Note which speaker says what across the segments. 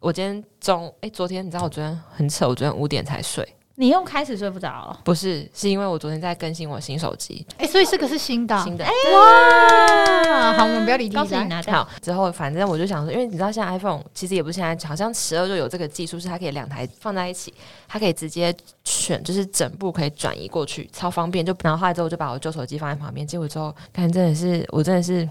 Speaker 1: 我今天中哎、昨天你知道我昨天很扯，我昨天五点才睡，
Speaker 2: 你用开始睡不着哦、
Speaker 1: 不是是因为我昨天在更新我新手机
Speaker 3: 哎、所以这个是新的啊，
Speaker 1: 新的。
Speaker 3: 哇！好，我们不要理
Speaker 2: 啊告诉你
Speaker 3: 你。
Speaker 2: 拿到
Speaker 1: 好，之后反正我就想说，因为你知道现在 iPhone 其实也不是现在，好像十二就有这个技术，是它可以两台放在一起，它可以直接选，就是整部可以转移过去，超方便。就然后后来之后我就把我旧手机放在旁边，结果之后看真的是我真的是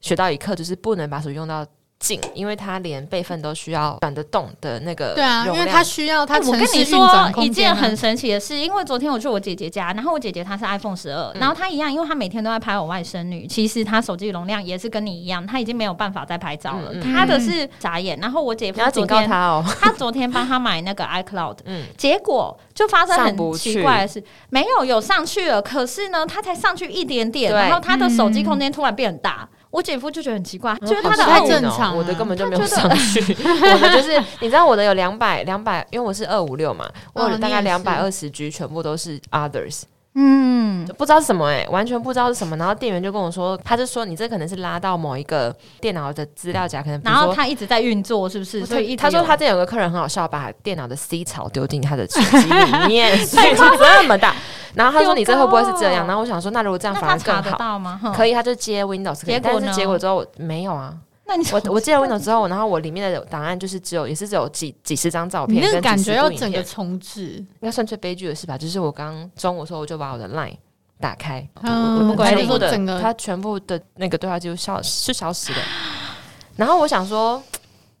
Speaker 1: 学到一课，就是不能把手机用到尽，因为它连备份都需要转得动的那个
Speaker 3: 对啊，因
Speaker 1: 容
Speaker 3: 为
Speaker 1: 量
Speaker 3: 它需要它
Speaker 2: 哎我
Speaker 3: 城
Speaker 2: 跟
Speaker 3: 市
Speaker 2: 你
Speaker 3: 运转
Speaker 2: 说
Speaker 3: 空
Speaker 2: 一
Speaker 3: 间
Speaker 2: 件
Speaker 3: 啊。
Speaker 2: 很神奇的事，因为昨天我去我姐姐家，然后我姐姐她是 iPhone 十二、然后她一样，因为她每天都在拍我外甥女，其实她手机容量也是跟你一样，她已经没有办法再拍照了。
Speaker 1: 嗯嗯
Speaker 2: 她的是眨眼，然后我姐
Speaker 1: 你
Speaker 2: 夫
Speaker 1: 要
Speaker 2: 昨
Speaker 1: 警告
Speaker 2: 天，
Speaker 1: 他哦，
Speaker 2: 她昨天帮她买那个 iCloud，
Speaker 1: 嗯，
Speaker 2: 结果就发生
Speaker 1: 上
Speaker 2: 很
Speaker 1: 不去
Speaker 2: 奇怪的事，没有有上去了，可是呢，他才上去一点点，
Speaker 1: 对
Speaker 2: 然后他的手机
Speaker 3: 嗯
Speaker 2: 空间突然变很大，我姐夫就觉得很奇怪，就是
Speaker 1: 好
Speaker 2: 他的
Speaker 3: 不太
Speaker 2: 哦
Speaker 3: 正常啊
Speaker 1: 我的根本就没有
Speaker 2: 他觉
Speaker 1: 上
Speaker 2: 得
Speaker 1: 去， 我的就是你知道我的有两百两百，因为我是二五六嘛，
Speaker 2: 哦
Speaker 1: 我有
Speaker 3: 嗯
Speaker 1: 大概
Speaker 3: 你也
Speaker 1: 两
Speaker 3: 是
Speaker 1: 百二十 G 全部都是 others，
Speaker 2: 嗯，
Speaker 1: 不知道是什么哎、完全不知道是什么。然后店员就跟我说，他就说你这可能是拉到某一个电脑的资料夹，可能比
Speaker 2: 然
Speaker 1: 如
Speaker 2: 后
Speaker 1: 说。
Speaker 2: 他一直在运作，是不是？所以一直
Speaker 1: 他说
Speaker 2: 有
Speaker 1: 他之前有个客人很好笑，把电脑的 C 槽丢进他的手 机里面，所以就这么大。然后他说你这会不会是这样？然后我想说，那如果这样
Speaker 2: 那
Speaker 1: 反
Speaker 2: 他
Speaker 1: 而
Speaker 2: 查
Speaker 1: 更
Speaker 2: 得
Speaker 1: 好，
Speaker 2: 到吗？
Speaker 1: 可
Speaker 2: 以，
Speaker 1: 以他就接 Windows 可以。
Speaker 2: 结果
Speaker 1: 但
Speaker 2: 呢
Speaker 1: 是结果之后没有啊，
Speaker 2: 那你
Speaker 1: 我我接了 Windows
Speaker 2: 道
Speaker 1: 之后，然后我里面的档案就是只有也是只有几几十张照
Speaker 3: 你
Speaker 1: 片，
Speaker 3: 那个感觉要整
Speaker 1: 整
Speaker 3: 个
Speaker 1: 个
Speaker 3: 重置，
Speaker 1: 应该算最悲剧的事吧？就是我刚中午的时候，我就把我的 Line 打开，
Speaker 3: 嗯
Speaker 1: 我我不管
Speaker 3: 全部
Speaker 1: 的，
Speaker 3: 整个
Speaker 1: 它全部的那个对话记录消就消失了。然后我想说，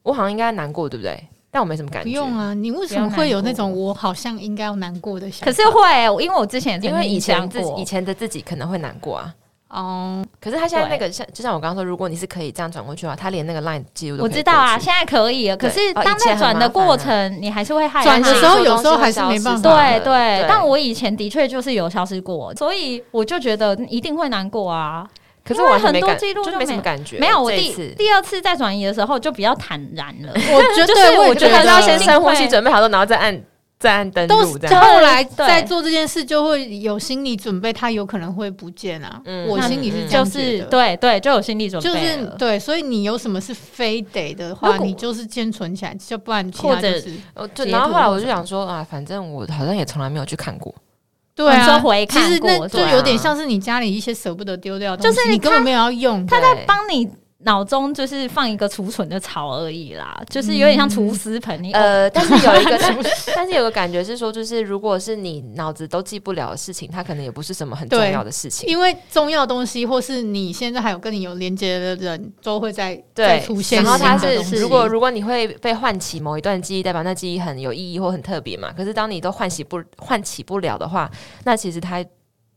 Speaker 1: 我好像应该难过，对不对？但我没什么感
Speaker 3: 不
Speaker 1: 觉，
Speaker 3: 用啊！你为什么会有那种我好像应该要难过的想法？
Speaker 2: 可是会、因为我之前也曾经
Speaker 1: 因为以前
Speaker 2: 讲
Speaker 1: 自己
Speaker 2: 过
Speaker 1: 以前的自己可能会难过啊。
Speaker 3: 哦，
Speaker 1: 可是他现在那个像，就像我刚刚说，如果你是可以这样转过去的话，他连那个 line 记录都
Speaker 2: 我
Speaker 1: 可以
Speaker 2: 知道啊，
Speaker 1: 过去
Speaker 2: 现在可以了。可
Speaker 1: 对
Speaker 2: 是
Speaker 1: 哦以前
Speaker 2: 当在
Speaker 1: 很
Speaker 2: 转的
Speaker 1: 麻烦啊
Speaker 2: 过程，你还是会害怕。
Speaker 3: 转的时候有时候还是没办法
Speaker 2: 对对，但
Speaker 1: 我
Speaker 2: 我以前的确就是有消失过，所以我就觉得一定会难过啊。
Speaker 1: 可是我完全没
Speaker 2: 因为
Speaker 1: 感，
Speaker 2: 很多记录
Speaker 1: 就
Speaker 2: 就
Speaker 1: 没什么
Speaker 2: 没
Speaker 1: 感觉。
Speaker 2: 没有，我
Speaker 1: 这一
Speaker 2: 第
Speaker 1: 次嗯
Speaker 2: 第二次再转移的时候就比较坦然了。
Speaker 3: 我觉
Speaker 2: 就是
Speaker 3: 得
Speaker 2: 我
Speaker 3: 我
Speaker 2: 觉
Speaker 3: 觉
Speaker 2: 得
Speaker 3: 得
Speaker 2: 要先
Speaker 1: 深呼吸，准备好了，然后再按再按登
Speaker 3: 都
Speaker 1: 录
Speaker 3: 是
Speaker 1: 这样。
Speaker 3: 后来
Speaker 2: 对
Speaker 3: 在做这件事，就会有心理准备，它有可能会不见啊。
Speaker 1: 嗯
Speaker 3: 我心里是
Speaker 1: 嗯
Speaker 3: 这
Speaker 2: 就
Speaker 3: 样觉
Speaker 2: 是
Speaker 3: 得
Speaker 2: 对对，就有心理准备
Speaker 3: 就
Speaker 2: 了，
Speaker 3: 是对，所以你有什么是非得的
Speaker 2: 如
Speaker 3: 话，
Speaker 2: 果
Speaker 3: 你就是先存起来，就不然其他就
Speaker 2: 或者
Speaker 3: 是
Speaker 1: 我就
Speaker 2: 截
Speaker 1: 哦然后
Speaker 2: 图
Speaker 1: 后来
Speaker 2: 或
Speaker 1: 我就想说啊，反正我好像也从来没有去看过。
Speaker 3: 对
Speaker 2: 你说
Speaker 3: 啊。
Speaker 2: 回
Speaker 3: 其
Speaker 2: 看
Speaker 3: 实那
Speaker 2: 过
Speaker 3: 就
Speaker 2: 对啊
Speaker 3: 有点像是你家里一些舍不得丢掉的东西，
Speaker 2: 就是
Speaker 3: 你
Speaker 2: 它
Speaker 3: 根本没有要用。
Speaker 2: 他在
Speaker 1: 对
Speaker 2: 帮你脑中就是放一个储存的槽而已啦，就是有点像厨师盆。你呃，
Speaker 1: 呃，但是有一 个，但但是有个感觉是说，就是如果是你脑子都记不了的事情，它可能也不是什么很重
Speaker 3: 对
Speaker 1: 要的事情。
Speaker 3: 因为重要东西，或是你现在还有跟你有连接的人，都会在
Speaker 1: 对
Speaker 3: 再出，现
Speaker 1: 然后它
Speaker 3: 新
Speaker 1: 是
Speaker 3: 的东西。
Speaker 1: 如果如果你会被唤起某一段记忆，代表那记忆很有意义或很特别嘛。可是当你都唤起不唤起不了的话，那其实它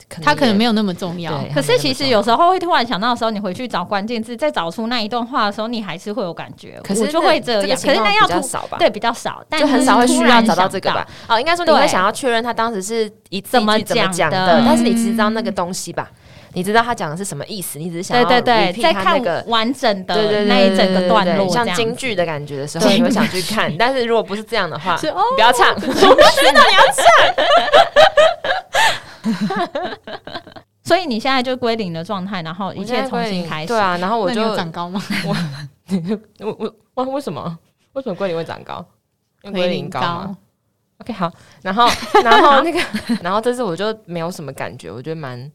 Speaker 1: 可能
Speaker 3: 它可能没
Speaker 1: 有。
Speaker 3: 有那么重要，
Speaker 1: 对，
Speaker 2: 可是
Speaker 1: 它没那么
Speaker 2: 其实
Speaker 1: 重
Speaker 2: 有时候会突然想到的时候，你回去找关键字，再找出那一段话的时候，你还是会有感觉。
Speaker 1: 要，可是
Speaker 2: 我就
Speaker 1: 那
Speaker 2: 会这
Speaker 1: 个
Speaker 2: 样，
Speaker 1: 情
Speaker 2: 可是
Speaker 1: 况
Speaker 2: 那要
Speaker 1: 比较
Speaker 2: 突
Speaker 1: 少吧，
Speaker 2: 对比较少，但
Speaker 1: 就很少会
Speaker 2: 是
Speaker 1: 需
Speaker 2: 突
Speaker 1: 要
Speaker 2: 然
Speaker 1: 找到
Speaker 2: 想
Speaker 1: 这个吧？哦，应该说你
Speaker 2: 对
Speaker 1: 会想要确认他当时是一字
Speaker 2: 怎么
Speaker 1: 一句怎么
Speaker 2: 讲
Speaker 1: 讲
Speaker 2: 的
Speaker 1: 的，但是你只知道那个东西吧？你知道他讲的是什么意思？你只是想
Speaker 2: 对
Speaker 1: 要
Speaker 2: 对对，
Speaker 1: repeat
Speaker 2: 再
Speaker 1: 他
Speaker 2: 看
Speaker 1: 那个。
Speaker 2: 完整
Speaker 1: 对对
Speaker 2: 的
Speaker 1: 对
Speaker 2: 那一整
Speaker 1: 对
Speaker 2: 个
Speaker 1: 对
Speaker 2: 段
Speaker 1: 对
Speaker 2: 落，
Speaker 1: 像
Speaker 2: 这样
Speaker 1: 京剧的感觉的时候，你会想去看。但是如果不是这样的话，
Speaker 3: 是哦
Speaker 1: 你不要唱。我 知道你要唱。
Speaker 2: 所以你现在就归零的状态，然后一
Speaker 1: 我现
Speaker 2: 切
Speaker 1: 在
Speaker 2: 重
Speaker 1: 归
Speaker 2: 新
Speaker 1: 零
Speaker 2: 开始。
Speaker 1: 对啊，然后我
Speaker 3: 那
Speaker 1: 就
Speaker 3: 你有长高吗？
Speaker 1: 我我我为什么为什么龟苓会长高？因为龟苓高吗？OK，好，然后然后那个然后这次我就没有什么感觉，我觉得蛮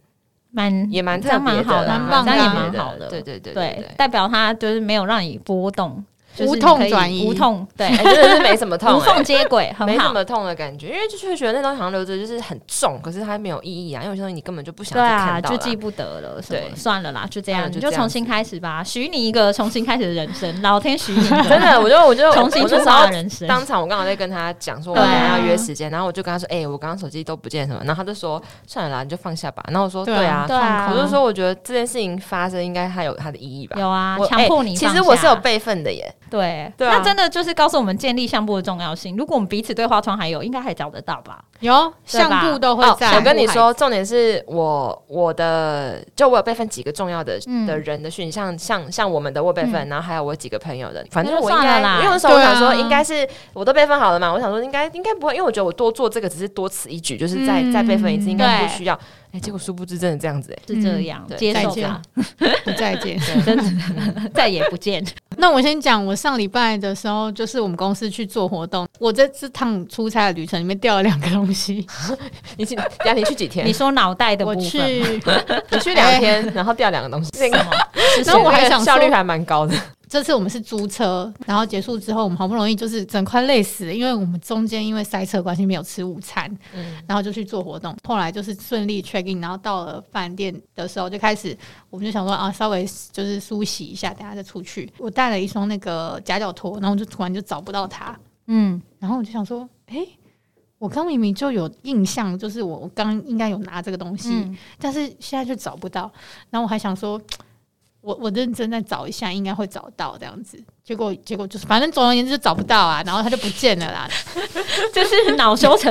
Speaker 2: 蛮
Speaker 1: 也蛮
Speaker 2: 这
Speaker 1: 特
Speaker 2: 样
Speaker 1: 别
Speaker 2: 蛮
Speaker 1: 的
Speaker 2: 好
Speaker 1: 啦，
Speaker 2: 的啊，
Speaker 3: 蛮棒
Speaker 2: 这
Speaker 3: 的
Speaker 2: 样也
Speaker 3: 啊
Speaker 2: 蛮好的，
Speaker 1: 对对对对
Speaker 2: 对
Speaker 1: 对，。
Speaker 2: 代表它就是没有让你波动，就是
Speaker 3: 无
Speaker 2: 你
Speaker 3: 痛
Speaker 2: 可以
Speaker 3: 转移
Speaker 2: 无痛，对，
Speaker 1: 哎真的是没什么痛、
Speaker 2: 无
Speaker 1: 欸
Speaker 2: 缝。接轨，很
Speaker 1: 没什
Speaker 2: 好。
Speaker 1: 么痛的感觉，因为就是觉得那东西好像留着就是很重，可是它没有意义啊，因为有些东西你根本就不想
Speaker 2: 对
Speaker 1: 去
Speaker 2: 啊，
Speaker 1: 看到
Speaker 2: 就
Speaker 1: 啦
Speaker 2: 记不得了，什么
Speaker 1: 对
Speaker 2: 算了啦，就这
Speaker 1: 算
Speaker 2: 样，
Speaker 1: 了
Speaker 2: 你
Speaker 1: 就
Speaker 2: 就
Speaker 1: 这样
Speaker 2: 重新开始吧，许你一个重新开始的人生，老天许你一
Speaker 1: 真
Speaker 2: 个
Speaker 1: 的，我就我就
Speaker 2: 重新
Speaker 1: 我
Speaker 2: 出
Speaker 1: 那时
Speaker 2: 发的
Speaker 1: 候
Speaker 2: 人生。
Speaker 1: 当场我刚好在跟他讲说，我
Speaker 2: 对
Speaker 1: 等
Speaker 2: 啊
Speaker 1: 一下要约时间，然后我就跟他说，哎、我刚刚手机都不见什么，然后他就说算了啦，你就放下吧。然后我说对
Speaker 3: 对
Speaker 1: 啊，
Speaker 2: 对啊
Speaker 1: 我就说我觉得这件事情发生应该还有它的意义吧。
Speaker 2: 有啊
Speaker 1: 我，
Speaker 2: 强迫
Speaker 1: 哎
Speaker 2: 你
Speaker 1: 其
Speaker 2: 放下。
Speaker 1: 实我是有备份的耶，
Speaker 2: 对，
Speaker 1: 对啊
Speaker 2: 那真的就是告诉我们建立相簿的重要性。如果我们彼此对话窗还有，应该还找得到吧？
Speaker 3: 有
Speaker 2: 对吧
Speaker 3: 相簿都会
Speaker 1: 哦，
Speaker 3: 在。
Speaker 1: 我跟你
Speaker 2: 相
Speaker 1: 说，重点是我我的，就我有备份几个重要的、
Speaker 2: 嗯
Speaker 1: 的人的讯息，像像像我们的我备份，然后还有我几个朋友的，反正
Speaker 2: 那就
Speaker 1: 我应
Speaker 2: 算
Speaker 1: 该
Speaker 2: 了啦，
Speaker 1: 因为那时候我
Speaker 3: 对啊
Speaker 1: 想说应该是我都备份好了嘛，我想说应该应该不会，因为我觉得我多做这个只是多此一举，就是再、
Speaker 3: 嗯
Speaker 1: 再备份一次应该不
Speaker 2: 对
Speaker 1: 需要。哎、结果殊不知真的这样子、哎，
Speaker 2: 是这样，
Speaker 1: 对
Speaker 2: 接
Speaker 3: 嗯再
Speaker 2: 受
Speaker 3: 见
Speaker 2: 吧，
Speaker 3: 再见。
Speaker 2: 真的再也不 见。
Speaker 3: 那我先讲，我上礼拜的时候，就是我们公司去做活动，我这这趟出差的旅程里面掉了两个东西，
Speaker 1: 你去，呀，你去几天
Speaker 2: 你？说脑袋的部
Speaker 3: 我去
Speaker 2: 分，，
Speaker 1: 你去两天，然后掉两个东西，
Speaker 3: 然后我还
Speaker 1: 那
Speaker 3: 想
Speaker 1: 个效率
Speaker 3: 说，
Speaker 1: 还蛮高的。
Speaker 3: 这次我们是租车，然后结束之后，我们好不容易就是整块累死了，因为我们中间因为塞车的关系没有吃午餐，
Speaker 1: 嗯
Speaker 3: 然后就去做活动，后来就是顺利 check in，然后到了饭店的时候就开始，我们就想说啊，稍微就是梳洗一下，等下再出去。我带了一双那个夹脚拖，然后我就突然就找不到它，
Speaker 2: 嗯，
Speaker 3: 然后我就想说，诶，我刚明明就有印象，就是我我刚应该有拿这个东西，
Speaker 2: 嗯
Speaker 3: 但是现在就找不到。然后我还想说，我我认真再找一下，应该会找到这样子。结果结果就是，反正总而言之就找不到啊，然后它就不见了 啦。
Speaker 2: 就是 脑修成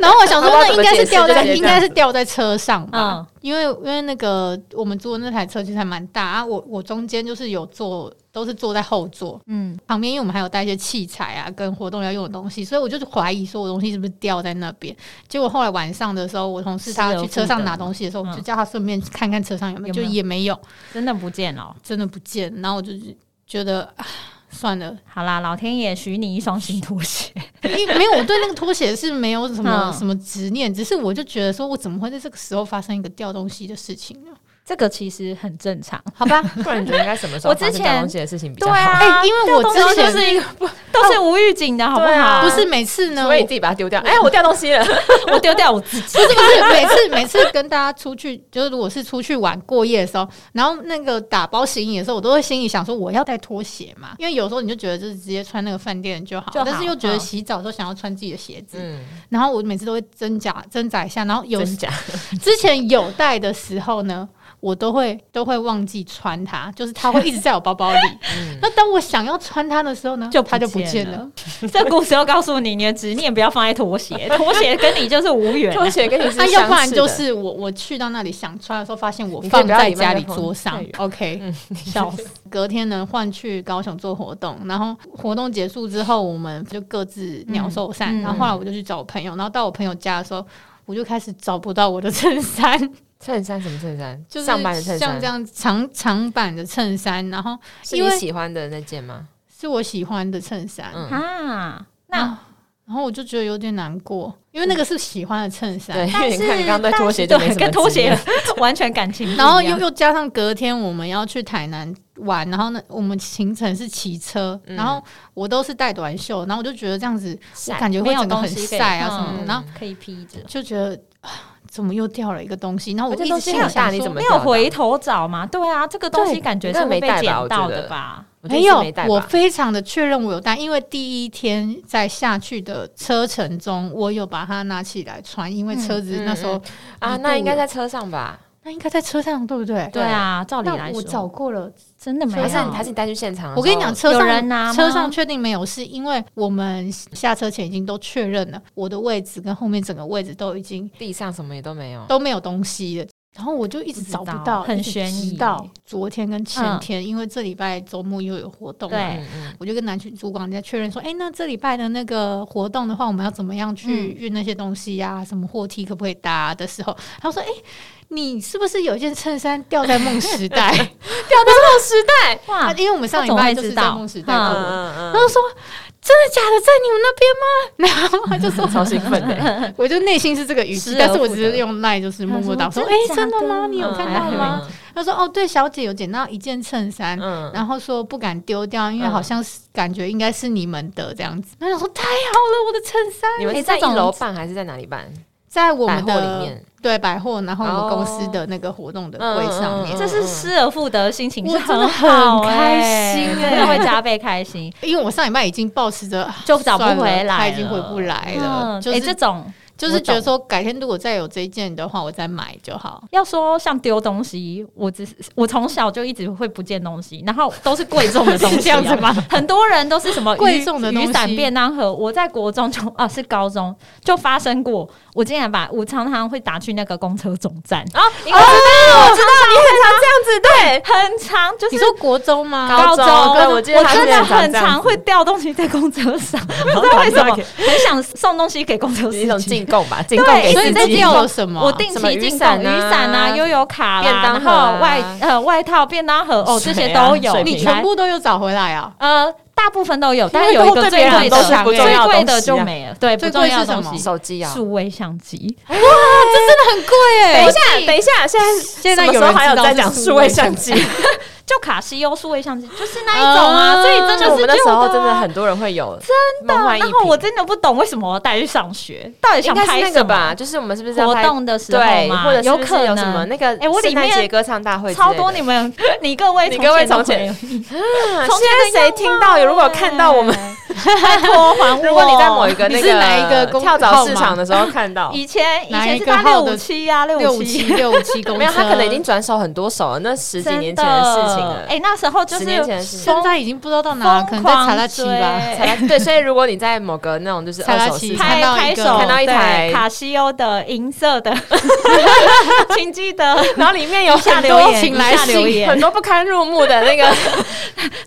Speaker 3: 然后我想说，
Speaker 1: 不知道
Speaker 3: 那
Speaker 1: 怎
Speaker 3: 应
Speaker 1: 么
Speaker 3: 该是
Speaker 1: 解释
Speaker 3: 掉在
Speaker 1: 就直接
Speaker 3: 应
Speaker 1: 这样
Speaker 3: 该
Speaker 1: 子
Speaker 3: 是掉在车上吧，
Speaker 2: 嗯
Speaker 3: 因为因为那个我们坐的那台车其实还蛮大啊，我我中间就是有坐，都是坐在后座，
Speaker 2: 嗯，
Speaker 3: 旁边，因为我们还有带一些器材啊，跟活动要用的东西，所以我就是怀疑说我东西是不是掉在那边。结果后来晚上的时候，我同事他
Speaker 2: 是有
Speaker 3: 去车上拿东西的时候，
Speaker 2: 附
Speaker 3: 我
Speaker 2: 的
Speaker 3: 就叫他顺便看看车上有没有，
Speaker 2: 有没有
Speaker 3: 就也没有，
Speaker 2: 真的不见了。
Speaker 3: 真的不见。然后我就是觉得啊算了，
Speaker 2: 好啦，老天爷许你一双新拖鞋，
Speaker 3: 因为没有我对那个拖鞋是没有什么、
Speaker 2: 嗯
Speaker 3: 什么执念，只是我就觉得说我怎么会在这个时候发生一个掉东西的事情呢？
Speaker 2: 这个其实很正常。
Speaker 3: 好吧，
Speaker 1: 啊不然你觉得应该什么时候
Speaker 2: 我之
Speaker 1: 发生
Speaker 2: 前
Speaker 1: 掉东西的事情比较
Speaker 2: 对
Speaker 1: 好？
Speaker 2: 啊，
Speaker 3: 哎因为我
Speaker 2: 掉东西
Speaker 3: 之前
Speaker 2: 就是一个不都是无预警的，好不
Speaker 1: 对啊
Speaker 2: 好？
Speaker 3: 不是每次呢，
Speaker 1: 除非你自己把它丢掉。哎，我掉东西了。
Speaker 2: 我丢掉我自己，
Speaker 3: 不是每次每次跟大家出去，就是如果是出去玩过夜的时候，然后那个打包行李的时候，我都会心里想说我要带拖鞋
Speaker 2: 嗯
Speaker 3: 嘛，因为有时候你就觉得就是直接穿那个饭店就好，
Speaker 2: 就好
Speaker 3: 但是又觉得
Speaker 2: 嗯
Speaker 3: 洗澡的时候想要穿自己的鞋子，
Speaker 1: 嗯，
Speaker 3: 然后我每次都会挣扎挣扎一下，然后 有
Speaker 1: 真假？
Speaker 3: 之前有带的时候呢。我都会都会忘记穿它，就是它会一直在我包包里。那当我想要穿它的时候呢，
Speaker 2: 嗯就不
Speaker 3: 它就不
Speaker 2: 见
Speaker 3: 见
Speaker 2: 了
Speaker 3: 了。
Speaker 2: 这故事要告诉你，你的执念不要放在拖 鞋，拖鞋跟你就是无缘啊。
Speaker 1: 拖鞋跟你是
Speaker 3: 那、要不然
Speaker 1: 相似的
Speaker 3: 就是我我去到那里想穿的时候，发现我
Speaker 1: 你可以
Speaker 3: 放
Speaker 1: 不要
Speaker 3: 在
Speaker 1: 离麦
Speaker 3: 家
Speaker 1: 克
Speaker 3: 里
Speaker 1: 风嗯
Speaker 3: 桌上
Speaker 1: 太远。
Speaker 3: OK，
Speaker 2: 笑死，
Speaker 3: 隔天呢换去高雄做活动，然后活动结束之后，我们就各自鸟兽散。
Speaker 2: 嗯嗯
Speaker 3: 然后后来我就去找我朋友，然后到我朋友家的时候，我就开始找不到我的衬衫，
Speaker 1: 衬衫什么衬衫？
Speaker 3: 就是
Speaker 1: 上班的衬
Speaker 3: 像
Speaker 1: 衫
Speaker 3: 这，样长长版的衬衫，然后
Speaker 1: 是
Speaker 3: 因
Speaker 1: 你
Speaker 3: 为
Speaker 1: 喜欢的那件吗？
Speaker 3: 是我喜欢的衬衫，
Speaker 1: 嗯，
Speaker 2: 啊！那
Speaker 3: 然后我就觉得有点难过，因为那个是喜欢的衬衫
Speaker 1: 嗯对，。因
Speaker 2: 但
Speaker 1: 为
Speaker 2: 是
Speaker 1: 你看你刚刚对拖鞋就没什
Speaker 2: 对
Speaker 1: 么
Speaker 2: 跟拖
Speaker 1: 执念
Speaker 2: 鞋 完全感情不一样，
Speaker 3: 然后又又加上隔天我们要去台南玩，然后呢，我们行程是骑车，
Speaker 1: 嗯
Speaker 3: 然后我都是带短袖，然后我就觉得这样子我
Speaker 2: 晒
Speaker 3: 感觉
Speaker 2: 没
Speaker 3: 会
Speaker 2: 有
Speaker 3: 整个
Speaker 2: 东
Speaker 3: 很
Speaker 2: 西可以
Speaker 3: 晒啊
Speaker 2: 嗯
Speaker 3: 什么的，
Speaker 1: 嗯
Speaker 3: 然后
Speaker 2: 可以披着。
Speaker 3: 就觉得啊怎么又掉了一个东西，然后我
Speaker 1: 而且
Speaker 3: 一
Speaker 1: 东
Speaker 3: 直
Speaker 1: 西
Speaker 3: 心里
Speaker 1: 很大
Speaker 3: 想
Speaker 1: 你怎
Speaker 3: 说
Speaker 1: 么
Speaker 2: 没有回头找吗？对啊，这个东西
Speaker 1: 对
Speaker 2: 感觉
Speaker 1: 那
Speaker 2: 是会
Speaker 1: 没
Speaker 2: 被
Speaker 1: 带吧
Speaker 2: 捡
Speaker 1: 我觉
Speaker 2: 到的
Speaker 1: 得
Speaker 2: 吧？
Speaker 1: 我觉得
Speaker 3: 没
Speaker 1: 是
Speaker 3: 有
Speaker 1: 没带，吧
Speaker 3: 我非常的确认我有带，因为第一天在下去的车程中，我有把它拿起来穿，因为车子
Speaker 1: 嗯
Speaker 3: 那时候、
Speaker 1: 啊，
Speaker 3: 一
Speaker 1: 那
Speaker 3: 度
Speaker 1: 应该在车上吧？
Speaker 3: 那应该在车上对不对？
Speaker 2: 对啊，照理来
Speaker 3: 那我找
Speaker 2: 说，
Speaker 3: 过了，
Speaker 2: 真的没有。
Speaker 1: 还是你还是你带去现场？
Speaker 3: 我跟你讲，，车
Speaker 2: 有
Speaker 3: 上
Speaker 2: 人拿吗
Speaker 3: 车上确定没有事，因为我们下车前已经都确认了我的位置跟后面整个位置都已经
Speaker 1: 地上什么也都没有。
Speaker 3: 都没有东西了。然后我就一直找不
Speaker 2: 不知
Speaker 3: 到，
Speaker 2: 道很
Speaker 3: 一直
Speaker 2: 悬疑
Speaker 3: 直到昨天跟前天，因为这礼拜周末又有活动嘛，
Speaker 2: 嗯对
Speaker 1: 嗯嗯，
Speaker 3: 我就跟男群主管在确认说，哎、那这礼拜的那个活动的话，我们要怎么样
Speaker 2: 嗯
Speaker 3: 去运那些东西呀、什么货梯可不可以搭啊、的时候，他说，哎、你是不是有一件衬衫掉在梦时代？ 啊
Speaker 2: 哇，
Speaker 3: 因为我们上礼拜就是在梦时代
Speaker 2: 他怎
Speaker 3: 过活
Speaker 2: 么
Speaker 3: 动
Speaker 1: 嗯嗯
Speaker 3: 然后说：“真的假的，在你们那边吗？”然后他就说
Speaker 1: 嗯，超兴奋的，：“
Speaker 3: 我就内心是这个语
Speaker 2: 失
Speaker 3: 气，
Speaker 2: 而
Speaker 3: 但是我
Speaker 2: 复
Speaker 3: 只是
Speaker 2: 得
Speaker 3: 用赖就是默默打
Speaker 2: 他说
Speaker 3: 说：‘哎、
Speaker 2: 真的假
Speaker 3: 真的
Speaker 2: 的
Speaker 3: 吗？你有
Speaker 2: 嗯
Speaker 3: 看
Speaker 2: 还
Speaker 3: 到
Speaker 1: 哎
Speaker 2: 好
Speaker 3: 吗？’他说：‘哦，对，小姐有捡到一件衬衫。’
Speaker 1: 嗯，
Speaker 3: 然后说不敢丢掉，因为
Speaker 1: 嗯
Speaker 3: 好像是感觉应该是你们的这样子。然后想说太好了，我的衬衫
Speaker 1: 你们是
Speaker 2: 哎
Speaker 1: 在一
Speaker 2: 这种
Speaker 1: 楼办还是在哪里办？
Speaker 3: 在我
Speaker 1: 百
Speaker 3: 们
Speaker 1: 货
Speaker 3: 的
Speaker 1: 里面，
Speaker 3: 对百货，然后我们
Speaker 1: 哦
Speaker 3: 公司的那个活动的柜上
Speaker 1: 嗯嗯
Speaker 3: 面，
Speaker 1: 嗯
Speaker 2: 这是失而复得，心情是
Speaker 3: 我真的
Speaker 2: 好
Speaker 3: 很
Speaker 2: 欸
Speaker 3: 开心欸
Speaker 2: 真的会加倍开心，
Speaker 3: 因为我上礼拜已经抱持着啊
Speaker 2: 就找不
Speaker 3: 算了
Speaker 2: 回来了，
Speaker 3: 他已经回不来了，
Speaker 2: 嗯
Speaker 3: 就
Speaker 2: 哎，
Speaker 3: 是
Speaker 2: 这种
Speaker 3: 就是觉得说改天如果再有这一件的话，我再买就好。
Speaker 2: 要说像丢东西，我只是我从小就一直会不见东西，然后都是贵重的东 西、啊
Speaker 3: 是这样子吗？
Speaker 2: 很多人都是什么雨
Speaker 3: 贵重的东西
Speaker 2: 雨伞、便当盒。我在国中就啊是高中就发生过，我竟然把我常常会打去那个公车总站，
Speaker 1: 啊，我知道，我知道，你很常这样子，对，
Speaker 2: 很长就是
Speaker 3: 你。说国中吗？
Speaker 1: 高中对我
Speaker 2: 我
Speaker 1: 记得他
Speaker 2: 真
Speaker 1: 之
Speaker 2: 的
Speaker 1: 前常
Speaker 2: 很
Speaker 1: 这样
Speaker 2: 常
Speaker 1: 子
Speaker 2: 会掉东西在公车上，
Speaker 1: 然 后
Speaker 2: 不知道为什
Speaker 1: 把
Speaker 2: 么
Speaker 1: 它
Speaker 2: 很想送东西给公车
Speaker 1: 是一
Speaker 2: 司
Speaker 1: 种
Speaker 2: 机。
Speaker 1: 进贡吧，进
Speaker 2: 对
Speaker 1: 贡给
Speaker 3: 所以
Speaker 1: 自
Speaker 3: 你在
Speaker 1: 己。
Speaker 3: 掉了什么？
Speaker 2: 我定
Speaker 1: 什么
Speaker 2: 期
Speaker 1: 雨
Speaker 2: 进贡
Speaker 1: 伞啊
Speaker 2: 雨伞啊、悠游卡啦、
Speaker 1: 便当盒啊
Speaker 2: 然后外呃外套、便当盒哦，
Speaker 1: 水
Speaker 2: 这些
Speaker 1: 啊
Speaker 2: 都有。
Speaker 1: 水
Speaker 3: 你
Speaker 1: 瓶
Speaker 2: 来
Speaker 3: 全部都有找回来啊？
Speaker 2: 呃，大部分都有，但
Speaker 1: 因为
Speaker 2: 有一
Speaker 1: 都
Speaker 2: 个
Speaker 1: 对
Speaker 2: 最
Speaker 1: 别人
Speaker 2: 贵
Speaker 1: 都
Speaker 2: 的
Speaker 1: 是不重
Speaker 2: 最
Speaker 1: 要的
Speaker 2: 贵
Speaker 1: 东
Speaker 2: 的
Speaker 1: 西
Speaker 2: 就
Speaker 1: 啊
Speaker 2: 没了。对，不
Speaker 3: 最
Speaker 2: 重
Speaker 3: 贵
Speaker 2: 要的
Speaker 3: 是什
Speaker 2: 东
Speaker 3: 么
Speaker 2: 西，
Speaker 1: 手机啊，
Speaker 2: 数位相机。
Speaker 3: 很贵
Speaker 1: 等
Speaker 3: 欸
Speaker 1: 一下，等一下，现在
Speaker 3: 现在
Speaker 1: 什么时
Speaker 3: 有
Speaker 1: 候
Speaker 3: 人
Speaker 1: 还有
Speaker 3: 知道
Speaker 1: 在
Speaker 3: 是
Speaker 1: 讲
Speaker 3: 数
Speaker 1: 数
Speaker 3: 位
Speaker 1: 位
Speaker 3: 相
Speaker 1: 相机？
Speaker 2: 就卡西欧数位相机就是那一种啊，
Speaker 3: 啊
Speaker 2: 所以真的
Speaker 1: 哦就我
Speaker 2: 是
Speaker 1: 们那时
Speaker 2: 旧
Speaker 1: 候
Speaker 2: 啊
Speaker 1: 真的很多人会有真梦幻一
Speaker 2: 然后
Speaker 1: 品
Speaker 2: 我真的不懂为什么我带去上学，到底
Speaker 1: 应
Speaker 2: 想
Speaker 1: 该是
Speaker 2: 拍
Speaker 1: 那
Speaker 2: 什
Speaker 1: 个
Speaker 2: 么
Speaker 1: 吧？？就是我们是不是要
Speaker 2: 活
Speaker 1: 拍
Speaker 2: 动的时候
Speaker 1: 对，
Speaker 2: 嘛，
Speaker 1: 或者是不是
Speaker 2: 可
Speaker 1: 有
Speaker 2: 能
Speaker 1: 什么那个
Speaker 2: 哎我里
Speaker 1: 圣诞
Speaker 2: 面
Speaker 1: 节歌唱大会之类
Speaker 2: 超
Speaker 1: 的，
Speaker 2: 多你们，你各位
Speaker 1: 你各位从前啊
Speaker 2: 前
Speaker 1: 现在谁听到？如果看到我 们，
Speaker 2: 拜托还 我。
Speaker 1: 如果你在某一个那
Speaker 3: 你是哪一个公
Speaker 1: 跳蚤市场的时候看到，
Speaker 2: 以前以
Speaker 3: 哪
Speaker 2: 前
Speaker 3: 一
Speaker 2: 是
Speaker 3: 个
Speaker 2: 搭
Speaker 3: 号
Speaker 2: 六
Speaker 3: 的
Speaker 2: 五七呀，
Speaker 3: 六
Speaker 2: 五
Speaker 3: 五七六五七公 车，
Speaker 1: 没有，他可能已经转手很多手了，那十几
Speaker 2: 真
Speaker 1: 年前的事情
Speaker 2: 的
Speaker 1: 了
Speaker 2: 哎、。那时候就是
Speaker 1: 十年前的事情
Speaker 3: 现在已经不知道到哪了，可能在查拉奇
Speaker 2: 哎
Speaker 3: 吧。
Speaker 1: 才来对，所以如果你在某个那种就是
Speaker 3: 才
Speaker 1: 二
Speaker 3: 来
Speaker 1: 手
Speaker 3: 骑
Speaker 1: 市 场，
Speaker 2: 拍
Speaker 3: 看到一
Speaker 2: 拍
Speaker 3: 个
Speaker 2: 手，
Speaker 1: 看到一
Speaker 2: 对
Speaker 1: 台
Speaker 2: 卡西欧的银色 的，请记得
Speaker 1: 然后里面有
Speaker 2: 下
Speaker 1: 很
Speaker 2: 留
Speaker 1: 多
Speaker 2: 言，
Speaker 3: 请
Speaker 2: 以
Speaker 3: 来
Speaker 2: 下留
Speaker 3: 信
Speaker 1: 很
Speaker 2: 言，
Speaker 1: 多不堪入目的 那个，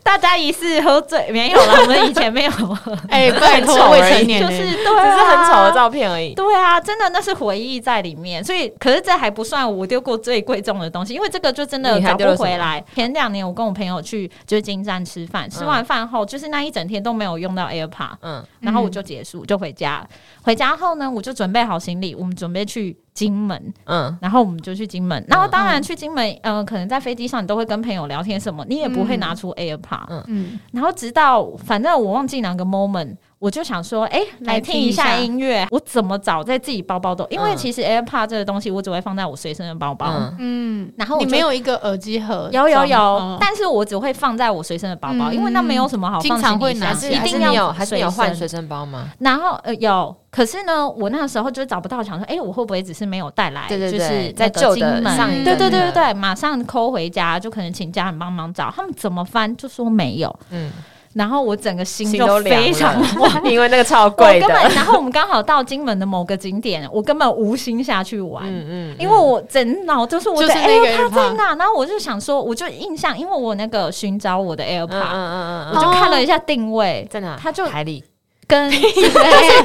Speaker 2: 大家疑似喝醉没有了？我们以前没有喝，
Speaker 3: 哎，拜
Speaker 1: 很丑
Speaker 3: 托
Speaker 1: 而
Speaker 3: 未
Speaker 1: 已
Speaker 3: 成年
Speaker 2: 就
Speaker 3: 人，
Speaker 2: 是对、
Speaker 1: 只
Speaker 2: 啊，
Speaker 1: 是很丑的照片而已。
Speaker 2: 对啊，真的那是回忆在里面，所以可是这还不算我丢过最贵重的东西，因为这个就真的
Speaker 1: 你还
Speaker 2: 找
Speaker 1: 丢了什
Speaker 2: 不
Speaker 1: 么
Speaker 2: 回来。前两年我跟我朋友去就是金山吃饭，吃完饭后、就是那一整天都没有用到 AirPod，
Speaker 1: 嗯，
Speaker 2: 然后我就结束就回家了。回家后呢，我就准备好行李，我们准备去金门，
Speaker 1: 嗯，
Speaker 2: 然后我们就去金门。然后当然去金门，嗯、可能在飞机上你都会跟朋友聊天什么，你也不会拿出 AirPod、
Speaker 1: 嗯
Speaker 3: 嗯，
Speaker 2: 然后直到反正我忘记哪个 moment，我就想说，哎、来听一下音乐。我怎么找在自己包包都，因为
Speaker 1: 嗯
Speaker 2: 其实 AirPod 这个东西，我只会放在我随身的包包。
Speaker 1: 嗯
Speaker 3: 嗯，
Speaker 2: 然后我
Speaker 3: 你
Speaker 2: 就
Speaker 3: 没有一个耳机盒装，
Speaker 2: 有有有，
Speaker 3: 哦
Speaker 2: 但是我只会放在我随身的包包，
Speaker 3: 嗯
Speaker 2: 因为那没有什么好放
Speaker 3: 经常会
Speaker 2: 行李
Speaker 3: 拿
Speaker 2: 箱
Speaker 1: 还
Speaker 3: 还
Speaker 1: 是还
Speaker 2: 一
Speaker 3: 是
Speaker 1: 是
Speaker 2: 定
Speaker 1: 你
Speaker 2: 要
Speaker 1: 有还是你有换随
Speaker 2: 身。
Speaker 1: 身包吗？
Speaker 2: 然后呃有，可是呢，我那时候就找不到，想说，哎、我会不会只是没有带来？
Speaker 1: 对对
Speaker 2: 就
Speaker 1: 对，
Speaker 2: 是
Speaker 1: 在
Speaker 2: 那个
Speaker 1: 旧
Speaker 2: 金
Speaker 1: 的
Speaker 2: 门
Speaker 1: 上一
Speaker 3: 嗯
Speaker 1: 个
Speaker 2: 对对对
Speaker 1: 那
Speaker 2: 对
Speaker 1: 个，
Speaker 2: 对，马上抠回家，就可能请家人帮忙找。他们怎么翻就说没有，
Speaker 1: 嗯，
Speaker 2: 然后我整个心
Speaker 1: 心
Speaker 2: 就
Speaker 1: 都凉
Speaker 2: 非常
Speaker 1: 了，因为那个超
Speaker 2: 我
Speaker 1: 贵
Speaker 2: 根
Speaker 1: 的
Speaker 2: 本，，然后我们刚好到金门的某个景点，我根本无心下去玩。
Speaker 1: 嗯
Speaker 2: 因为我整脑就是我
Speaker 3: 就
Speaker 2: 的
Speaker 3: 是那个
Speaker 2: AirPod
Speaker 3: AirPod
Speaker 2: 在哪，然后我就想说，我就印象，因为我那个寻找我的
Speaker 1: 嗯
Speaker 2: AirPod，、
Speaker 1: 嗯嗯嗯
Speaker 2: 我
Speaker 1: 嗯，
Speaker 2: 就看了一下定位，
Speaker 1: 在哪？
Speaker 2: 它就
Speaker 1: 海里，
Speaker 2: 跟
Speaker 1: 哦
Speaker 2: 就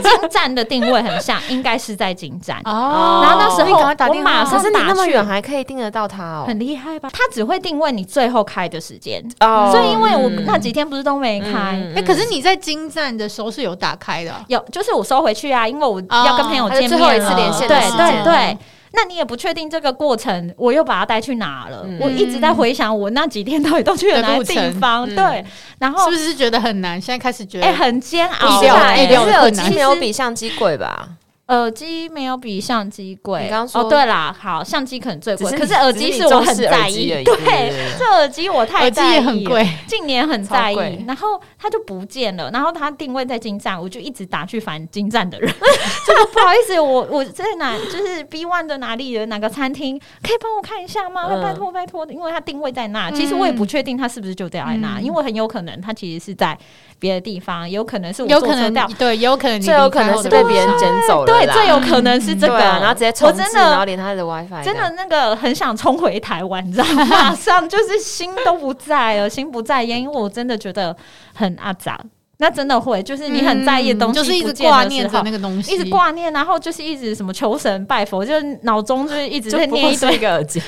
Speaker 2: 是 金站的定位很像，应该是在金站，
Speaker 3: 哦
Speaker 1: 然后那
Speaker 2: 时候
Speaker 3: 你赶快打
Speaker 2: 我
Speaker 3: 电话
Speaker 2: 马
Speaker 1: 可
Speaker 2: 上
Speaker 1: 是你那么
Speaker 2: 打去
Speaker 1: 远还可以盯得到它哦，
Speaker 2: 很厉害吧？它只会定位你最后开的时间，
Speaker 1: 哦
Speaker 2: 所以因为我
Speaker 1: 嗯
Speaker 2: 那几天不是都没
Speaker 1: 嗯
Speaker 2: 开，
Speaker 1: 嗯嗯
Speaker 3: 哎，可是你在金站的时候是有打开的啊，
Speaker 2: 有，就是我收回去啊，因为我
Speaker 3: 哦
Speaker 2: 要跟朋友见面了
Speaker 1: 还有最后一次连线的
Speaker 2: 对
Speaker 1: 时
Speaker 2: 对
Speaker 1: 间
Speaker 2: 对。那你也不确定这个过程，我又把它带去哪了？
Speaker 1: 嗯
Speaker 2: 我一直在回想我那几天到底都去了哪些地方，
Speaker 1: 的路程
Speaker 2: 对。然后
Speaker 3: 是不是觉得很难？现在开始觉
Speaker 2: 哎、
Speaker 3: 得
Speaker 2: 很煎熬
Speaker 1: 意
Speaker 3: 意
Speaker 1: 料
Speaker 3: 料
Speaker 2: 啊，
Speaker 3: 哎
Speaker 1: 哎，
Speaker 3: 意料
Speaker 1: 可
Speaker 3: 的
Speaker 1: 是耳
Speaker 3: 困难
Speaker 1: 机没有比相机贵吧？
Speaker 2: 耳机没有比相机贵。
Speaker 1: 你刚刚说
Speaker 2: 哦，对啦，好，相机可能最
Speaker 1: 只
Speaker 2: 贵，
Speaker 1: 是
Speaker 2: 可
Speaker 1: 你
Speaker 2: 是耳
Speaker 1: 只是
Speaker 2: 机
Speaker 1: 你
Speaker 2: 是我
Speaker 1: 重
Speaker 2: 很
Speaker 1: 视耳
Speaker 2: 在
Speaker 1: 机
Speaker 2: 意
Speaker 1: 而已，对对
Speaker 2: 对
Speaker 1: 对对，
Speaker 2: 这耳机我太
Speaker 3: 耳机
Speaker 2: 在意
Speaker 3: 也很
Speaker 2: 了
Speaker 3: 贵，
Speaker 2: 近年很在
Speaker 1: 超贵
Speaker 2: 意，然后它就不见了，然后它定位在金站，我就一直打去烦金站的人， 就是不好意思，我我在哪，就是 B One 的哪里的哪个餐厅，可以帮我看一下吗？
Speaker 1: 嗯
Speaker 2: 拜托拜托，因为它定位在那，
Speaker 3: 嗯
Speaker 2: 其实我也不确定它是不是就掉在那，
Speaker 3: 嗯
Speaker 2: 因为很有可能它其实是在别的地方，有可能是我
Speaker 3: 有
Speaker 2: 坐
Speaker 3: 可
Speaker 2: 车
Speaker 3: 能
Speaker 2: 掉。
Speaker 3: 对，有可能你
Speaker 1: 最有可能是被别人捡走了啦，
Speaker 2: 嗯对，最有可能是这个，
Speaker 1: 对啊然后直接重
Speaker 2: 我
Speaker 1: 置
Speaker 2: 真
Speaker 1: 然后
Speaker 2: 的
Speaker 1: 连他的 WiFi，
Speaker 2: 真的那个很想冲回台湾，你知道 吗？马上就是心都不在了，心不在焉，因为我真的觉得很阿杂。那真的会，就是你很在意
Speaker 1: 嗯
Speaker 2: 的东西、
Speaker 3: 嗯就是一
Speaker 2: 不
Speaker 3: 直
Speaker 2: 见的
Speaker 3: 挂念
Speaker 2: 时
Speaker 3: 着
Speaker 2: 候
Speaker 3: 那个东西，
Speaker 2: 一直挂念，然后就是一直什么求神拜佛，就是脑中就是一直
Speaker 1: 就
Speaker 2: 在
Speaker 1: 不
Speaker 2: 念
Speaker 1: 过
Speaker 2: 一
Speaker 1: 是
Speaker 2: 堆
Speaker 1: 一，个耳 机，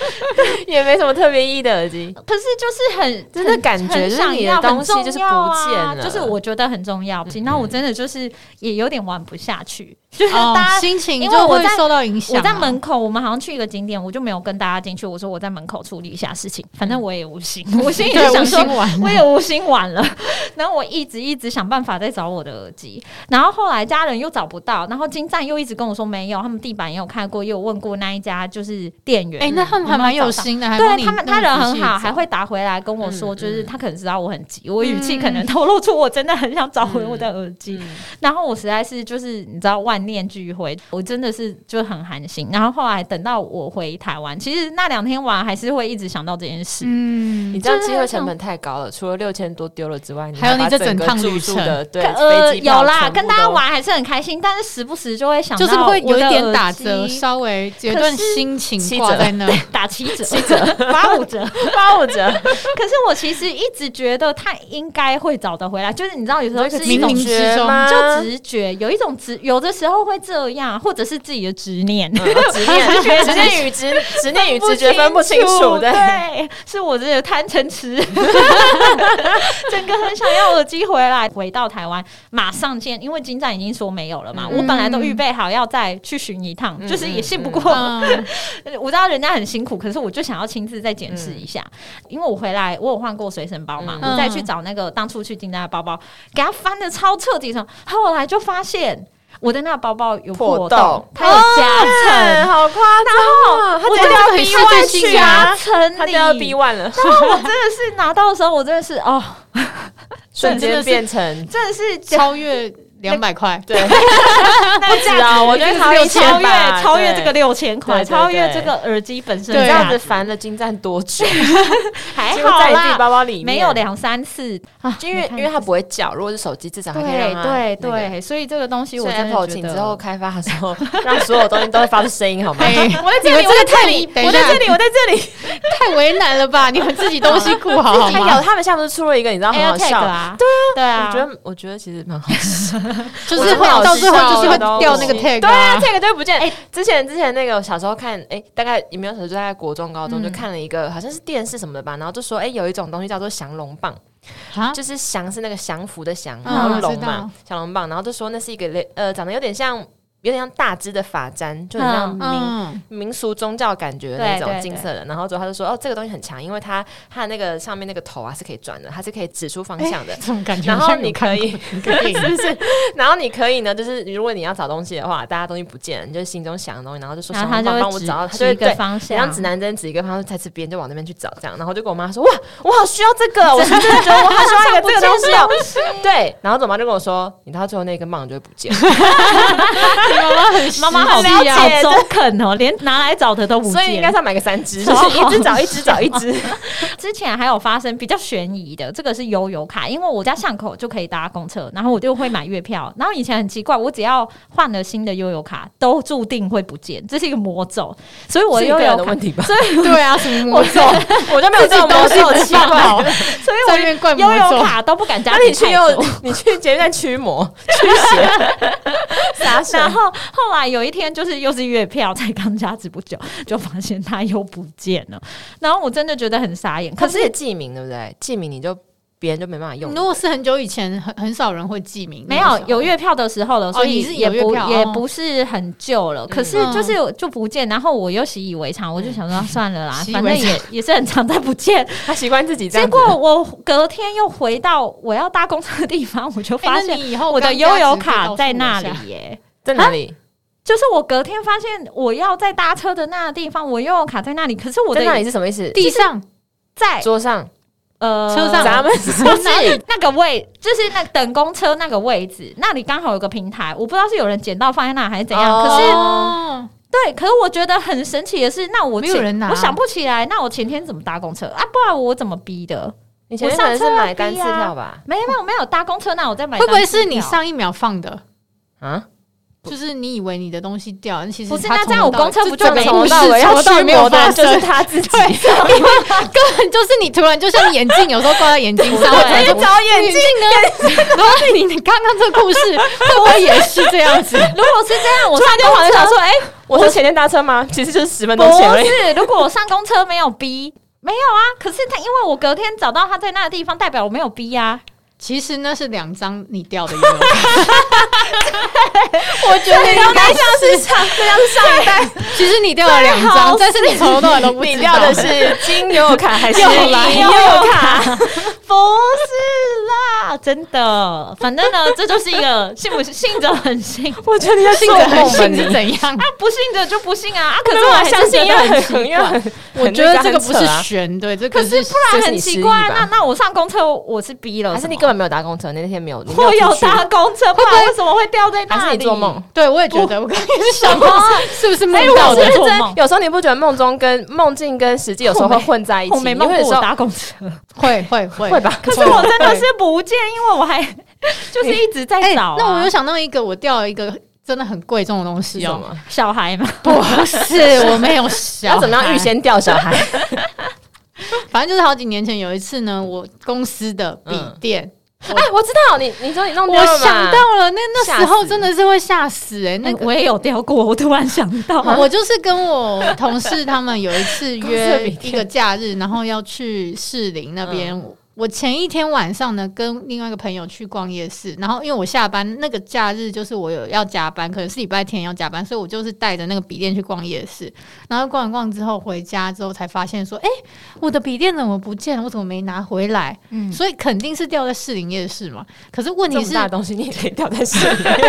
Speaker 1: 也没什么特别意义的耳机。
Speaker 2: 可是就是很
Speaker 1: 真的感觉
Speaker 2: 很
Speaker 1: 就是
Speaker 2: 想
Speaker 1: 你的
Speaker 2: 要很
Speaker 1: 东西
Speaker 2: 重
Speaker 1: 就是
Speaker 2: 要啊
Speaker 1: 不见了嗯
Speaker 2: 就是我觉得很重要。那我真的就是也有点玩不下去， 就是
Speaker 3: 哦
Speaker 2: 大家
Speaker 3: 心情
Speaker 2: 因为
Speaker 3: 就
Speaker 2: 我
Speaker 3: 会
Speaker 2: 在
Speaker 3: 受到影响啊。
Speaker 2: 我在门口，我们好像去一个景点，我就没有跟大家进去。我说我在门口处理一下 事情，反正我也无心，我心里
Speaker 3: 嗯 对
Speaker 2: 就想
Speaker 3: 无心
Speaker 2: 说，
Speaker 3: 玩，
Speaker 2: 我也无心玩了。然后我一直一直想办法再找我的耳机。然后后来家人又找不到，然后金站又一直跟我说没有，他们地板也有看过，也有问过那一家就是店员。
Speaker 3: 哎、那他们还蛮有心的，还帮
Speaker 2: 对
Speaker 3: 你
Speaker 2: 他们，
Speaker 3: 那么
Speaker 2: 他人
Speaker 3: 仔
Speaker 2: 很
Speaker 3: 细
Speaker 2: 好，
Speaker 3: 找
Speaker 2: 还会打回来跟我说，
Speaker 1: 嗯
Speaker 2: 就是
Speaker 1: 嗯
Speaker 2: 他可能知道我很急，我语气
Speaker 3: 嗯
Speaker 2: 可能透露出我真的很想找回我的耳机。
Speaker 1: 嗯
Speaker 2: 然后我实在是就是你知道万念俱灰，我真的是就很寒心。然后后来等到我回台湾，其实那两天晚还是会一直想到这件事。
Speaker 3: 嗯
Speaker 1: 你，这样机会成本太高了，除了六千多丢了之外，你
Speaker 3: 还有你
Speaker 1: 把
Speaker 3: 这
Speaker 1: 整
Speaker 3: 整
Speaker 1: 个
Speaker 3: 趟
Speaker 1: 住
Speaker 3: 旅
Speaker 1: 宿
Speaker 3: 程
Speaker 1: 的对，
Speaker 2: 可呃，
Speaker 1: 飞机票
Speaker 2: 有啦，
Speaker 1: 全部
Speaker 2: 跟大家
Speaker 1: 都
Speaker 2: 玩还是很开心，但是时不时就会想到
Speaker 3: 就是会有
Speaker 2: 我
Speaker 3: 一
Speaker 2: 的
Speaker 3: 点
Speaker 2: 耳
Speaker 3: 打
Speaker 2: 机
Speaker 3: 折，稍微有一
Speaker 2: 可
Speaker 3: 段
Speaker 2: 是
Speaker 3: 心情
Speaker 1: 七
Speaker 3: 挂
Speaker 1: 折
Speaker 3: 在那。
Speaker 2: 打七折、七折、八五折、八五折。 可是我其实一直觉得他应该会找得回来，就是你知道，有时候是一
Speaker 3: 冥
Speaker 2: 种
Speaker 3: 冥之中
Speaker 1: 吗
Speaker 2: 就直觉，有一种直，有的时候会这样，或者是自己的执念。
Speaker 1: 执念，执念与执 执念嗯与直觉分不清楚
Speaker 2: 对
Speaker 1: 对。，
Speaker 2: 是我这个贪嗔痴，整个很想要耳机回来，回到台湾马上见，因为金站已经说没有了嘛，
Speaker 1: 嗯
Speaker 2: 我本来都预备好要再去巡一趟，
Speaker 1: 嗯
Speaker 2: 就是也信不过、
Speaker 3: 嗯，
Speaker 2: 我知道人家很辛苦，可是我就想要亲自再检
Speaker 1: 嗯
Speaker 2: 视一下，因为我回来我有换过随身包嘛，
Speaker 3: 嗯
Speaker 2: 我再去找那个当初去订单的包包，给它翻的超彻底的，后来就发现我的那个包包有
Speaker 1: 破
Speaker 2: 破
Speaker 1: 洞
Speaker 2: 它有夹
Speaker 1: 哎
Speaker 2: 层，
Speaker 1: 好夸张啊！他
Speaker 2: 我
Speaker 1: 直接
Speaker 2: 就
Speaker 1: 到
Speaker 3: 很
Speaker 1: B
Speaker 3: 失
Speaker 1: one
Speaker 3: 去
Speaker 1: 去
Speaker 2: 夹
Speaker 1: 啊，
Speaker 2: 层
Speaker 1: 他
Speaker 2: 里
Speaker 1: 就要 B one 了，
Speaker 2: 然后我真的是拿到的时候，我真的是哦，
Speaker 1: 瞬
Speaker 3: 真
Speaker 1: 间
Speaker 3: 的是
Speaker 1: 变成
Speaker 2: 真的是夹
Speaker 3: 超越两百块，
Speaker 1: 对，不止啊，我觉得超
Speaker 2: 超越
Speaker 1: 千吧
Speaker 2: 超越这个
Speaker 1: 对
Speaker 2: 六千块，
Speaker 1: 对对
Speaker 2: 超越
Speaker 1: 对
Speaker 2: 这个耳机本身
Speaker 1: 你
Speaker 2: 的
Speaker 1: 这
Speaker 3: 对
Speaker 1: 样
Speaker 2: 价
Speaker 1: 子
Speaker 2: 值，
Speaker 1: 烦了金赞多久？
Speaker 2: 还
Speaker 1: 就
Speaker 2: 哎好
Speaker 1: 在你自己
Speaker 2: 啦，
Speaker 1: 包包里面，
Speaker 2: 没有两三次啊，
Speaker 1: 就因为
Speaker 2: 你看
Speaker 1: 因为它不会叫，如果是手机，至少还可以让它
Speaker 2: 对对
Speaker 1: 那个
Speaker 2: 对，所以这个东西我
Speaker 1: 所以
Speaker 2: 真
Speaker 1: Apple，
Speaker 2: 的觉
Speaker 1: 请
Speaker 2: 得
Speaker 1: 之后开发的时 候，让所有东西都会发出声音，好吗？
Speaker 3: 哎
Speaker 1: 我在
Speaker 3: 你
Speaker 1: 这里，
Speaker 3: 们这
Speaker 1: 我
Speaker 3: 个
Speaker 1: 在这
Speaker 3: 太
Speaker 1: 里，
Speaker 3: 等一
Speaker 1: 我在
Speaker 3: 下
Speaker 1: 这里，我在这里。
Speaker 3: 太为难了吧？你们自己东西顾好好
Speaker 1: 还哎有哎
Speaker 3: 吗？
Speaker 1: 他们下面出了一个，你知道很好
Speaker 2: AirTag
Speaker 1: 笑，
Speaker 2: 啊，对啊，
Speaker 1: 我
Speaker 2: 对啊，
Speaker 1: 觉得我觉得其实蛮好笑。
Speaker 3: 就是会到最后就是会掉那个 tag，
Speaker 1: 对啊
Speaker 3: 啊，
Speaker 1: ，tag 就不见。哎， 之前之前那个我小时候看，哎，大概也没有小时候，就大概国中、高中
Speaker 2: 嗯
Speaker 1: 就看了一个，好像是电视什么的吧，然后就说，哎，有一种东西叫做降龙棒，
Speaker 3: 啊
Speaker 1: 就是降是那个降服的降，然
Speaker 3: 嗯
Speaker 1: 后龙
Speaker 3: 我
Speaker 1: 嘛
Speaker 3: 知道，
Speaker 1: 降龙棒，然后就说那是一个类呃，长得有点像有点像大只的发簪，就很像明
Speaker 3: 嗯，
Speaker 1: 民俗宗教感觉的那
Speaker 2: 对
Speaker 1: 种
Speaker 2: 对
Speaker 1: 金色的，然后之后他就说哦，这个东西很强，因为它它的那个上面那个头啊是可以转的，它是可以指出方向 的。
Speaker 3: 这种感 觉
Speaker 1: 然后
Speaker 3: 好像
Speaker 1: 你
Speaker 3: 有看
Speaker 1: 可
Speaker 3: 过
Speaker 1: 以，
Speaker 3: 一个电影，
Speaker 1: 然后你可以呢，就是如果你要找东西的话，大家东西不见了，你就心中想的东西，然后就说
Speaker 2: 然
Speaker 1: 小
Speaker 2: 后他
Speaker 1: 红
Speaker 2: 就
Speaker 1: 帮帮
Speaker 2: 会
Speaker 1: 我
Speaker 2: 指
Speaker 1: 找到，他就
Speaker 2: 指
Speaker 1: 会
Speaker 2: 一个
Speaker 1: 对，
Speaker 2: 方
Speaker 1: 你让
Speaker 2: 向
Speaker 1: 指，南针指一个方向，在这边就往那边去找，这样。然后就跟我妈说，哇，我好需要这 个，我是真的觉得我好需要一个这个东西哦。 对，然后我妈就跟我说，你到最后那根棒就会不见了。
Speaker 2: 妈妈好
Speaker 1: 实际啊
Speaker 2: 好中肯哦，连拿来找的都 不
Speaker 1: 所以应该
Speaker 2: 见
Speaker 1: 是。要买个三只， 就是一只找一只找一只。
Speaker 2: 之前还有发生比较悬疑的，这个是悠游卡，因为我家巷口就可以搭公车，然后我就会买月票。然后以前很奇怪，我只要换了新的悠游卡，都注定会不见，这是一个魔咒。所以 我
Speaker 1: 是一
Speaker 2: 悠
Speaker 1: 个人
Speaker 2: 游
Speaker 1: 的
Speaker 2: 卡
Speaker 1: 问，题吧？
Speaker 3: 对啊，什 么
Speaker 1: 我
Speaker 3: 魔
Speaker 1: 走
Speaker 3: 咒，，
Speaker 1: 我就没有这种魔咒，奇
Speaker 3: 放好
Speaker 1: 怪。
Speaker 2: 所以
Speaker 3: 在那边
Speaker 2: 我
Speaker 3: 怪魔
Speaker 2: 悠游
Speaker 3: 咒
Speaker 2: 卡都不敢加
Speaker 1: 那
Speaker 2: 进
Speaker 1: 你
Speaker 2: 去
Speaker 1: 去又你去捷运站驱魔驱邪， 傻
Speaker 2: 然
Speaker 1: 傻。
Speaker 2: 后后来有一天，就是又是月票，才刚加值不久，就发现它又不见了。然后我真的觉得很傻眼。可
Speaker 1: 可是也
Speaker 2: 是
Speaker 1: 记名对不对？记名你就别人就没办法
Speaker 2: 嗯
Speaker 1: 用。
Speaker 3: 如果是很久以前，很很少人会记名，
Speaker 2: 没有
Speaker 3: 哎
Speaker 2: 有月票的时候了，所以
Speaker 3: 你是
Speaker 2: 也
Speaker 3: 有月
Speaker 2: 不、
Speaker 3: 票哦
Speaker 2: 也不是很旧了。可是就是有就不见，然后我又习以为常，我就想说啊算了啦，
Speaker 3: 习以
Speaker 2: 反正
Speaker 3: 为常
Speaker 2: 也也是很常在不见。
Speaker 1: 他习惯自己这
Speaker 2: 结
Speaker 1: 样子
Speaker 2: 果我隔天又回到我要搭公车的地方，我就
Speaker 3: 哎
Speaker 2: 发
Speaker 3: 那
Speaker 2: 现
Speaker 3: 你以后
Speaker 2: 我的
Speaker 3: 刚
Speaker 2: 悠
Speaker 3: 加
Speaker 2: 游
Speaker 3: 值
Speaker 2: 卡在那
Speaker 3: 告诉
Speaker 2: 里
Speaker 3: 我一下
Speaker 2: 耶、
Speaker 1: 在哪里？
Speaker 2: 啊就是我隔天发现我要在搭车的那个地方，我悠游卡在那里，可是我的
Speaker 1: 在哪里是什么意思？
Speaker 3: 地上
Speaker 2: 在
Speaker 1: 桌上，
Speaker 2: 呃
Speaker 3: 车上
Speaker 1: 咱们
Speaker 2: 不是那个位，就是那等公车那个位置，那里刚好有个平台，我不知道是有人捡到放在那还是怎样。
Speaker 1: 哦
Speaker 2: 可是
Speaker 3: 哦，
Speaker 2: 对，可是我觉得很神奇的是，那我
Speaker 3: 没有
Speaker 2: 前
Speaker 3: 人拿啊
Speaker 2: 我想不起来，那我前天怎么搭公车啊？不然我怎么逼的？
Speaker 1: 你前面可能是买单次
Speaker 2: 啊
Speaker 1: 票吧？
Speaker 2: 没有没有没有搭公车，那我再买
Speaker 3: 会不会
Speaker 2: 单次
Speaker 3: 是你
Speaker 2: 票？
Speaker 3: 上一秒放的？
Speaker 1: 啊，
Speaker 3: 就是你以为你的东西掉，但其实
Speaker 2: 不是
Speaker 3: 它
Speaker 2: 那这样
Speaker 3: 从头
Speaker 2: 我
Speaker 3: 到
Speaker 2: 公车
Speaker 3: 就
Speaker 2: 不就没
Speaker 3: 从
Speaker 1: 从头
Speaker 3: 头
Speaker 2: 事
Speaker 1: 到
Speaker 3: 到
Speaker 1: 尾
Speaker 3: 尾
Speaker 1: 要
Speaker 3: 要
Speaker 1: 驱
Speaker 3: 驱
Speaker 1: 魔
Speaker 3: 魔
Speaker 1: 的
Speaker 3: 的
Speaker 1: 就是他自 己。
Speaker 3: 因为根本就是你突然就像眼镜，有时候挂在眼睛上，
Speaker 1: 我
Speaker 3: 或 者
Speaker 1: 直接
Speaker 3: 说
Speaker 1: 找眼镜
Speaker 3: 然后你你刚刚这个故事会不会也是这样子？
Speaker 2: 如果是这样，我
Speaker 1: 突
Speaker 2: 上
Speaker 1: 然间
Speaker 2: 公
Speaker 1: 好像
Speaker 2: 车
Speaker 1: 想说，哎，我是前天搭车吗？其实就是十分钟前而
Speaker 2: 不
Speaker 1: 已。
Speaker 2: 是，如果我上公车没有逼，没有啊。可是他，因为我隔天找到他在那个地方，代表我没有逼啊。
Speaker 3: 其实那是两张你掉的油卡，
Speaker 1: 我觉得应该像是上，这像是上一代
Speaker 3: 其实你掉了两
Speaker 2: 最好是，
Speaker 3: 张但是你从头到尾都不知道。
Speaker 1: 啊你要 的是金油卡还是
Speaker 3: 又来
Speaker 1: 银油卡？
Speaker 2: 不是啊，真的，反正呢，这就是一个信不信者很信，啊，
Speaker 1: 我觉得要
Speaker 3: 信
Speaker 1: 着
Speaker 3: 着很信是 怎样？
Speaker 2: 不信者就不信啊，啊，可
Speaker 1: 可
Speaker 2: 是
Speaker 1: 是
Speaker 2: 我
Speaker 1: 我还
Speaker 2: 还是
Speaker 1: 相
Speaker 2: 觉
Speaker 1: 信
Speaker 2: 得
Speaker 1: 因为
Speaker 2: 很
Speaker 1: 很很
Speaker 2: 奇怪。
Speaker 1: 很，
Speaker 3: 我觉得这个不
Speaker 1: 很
Speaker 3: 是
Speaker 1: 扯啊
Speaker 3: 悬，对，这
Speaker 2: 可
Speaker 3: 个
Speaker 2: 是不然很奇怪，
Speaker 1: 这是你失忆吧
Speaker 2: 那那我上公车我是逼了什么，
Speaker 1: 还是你根本没有搭公车，那天没有，你没
Speaker 2: 我有
Speaker 1: 出去
Speaker 2: 搭公车，不然为什么会掉在那里？
Speaker 1: 还是你做梦？？
Speaker 3: 对我也觉得，我刚刚也是想到是不是梦
Speaker 1: 哎，
Speaker 3: 到
Speaker 1: 我
Speaker 3: 的
Speaker 1: 是
Speaker 2: 做
Speaker 1: 真
Speaker 2: 梦，
Speaker 1: 有时候你不觉得梦中跟梦境跟实际有时候会混在一起？
Speaker 2: 我没梦
Speaker 1: 因为有
Speaker 2: 过
Speaker 1: 时候
Speaker 2: 我搭公车，
Speaker 3: 会会会
Speaker 1: 会吧
Speaker 2: 可是我真的是不见，因为我 还就是一直在
Speaker 3: 哎，
Speaker 2: 找啊。
Speaker 3: 那我又想到一个，我掉了一个真的很贵重的东
Speaker 1: 是
Speaker 3: 西
Speaker 1: 什
Speaker 3: 哦，
Speaker 1: 么？
Speaker 2: 小孩嘛，
Speaker 3: 不是， 我没有小，
Speaker 1: 要怎么样预？先掉小 孩？哎
Speaker 3: 反正就是好几年前有一次呢，我公司的笔电，
Speaker 1: 哎，我知道你，你说你弄丢
Speaker 3: 我
Speaker 1: 了嘛
Speaker 3: 想到了，那那时
Speaker 1: 吓
Speaker 3: 候
Speaker 1: 死
Speaker 3: 真的是会吓死哎、那
Speaker 2: 那
Speaker 3: 个。
Speaker 2: 我也有掉过，我突然想 到，
Speaker 3: 我就是跟我同事他们有一次
Speaker 1: 公司的
Speaker 3: 约
Speaker 1: 笔
Speaker 3: 一
Speaker 1: 电
Speaker 3: 个假日，然后要去士林那边。
Speaker 1: 嗯
Speaker 3: 我前一天晚上呢，跟另外一个朋友去逛夜市，然后因为我下班那个假日就是我有要加班，可能是礼拜天要加班，所以我就是带着那个笔电去逛夜市。然后逛一逛之后回家之后才发现说，哎、我的笔电怎么不见了？我怎么没拿回来？
Speaker 2: 嗯，
Speaker 3: 所以肯定是掉在士林夜市嘛。可是问
Speaker 1: 这
Speaker 3: 题
Speaker 1: 么
Speaker 3: 是，
Speaker 1: 大的东西，你也可以掉在水里。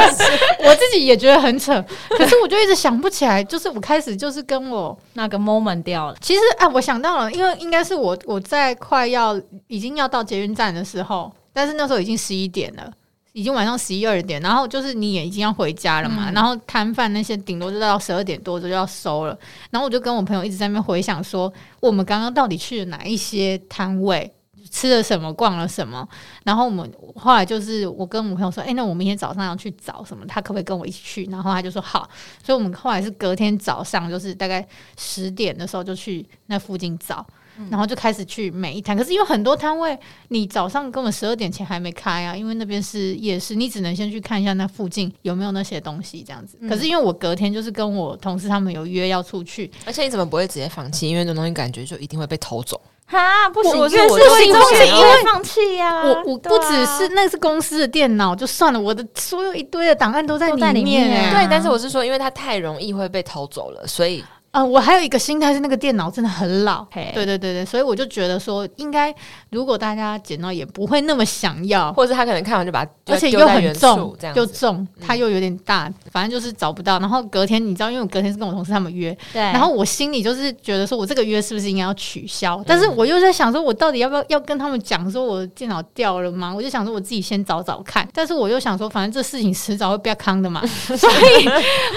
Speaker 3: 我自己也觉得很扯，可是我就一直想不起来。就是我开始就是跟我
Speaker 2: 那个 moment 掉了，
Speaker 3: 其实啊，我想到了，因为应该是我我在快要已经要到捷运站的时候，但是那时候已经十一点了。已经晚上十一二点，然后就是你也已经要回家了嘛，然后摊贩那些顶多就到十二点多就要收了，然后我就跟我朋友一直在那边回想说，我们刚刚到底去了哪一些摊位，吃了什么，逛了什么，然后我们后来就是我跟我朋友说，哎、那我明天早上要去找什么，他可不可以跟我一起去？然后他就说好，所以我们后来是隔天早上就是大概十点的时候就去那附近找，然后就开始去每一摊。可是因为很多摊位，你早上根本十二点前还没开啊，因为那边是夜市，你只能先去看一下那附近有没有那些东西这样子。可是因为我隔天就是跟我同事他们有约要出去，
Speaker 1: 而且你怎么不会直接放弃？因为这种东西感觉就一定会被偷走。
Speaker 2: 哈，不行，
Speaker 1: 我
Speaker 2: 越
Speaker 1: 是我
Speaker 2: 是
Speaker 1: 就是
Speaker 2: 心
Speaker 1: 不
Speaker 2: 中
Speaker 1: 想
Speaker 2: 是
Speaker 1: 要
Speaker 2: 因为放弃呀，
Speaker 3: 我我
Speaker 2: 对
Speaker 3: 不
Speaker 2: 啊
Speaker 3: 只是那是公司的电脑就算了，我的所有一堆的档案都在
Speaker 2: 都在里
Speaker 3: 里面、
Speaker 2: 面
Speaker 3: 欸。
Speaker 2: 啊
Speaker 1: 对，但是我是说，因为它太容易会被偷走了，所以
Speaker 3: 呃，我还有一个心态是那个电脑真的很老，
Speaker 2: 嘿
Speaker 3: 对对对对，所以我就觉得说，应该如果大家捡到也不会那么想要，
Speaker 1: 或者是他可能看完就把它丢
Speaker 3: 而且
Speaker 1: 丢
Speaker 3: 又
Speaker 1: 在
Speaker 3: 很
Speaker 1: 原
Speaker 3: 重
Speaker 1: 处这，样
Speaker 3: 又
Speaker 1: 子。嗯
Speaker 3: 重，它又有点大，反正就是找不到。然后隔天你知道，因为我隔天是跟我同事他们约，
Speaker 2: 对，
Speaker 3: 然后我心里就是觉得说我这个约是不是应该要取消？但是我又在想说，我到底要不要要跟他们讲说我的电脑掉了吗？我就想说我自己先找找看，但是我又想说，反正这事情迟早会被坑的嘛，所以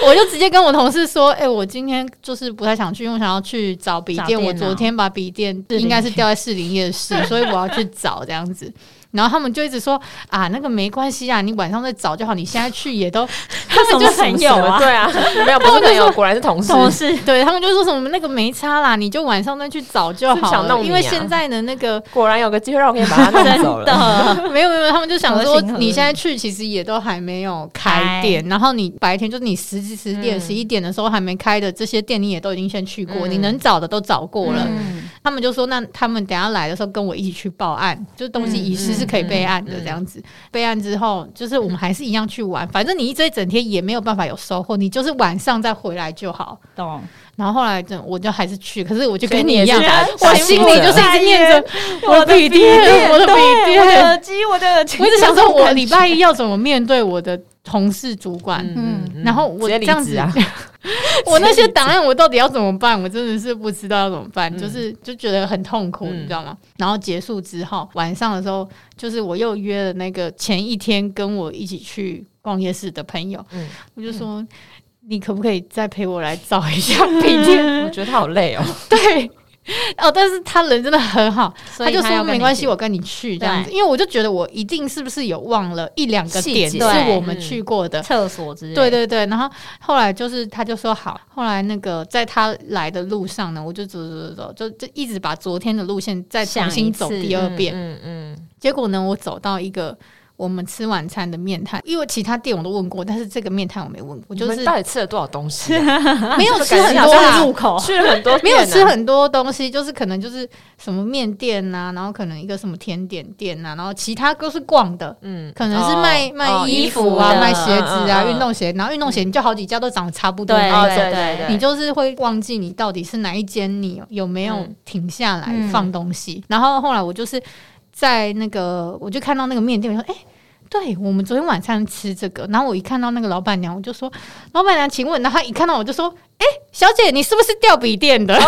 Speaker 3: 我就直接跟我同事说，哎、我今天就是不太想去，因为我想要去找笔
Speaker 2: 找
Speaker 3: 电。我
Speaker 2: 电脑
Speaker 3: 昨天把笔电应该是掉在士林夜市，所以我要去找这样子。然后他们就一直说啊，那个没关系啊，你晚上再找就好，你现在去也都
Speaker 2: 他什么朋友
Speaker 1: 什么
Speaker 2: 啊，
Speaker 1: 对啊， 没有不是朋友，果然是同事。
Speaker 2: 同事，
Speaker 3: 对他们就说什么那个没差啦，你就晚上再去找就好
Speaker 1: 是
Speaker 3: 了。
Speaker 1: 不是想弄你啊
Speaker 3: 因为现在的那个
Speaker 1: 果然有个机会让我可以把它 弄走
Speaker 2: 真
Speaker 1: 了。
Speaker 2: 的，
Speaker 3: 没有没有没有，他们就想
Speaker 2: 合
Speaker 3: 说
Speaker 2: 情合理
Speaker 3: 你现在去其实也都还没有开店，然后你白天就是你十十点
Speaker 1: 嗯
Speaker 3: 十一点的时候还没开的这些店，你也都已经先去过，
Speaker 1: 嗯
Speaker 3: 你能找的都找过了。
Speaker 2: 嗯
Speaker 3: 他们就说，那他们等一下来的时候跟我一起去报案，就是东西遗
Speaker 1: 嗯
Speaker 3: 失是可以备案的这样子。备案之后，就是我们还是一样去玩，反正你一这一整天也没有办法有收获，你就是晚上再回来就好。
Speaker 2: 懂，
Speaker 3: 然后后来就我就还是去，可是我就
Speaker 1: 所以
Speaker 3: 跟
Speaker 1: 你
Speaker 3: 你
Speaker 1: 也
Speaker 3: 一样
Speaker 1: 是啊，
Speaker 3: 我
Speaker 1: 心
Speaker 3: 心
Speaker 1: 不
Speaker 3: 里就是一直念着我的笔电，我的笔
Speaker 2: 对我的
Speaker 3: 电。
Speaker 2: 耳机，我的耳机，
Speaker 3: 我一直想说，我礼拜一要怎么面对我的同事主管？嗯然后我
Speaker 1: 嗯直接
Speaker 3: 这
Speaker 1: 离
Speaker 3: 样
Speaker 1: 职
Speaker 3: 子
Speaker 1: 啊，
Speaker 3: 我那些档案我到底要怎么办？我真的是不知道要怎么办，就是就觉得很痛苦，
Speaker 1: 嗯
Speaker 3: 你知道吗？然后结束之后，晚上的时候，就是我又约了那个前一天跟我一起去逛夜市的朋友，
Speaker 1: 嗯
Speaker 3: 我就说。你可不可以再陪我来找一下 笔电？
Speaker 1: 嗯我觉得他好累哦。
Speaker 3: 对，哦，但是他人真的很好，
Speaker 2: 所
Speaker 3: 他
Speaker 2: 以
Speaker 3: 就说
Speaker 2: 要跟
Speaker 3: 没
Speaker 2: 你
Speaker 3: 关系，
Speaker 2: 去
Speaker 3: 我跟你去这样子，因为我就觉得我一定是不是有忘了一两个
Speaker 1: 细
Speaker 3: 点
Speaker 1: 节
Speaker 3: 是
Speaker 2: 对
Speaker 3: 我们
Speaker 1: 嗯
Speaker 3: 去过的。
Speaker 2: 厕所之类，
Speaker 3: 对，对对，然后后来就是他就说好，后来那个在他来的路上呢，我就走走走走，就就一直把昨天的路线再重
Speaker 2: 想一
Speaker 3: 新走
Speaker 2: 次
Speaker 3: 第二遍。
Speaker 1: 嗯嗯，
Speaker 3: 结果呢，我走到一个我们吃晚餐的面摊，因为其他店我都问过，但是这个面摊我没问过，
Speaker 1: 我
Speaker 3: 就
Speaker 1: 就是
Speaker 3: 是
Speaker 1: 到底吃了多少东 西啊？
Speaker 3: 没有吃很
Speaker 1: 感觉好
Speaker 3: 多
Speaker 1: 像
Speaker 3: 啦
Speaker 1: 是
Speaker 2: 入口
Speaker 1: 去了很多
Speaker 3: 没有
Speaker 1: 店啊
Speaker 3: 吃很多东西，就是可能就是什么面店呐、然后可能一个什么甜点店呐、然后其他都是逛的，
Speaker 1: 嗯
Speaker 3: 可能是
Speaker 1: 哦
Speaker 3: 卖、卖
Speaker 1: 哦
Speaker 3: 衣
Speaker 2: 衣
Speaker 3: 服
Speaker 2: 服
Speaker 3: 啊、
Speaker 2: 的
Speaker 3: 卖鞋子啊、
Speaker 1: 嗯嗯嗯
Speaker 3: 运、动鞋，然后运动鞋你就好几家都长得差不多
Speaker 2: 对
Speaker 3: 嘛，
Speaker 1: 哦
Speaker 2: 对
Speaker 1: 对
Speaker 2: 对
Speaker 1: 对
Speaker 3: 你就是会忘记你到底是哪一间，你有没有
Speaker 1: 嗯
Speaker 3: 停下来
Speaker 2: 嗯
Speaker 3: 放东西。然后后来我就是。在那个，我就看到那个面店，我说：“哎、对我们昨天晚上吃这个。”然后我一看到那个老板娘，我就说：“老板娘，请问。”然后她一看到我就说：“哎、小姐，你是不是掉笔电
Speaker 1: 哦
Speaker 3: 的？”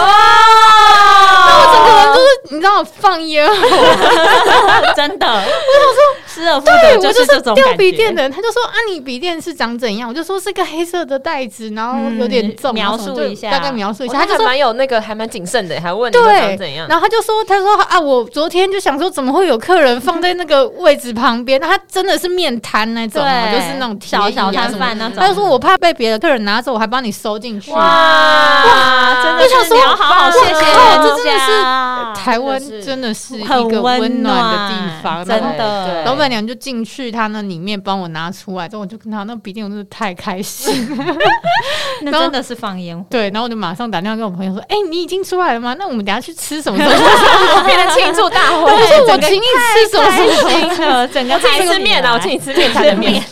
Speaker 3: 我整个人就是你知道 放烟啊火，
Speaker 2: 真的，我想说失而复
Speaker 3: 对
Speaker 2: 得
Speaker 3: 我
Speaker 2: 是
Speaker 3: 是
Speaker 2: 这种
Speaker 3: 掉
Speaker 2: 感
Speaker 3: 笔
Speaker 2: 觉
Speaker 3: 电的人，他就说啊，你笔电是长怎样？我就说是个黑色的袋子，然后有点重，
Speaker 2: 嗯
Speaker 3: 然后
Speaker 2: 描
Speaker 3: 什么
Speaker 2: 述
Speaker 3: 就
Speaker 2: 一下
Speaker 3: 大概描述一
Speaker 1: 哦
Speaker 3: 下，
Speaker 1: 他
Speaker 3: 他就
Speaker 1: 还
Speaker 3: 说。
Speaker 1: 蛮有那个，还蛮谨慎的，还问你会长怎
Speaker 3: 对
Speaker 1: 样，。
Speaker 3: 然后他就说：“他说啊，我昨天就想说，怎么会有客人放在那个位置旁边？他真的是面摊那种哦，
Speaker 2: 对，
Speaker 3: 就是那种
Speaker 2: 小小
Speaker 3: 摊
Speaker 2: 摊贩那种。
Speaker 3: 他就说我怕被别的客人拿走，我还帮你收进去。
Speaker 2: 哇，真的
Speaker 3: 我想
Speaker 2: 是
Speaker 3: 说
Speaker 2: 你要好好
Speaker 3: 哇
Speaker 2: 谢谢人
Speaker 3: 靠这真的是
Speaker 2: 家，
Speaker 3: 台湾
Speaker 1: 真的是
Speaker 3: 真的是一
Speaker 2: 很
Speaker 3: 个温暖的地方，
Speaker 2: 真
Speaker 3: 然后
Speaker 2: 的。
Speaker 1: 对
Speaker 3: 老板娘就进去她那里面帮我拿出来，之后我就跟她那笔电，我真的太开心。
Speaker 2: 那
Speaker 3: 然后
Speaker 2: 真的是放烟火，
Speaker 3: 对，然后我就马上打电话跟我朋友说：“哎、你已经出来了吗？那我们等下去吃什么什么？”
Speaker 1: 变成庆祝大
Speaker 3: 我
Speaker 1: 会。
Speaker 3: 说：“我请你吃什么什么什 么。
Speaker 2: 了，整个
Speaker 1: 我请你吃面啊，我请你吃 面摊的面。，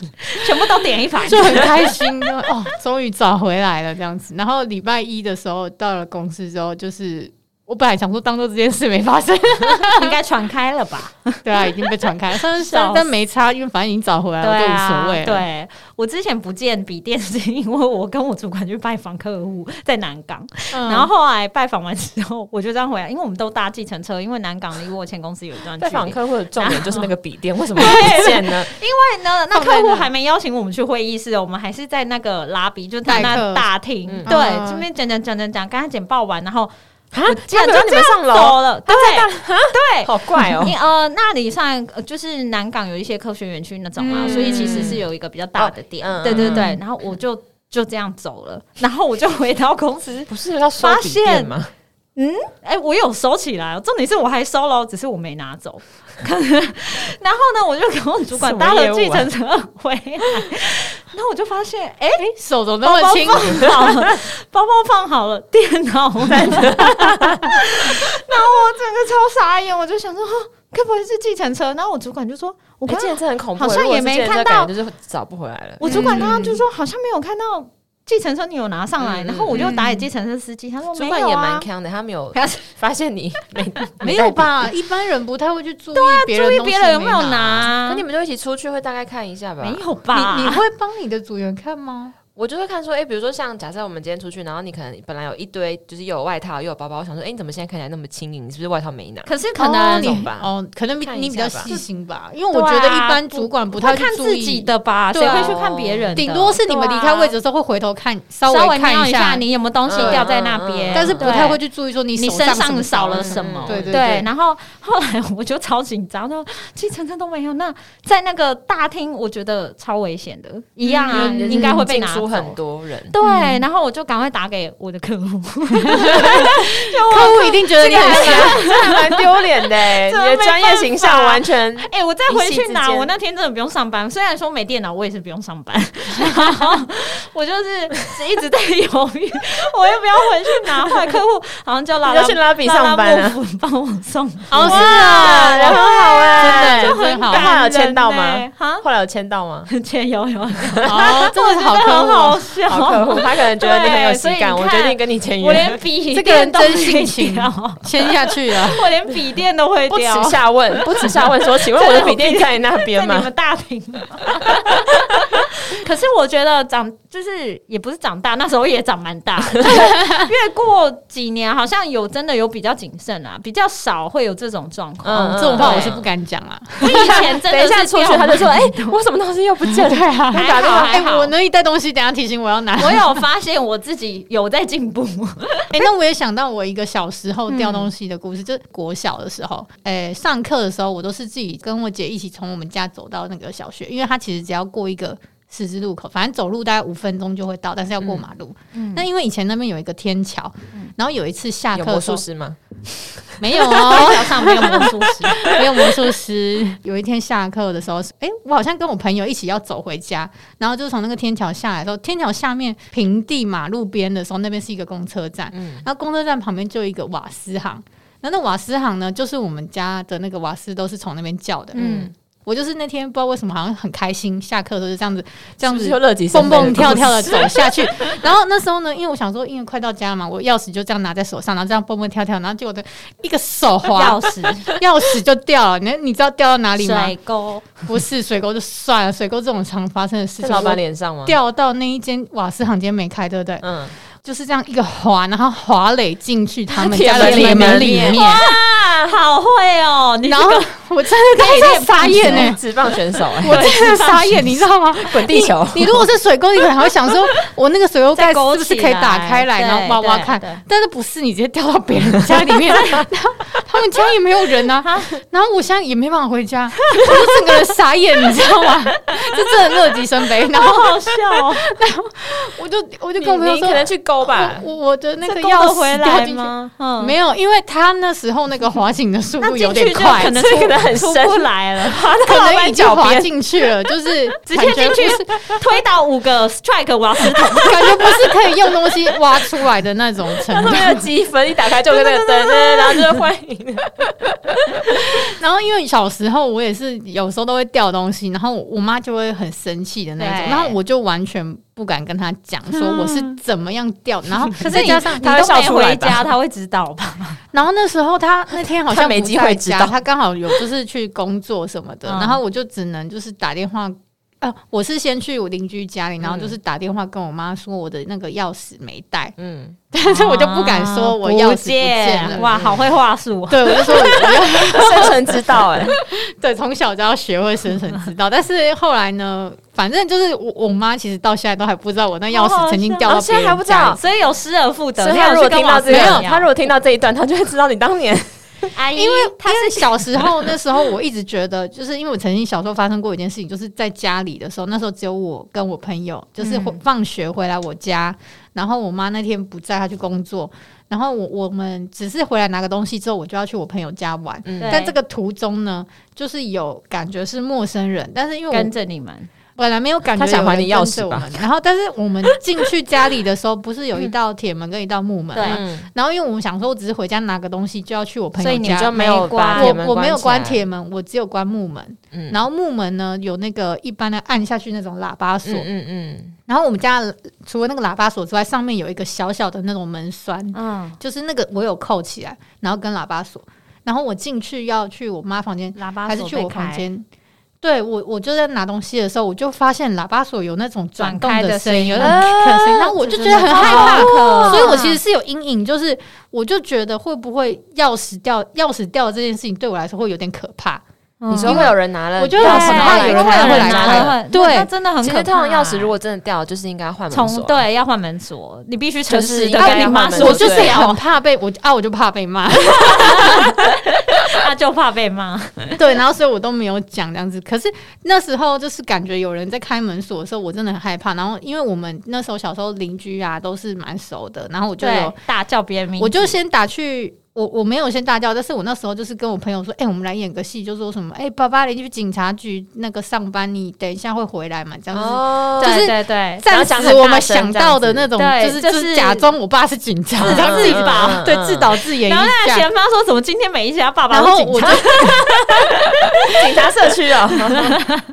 Speaker 2: 全部都点一盘”。
Speaker 3: 就 很开心的哦，终于找回来了这样子。然后礼拜一的时候到了公司之后，就是我本来想说当做这件事没发生，
Speaker 2: 应该传开了吧？
Speaker 3: 对啊，已经被传开了，但是
Speaker 2: 笑死
Speaker 3: 但没差，因为反正已经找回来了，
Speaker 2: 对
Speaker 3: 就无
Speaker 2: 啊
Speaker 3: 所谓了。
Speaker 2: 对我之前不见笔电，是因为我跟我主管去拜访客户，在南港。
Speaker 3: 嗯
Speaker 2: 然后后来拜访完之后，我就这样回来，因为我们都搭计程车，因为南港离我前公司有一段距
Speaker 1: 拜
Speaker 2: 离。
Speaker 1: 访客户的重点就是那个笔电，为什么会不见 呢？
Speaker 2: 因为呢，那
Speaker 3: 放在
Speaker 2: 客户
Speaker 3: 那
Speaker 2: 还没邀请我们去会议室哦，我们还是在那个拉比，就在
Speaker 3: 待
Speaker 2: 那
Speaker 3: 客
Speaker 2: 大厅。
Speaker 1: 嗯
Speaker 2: 对，
Speaker 3: 嗯
Speaker 2: 这边讲讲讲讲讲，刚才简报完，然后
Speaker 1: 啊，
Speaker 2: 竟然
Speaker 1: 他没有
Speaker 2: 就
Speaker 1: 你们
Speaker 2: 这样
Speaker 1: 上楼，
Speaker 2: 走了，对对。
Speaker 1: 好怪哦
Speaker 2: 你。呃，那里上呃就是南港有一些科学园区那种嘛，
Speaker 3: 嗯
Speaker 2: 所以其实是有一个比较大的店，
Speaker 1: 哦嗯
Speaker 2: 对对对。
Speaker 3: 嗯
Speaker 2: 然后我就就这样走了，然后我就回到公 司，
Speaker 1: 不是要收笔电吗？
Speaker 2: 哎、我有收起来哦，重点是我还收了哦，只是我没拿走。 然后呢，我就跟我主管
Speaker 1: 什么
Speaker 2: 搭了
Speaker 1: 业务啊
Speaker 2: 计程车回来，然后我就发现，哎、
Speaker 3: 手肘那
Speaker 2: 包包
Speaker 3: 么轻，
Speaker 2: 放好了， 包包放好了，电脑在那。然后我整 个超傻眼，我就想说，哦该不会是计程车？然后我主管就说，我
Speaker 1: 哎
Speaker 2: 刚
Speaker 1: 这
Speaker 2: 刚，
Speaker 1: 人真的很恐怖，
Speaker 2: 好像
Speaker 1: 如果
Speaker 2: 也
Speaker 1: 是
Speaker 2: 没
Speaker 1: 见人
Speaker 2: 看
Speaker 1: 家感
Speaker 2: 到
Speaker 1: 觉就是找不回来了。
Speaker 2: 我主管刚刚就说，好像没有看到计程车，你有拿上来。
Speaker 1: 嗯
Speaker 2: 然后我就打给计程车司机，他说
Speaker 1: 主
Speaker 2: 没
Speaker 1: 管
Speaker 2: 有
Speaker 1: 也蛮
Speaker 2: 啊。
Speaker 1: 强的，他没有发现你没
Speaker 3: 没有？ 吧？一般人不太会去注意别
Speaker 2: 啊注
Speaker 3: 人
Speaker 2: 意
Speaker 3: 东西
Speaker 2: 别人有没有
Speaker 3: 拿。
Speaker 1: 带
Speaker 2: 拿
Speaker 1: 那你？们就一起出去，会大概看一下吧。
Speaker 2: 没有吧？
Speaker 3: 你你会帮你的组员看吗？
Speaker 1: 我就会看说，哎、比如说像假设我们今天出去，然后你可能本来有一堆，就是又有外套又有包包，我想说，哎、你怎么现在看起来那么轻盈？你是不是外套没拿？
Speaker 2: 可是可能
Speaker 3: 哦
Speaker 1: 懂
Speaker 3: 你
Speaker 1: 吧
Speaker 3: 哦，可能比
Speaker 1: 看一下吧
Speaker 3: 你比较细心吧，因为我觉得一般主管不太
Speaker 2: 会看
Speaker 3: 去注
Speaker 2: 自
Speaker 3: 意
Speaker 2: 己，的吧，谁
Speaker 3: 对啊
Speaker 2: 会去看别人的？
Speaker 3: 顶多是你们离开位置的时候会回头看，稍
Speaker 2: 稍微
Speaker 3: 微
Speaker 2: 瞄
Speaker 3: 看
Speaker 2: 一
Speaker 3: 下，嗯
Speaker 2: 你有没有东西掉在那边，
Speaker 1: 嗯
Speaker 3: 但是不太
Speaker 2: 对
Speaker 3: 会去注意说你
Speaker 2: 你
Speaker 3: 你
Speaker 2: 身上少了什么？
Speaker 1: 嗯
Speaker 3: 对
Speaker 2: 对
Speaker 3: 对对。
Speaker 2: 然后后来我就超紧张，说计程车都没有。那在那个大厅，我觉得超危险的，一样啊，
Speaker 1: 因为
Speaker 2: 应该会
Speaker 1: 嗯
Speaker 2: 被
Speaker 1: 进
Speaker 2: 拿
Speaker 1: 出
Speaker 2: 走。
Speaker 1: 很多人。
Speaker 2: 对，然后我就赶快打给我的客户，
Speaker 3: 客户一定觉得你很瞎。
Speaker 1: 这还蛮丢脸的、欸
Speaker 2: 这没
Speaker 1: 你的专业形象完全
Speaker 2: 哎、我再回去
Speaker 1: 一夕
Speaker 2: 拿，
Speaker 1: 之间
Speaker 2: 我那天真的不用上班。虽然说没电脑，我也是不用上班，然后我就是一直在犹豫，我要不要回去拿？后来客户好像叫拉
Speaker 1: 你
Speaker 2: 拉
Speaker 1: 要去拉比上班
Speaker 2: 拉拉
Speaker 1: 了。
Speaker 2: 幕府帮我送，
Speaker 3: 哦，是
Speaker 1: 哇，人很
Speaker 3: 啊，
Speaker 1: 好哎、
Speaker 3: 真的
Speaker 2: 就很
Speaker 3: 真好
Speaker 2: 感
Speaker 1: 后来有
Speaker 2: 人
Speaker 1: 签到
Speaker 2: 欸
Speaker 1: 吗？
Speaker 2: 哈，
Speaker 1: 后来有签到吗？
Speaker 2: 签有有，
Speaker 3: 哦，真的是好
Speaker 2: 我觉得很
Speaker 3: 客户哦
Speaker 2: 好。笑，
Speaker 1: 好客户，他可能觉得你很有
Speaker 2: 对所
Speaker 1: 喜
Speaker 2: 以你
Speaker 1: 感，我
Speaker 2: 看
Speaker 1: 决定跟你签
Speaker 2: 我连
Speaker 1: 约，
Speaker 2: 笔
Speaker 3: 这个
Speaker 2: 电
Speaker 3: 人
Speaker 2: 都没
Speaker 3: 真性情
Speaker 2: 掉
Speaker 3: 签下去了，
Speaker 2: 我连笔电都会
Speaker 1: 不耻
Speaker 2: 掉，
Speaker 1: 下问，不耻下问说，请问我的笔电在你那
Speaker 2: 在
Speaker 1: 边
Speaker 2: 你
Speaker 1: 吗？
Speaker 2: 们大屏。 可是我觉得长就是也不是长大，那时候也长蛮大的，就是越过几年好像有真的有比较谨慎啊，比较少会有这种状况。
Speaker 1: 嗯
Speaker 3: 这种话我是不敢讲啊啦。
Speaker 2: 我以前真的
Speaker 1: 等一下
Speaker 2: 是
Speaker 1: 出去，
Speaker 2: 掉
Speaker 1: 他就说：“
Speaker 2: 蛮
Speaker 1: 哎、我什么东西又不见了？”对啊，
Speaker 2: 还好还
Speaker 3: 哎，
Speaker 2: 好，
Speaker 3: 我能一带东西，等一下提醒我要拿。
Speaker 2: 我有发现我自己有在进步，
Speaker 3: 哎、那我也想到我一个小时
Speaker 1: 嗯
Speaker 3: 候掉东西的故事，就是国小的时候，哎、上课的时候我都是自己跟我姐一起从我们家走到那个小学，因为她其实只要过一个十字路口，反正走路大概五分钟就会到，但是要过马路。
Speaker 2: 嗯
Speaker 3: 那因为以前那边有一个天桥，然后有一次下
Speaker 1: 嗯有
Speaker 3: 课
Speaker 1: 魔
Speaker 3: 的时
Speaker 1: 术
Speaker 3: 候
Speaker 1: 师吗？
Speaker 3: 没有哦，
Speaker 2: 脚上没有魔术师，
Speaker 3: 没有魔术师。有一天下课的时候，哎、我好像跟我朋友一起要走回家，然后就从那个天桥下来的时候，天桥下面平地马路边的时候，那边是一个公车站，
Speaker 1: 嗯
Speaker 3: 然后公车站旁边就有一个瓦斯行。那那瓦斯行呢，就是我们家的那个瓦斯都是从那边叫的，
Speaker 2: 嗯，
Speaker 3: 我就是那天不知道为什么，好像很开心，下课都是这样子，这样
Speaker 1: 是
Speaker 3: 子
Speaker 1: 不是就乐极生
Speaker 3: 蹦
Speaker 1: 悲
Speaker 3: 蹦跳
Speaker 1: 故事
Speaker 3: 跳的走下去。 然后那时候呢，因为我想说，因为快到家嘛，我钥匙就这样拿在手上，然后这样蹦蹦跳跳，然后结果的一个手滑，
Speaker 2: 钥匙
Speaker 3: 钥匙就掉了。你你知道掉到哪里吗
Speaker 2: 水？沟，
Speaker 3: 不是水沟就算了，水沟这种常发生的事
Speaker 1: 在
Speaker 3: 情。
Speaker 1: 老板脸上吗？
Speaker 3: 掉到那一间瓦斯行间没开，对不对？
Speaker 1: 嗯，
Speaker 3: 就是这样一个滑，然后滑垒进去他 们家
Speaker 1: 铁
Speaker 3: 的
Speaker 1: 门
Speaker 3: 铁门
Speaker 1: 里
Speaker 3: 里
Speaker 1: 面
Speaker 3: 面。
Speaker 2: 啊，好会哦！你
Speaker 3: 然后我真的
Speaker 2: 你
Speaker 3: 在
Speaker 2: 也
Speaker 3: 傻眼呢、
Speaker 1: 职棒选手哎、
Speaker 3: 欸我真的傻眼，你知道吗？
Speaker 2: 啊
Speaker 1: 滚地球
Speaker 3: 你！你如果是水沟，你可能还会想说，我那个水沟盖是不是可以打开来，
Speaker 2: 再勾起来
Speaker 3: 然后挖挖看
Speaker 2: 对对？
Speaker 3: 但是不是你直接掉到别人家 里面，然后他们家也没有人啊，然后我现在也没办法回家，我就整个人傻眼，你知 道吗？就真的乐极生悲。然
Speaker 2: 好
Speaker 3: 后
Speaker 2: 好笑哦，
Speaker 3: 我就我 就
Speaker 1: 你
Speaker 3: 跟我朋友
Speaker 1: 你
Speaker 3: 说
Speaker 1: 可，能去勾吧。
Speaker 3: 我我的那个
Speaker 2: 这勾
Speaker 3: 钥
Speaker 2: 得
Speaker 3: 匙
Speaker 2: 回
Speaker 3: 掉
Speaker 2: 来
Speaker 3: 进去。
Speaker 2: 吗？嗯
Speaker 3: 没有，因为他那时候那个滑行的速
Speaker 2: 那
Speaker 3: 度有
Speaker 2: 进去
Speaker 3: 点
Speaker 2: 就
Speaker 3: 快，
Speaker 2: 可能
Speaker 1: 这
Speaker 2: 出
Speaker 1: 个可能很
Speaker 2: 出
Speaker 1: 深
Speaker 2: 不来了，滑
Speaker 3: 可能已经滑进去了，就是
Speaker 2: 直接进去
Speaker 3: 感觉不是
Speaker 2: 推倒五个 strike 瓦斯桶，
Speaker 3: 感觉不是可以用东西挖出来的那种程
Speaker 1: 上
Speaker 3: 度。
Speaker 1: 面有积分，一打开就有那 个灯，然后就是欢迎。
Speaker 3: 然后因为小时候我也是有时候都会掉东西，然后我妈就会很生气的那种，
Speaker 2: 对
Speaker 3: 然后我就完全不敢跟她讲说我是怎么样掉，然后
Speaker 2: 可是
Speaker 3: 再
Speaker 2: 你
Speaker 3: 加上
Speaker 2: 你
Speaker 1: 他会
Speaker 2: 都
Speaker 1: 笑
Speaker 2: 没
Speaker 1: 出来
Speaker 2: 回
Speaker 1: 吧
Speaker 2: 家，他会知道吧？
Speaker 3: 然后那时候她那天好像
Speaker 1: 她没
Speaker 3: 不
Speaker 1: 机会
Speaker 3: 在
Speaker 1: 知
Speaker 3: 家
Speaker 1: 道
Speaker 3: 她刚好有就是去工作什么的，
Speaker 2: 嗯
Speaker 3: 然后我就只能就是打电话。啊，我是先去我邻居家里，然后就是打电话跟我妈说我的那个钥匙没带，
Speaker 1: 嗯，
Speaker 3: 但是我就不敢说我钥匙
Speaker 2: 不
Speaker 3: 不见了。
Speaker 2: 啊哇，好会话术，啊
Speaker 3: 对，我就说我
Speaker 1: 生存之道 哎、
Speaker 3: 对，从小就要学会生存之道。但是后来呢，反正就是我我妈其实到现在都还不知道我那钥匙曾经掉
Speaker 1: 好好
Speaker 3: 到
Speaker 1: 笑
Speaker 3: 别
Speaker 1: 哦现
Speaker 3: 人家里、
Speaker 1: 在还不知道
Speaker 2: 所以有失而复得。
Speaker 1: 所以
Speaker 2: 他
Speaker 1: 他如果听到这
Speaker 2: 这
Speaker 1: 个，
Speaker 3: 没有
Speaker 1: 他如果听到这一段，他就会知道你当年
Speaker 2: 阿姨，
Speaker 3: 因为因为小时候那时候我一直觉得，就是因为我曾经小时候发生过一件事情，就是在家里的时候，那时候只有我跟我朋友，就是
Speaker 1: 嗯
Speaker 3: 放学回来我家，然后我妈那天不在，她去工作，然后我我们只哎是回来拿个东西之后，我就要去我朋友家玩。
Speaker 1: 嗯
Speaker 2: 对
Speaker 3: 但这个途中呢，就是有感觉是陌生人，但是因为我
Speaker 2: 跟着你们，
Speaker 3: 本来没有感觉
Speaker 1: 他想还你钥匙
Speaker 3: 有人
Speaker 1: 吧
Speaker 3: 跟着我们然后但是我们进去家里的时候，不是有一道铁门跟一道木门
Speaker 2: 对
Speaker 3: 吗？
Speaker 1: 嗯
Speaker 3: 然后因为我们想说，我只是回家拿个东西就要去我朋
Speaker 2: 所以
Speaker 3: 友
Speaker 2: 你
Speaker 1: 就
Speaker 3: 家，
Speaker 1: 没有把铁门
Speaker 3: 我我没有
Speaker 1: 关
Speaker 3: 关
Speaker 1: 起来
Speaker 3: 铁门，我只有关木门。
Speaker 1: 嗯
Speaker 3: 然后木门呢有那个一般的按下去那种喇叭锁，
Speaker 1: 嗯嗯嗯，
Speaker 3: 然后我们家的除了那个喇叭锁之外，上面有一个小小的那种门栓，
Speaker 2: 嗯，
Speaker 3: 就是那个我有扣起来，然后跟喇叭锁。然后我进去要去我妈房间
Speaker 2: 喇叭
Speaker 3: 还是
Speaker 2: 锁
Speaker 3: 去
Speaker 2: 被
Speaker 3: 我房
Speaker 2: 开，
Speaker 3: 间。对我，我就在拿东西的时候，我就发现喇叭锁有那种转动的声音，有
Speaker 2: 转开的声音啊
Speaker 3: 那种 click 的声音，然后我就觉得很害怕，所以我其实是有阴影，就是我就觉得会不会钥匙掉，钥匙掉这件事情对我来说会有点可怕。
Speaker 1: 嗯你说会有人拿了，
Speaker 3: 我觉得
Speaker 1: 钥
Speaker 3: 很
Speaker 1: 匙
Speaker 3: 怕
Speaker 1: 拿
Speaker 2: 啊
Speaker 1: 了
Speaker 3: 有
Speaker 1: 有
Speaker 3: 人
Speaker 1: 人
Speaker 3: 拿
Speaker 1: 拿了
Speaker 3: 了会
Speaker 1: 会
Speaker 3: 来
Speaker 1: 拿了。
Speaker 3: 对
Speaker 2: 那那真的很
Speaker 1: 其
Speaker 2: 可
Speaker 1: 实
Speaker 2: 怕。
Speaker 1: 通常钥匙如果真的掉，就是应该换门
Speaker 2: 从
Speaker 1: 锁。
Speaker 2: 对要换门锁，你必须诚实
Speaker 1: 就
Speaker 2: 的
Speaker 3: 啊
Speaker 2: 哦
Speaker 1: 是
Speaker 2: 跟你妈
Speaker 1: 对
Speaker 2: 说，
Speaker 3: 我就是
Speaker 1: 对
Speaker 3: 很怕被我啊，我就怕被 骂，
Speaker 2: 他就怕被骂。
Speaker 3: 对，然后所以我都没有讲这样子。可是那时候就是感觉有人在开门锁的时候，我真的很害怕。然后因为我们那时候小时候邻居啊都是蛮熟的，然后我就有
Speaker 2: 对，大叫别人名字，
Speaker 3: 我就先打去，我我没有先大叫，但是我那时候就是跟我朋友说，哎、我们来演个戏，就说什么，哎、爸爸，你去警察局那个上班，你等一下会回来嘛，这样子。
Speaker 1: 哦
Speaker 3: 就
Speaker 2: 对
Speaker 3: 是
Speaker 2: 对对，
Speaker 3: 暂
Speaker 1: 然后讲
Speaker 3: 时
Speaker 1: 很
Speaker 3: 我
Speaker 1: 大
Speaker 3: 们
Speaker 1: 声
Speaker 3: 想
Speaker 1: 这样
Speaker 3: 到的
Speaker 1: 子
Speaker 3: 那种，
Speaker 2: 对
Speaker 3: 是
Speaker 2: 就
Speaker 3: 就是
Speaker 2: 是
Speaker 3: 假装我爸是警察，
Speaker 1: 嗯
Speaker 3: 这样自己
Speaker 1: 嗯
Speaker 3: 把
Speaker 1: 嗯
Speaker 3: 对
Speaker 1: 嗯
Speaker 3: 自导自演
Speaker 2: 然后
Speaker 3: 一
Speaker 2: 那个
Speaker 3: 下
Speaker 2: 嫌。犯说：“怎么今天每一家爸爸
Speaker 3: 然
Speaker 2: 都
Speaker 3: 后
Speaker 2: 警
Speaker 3: 我就
Speaker 2: 察
Speaker 1: 警察社区 哦，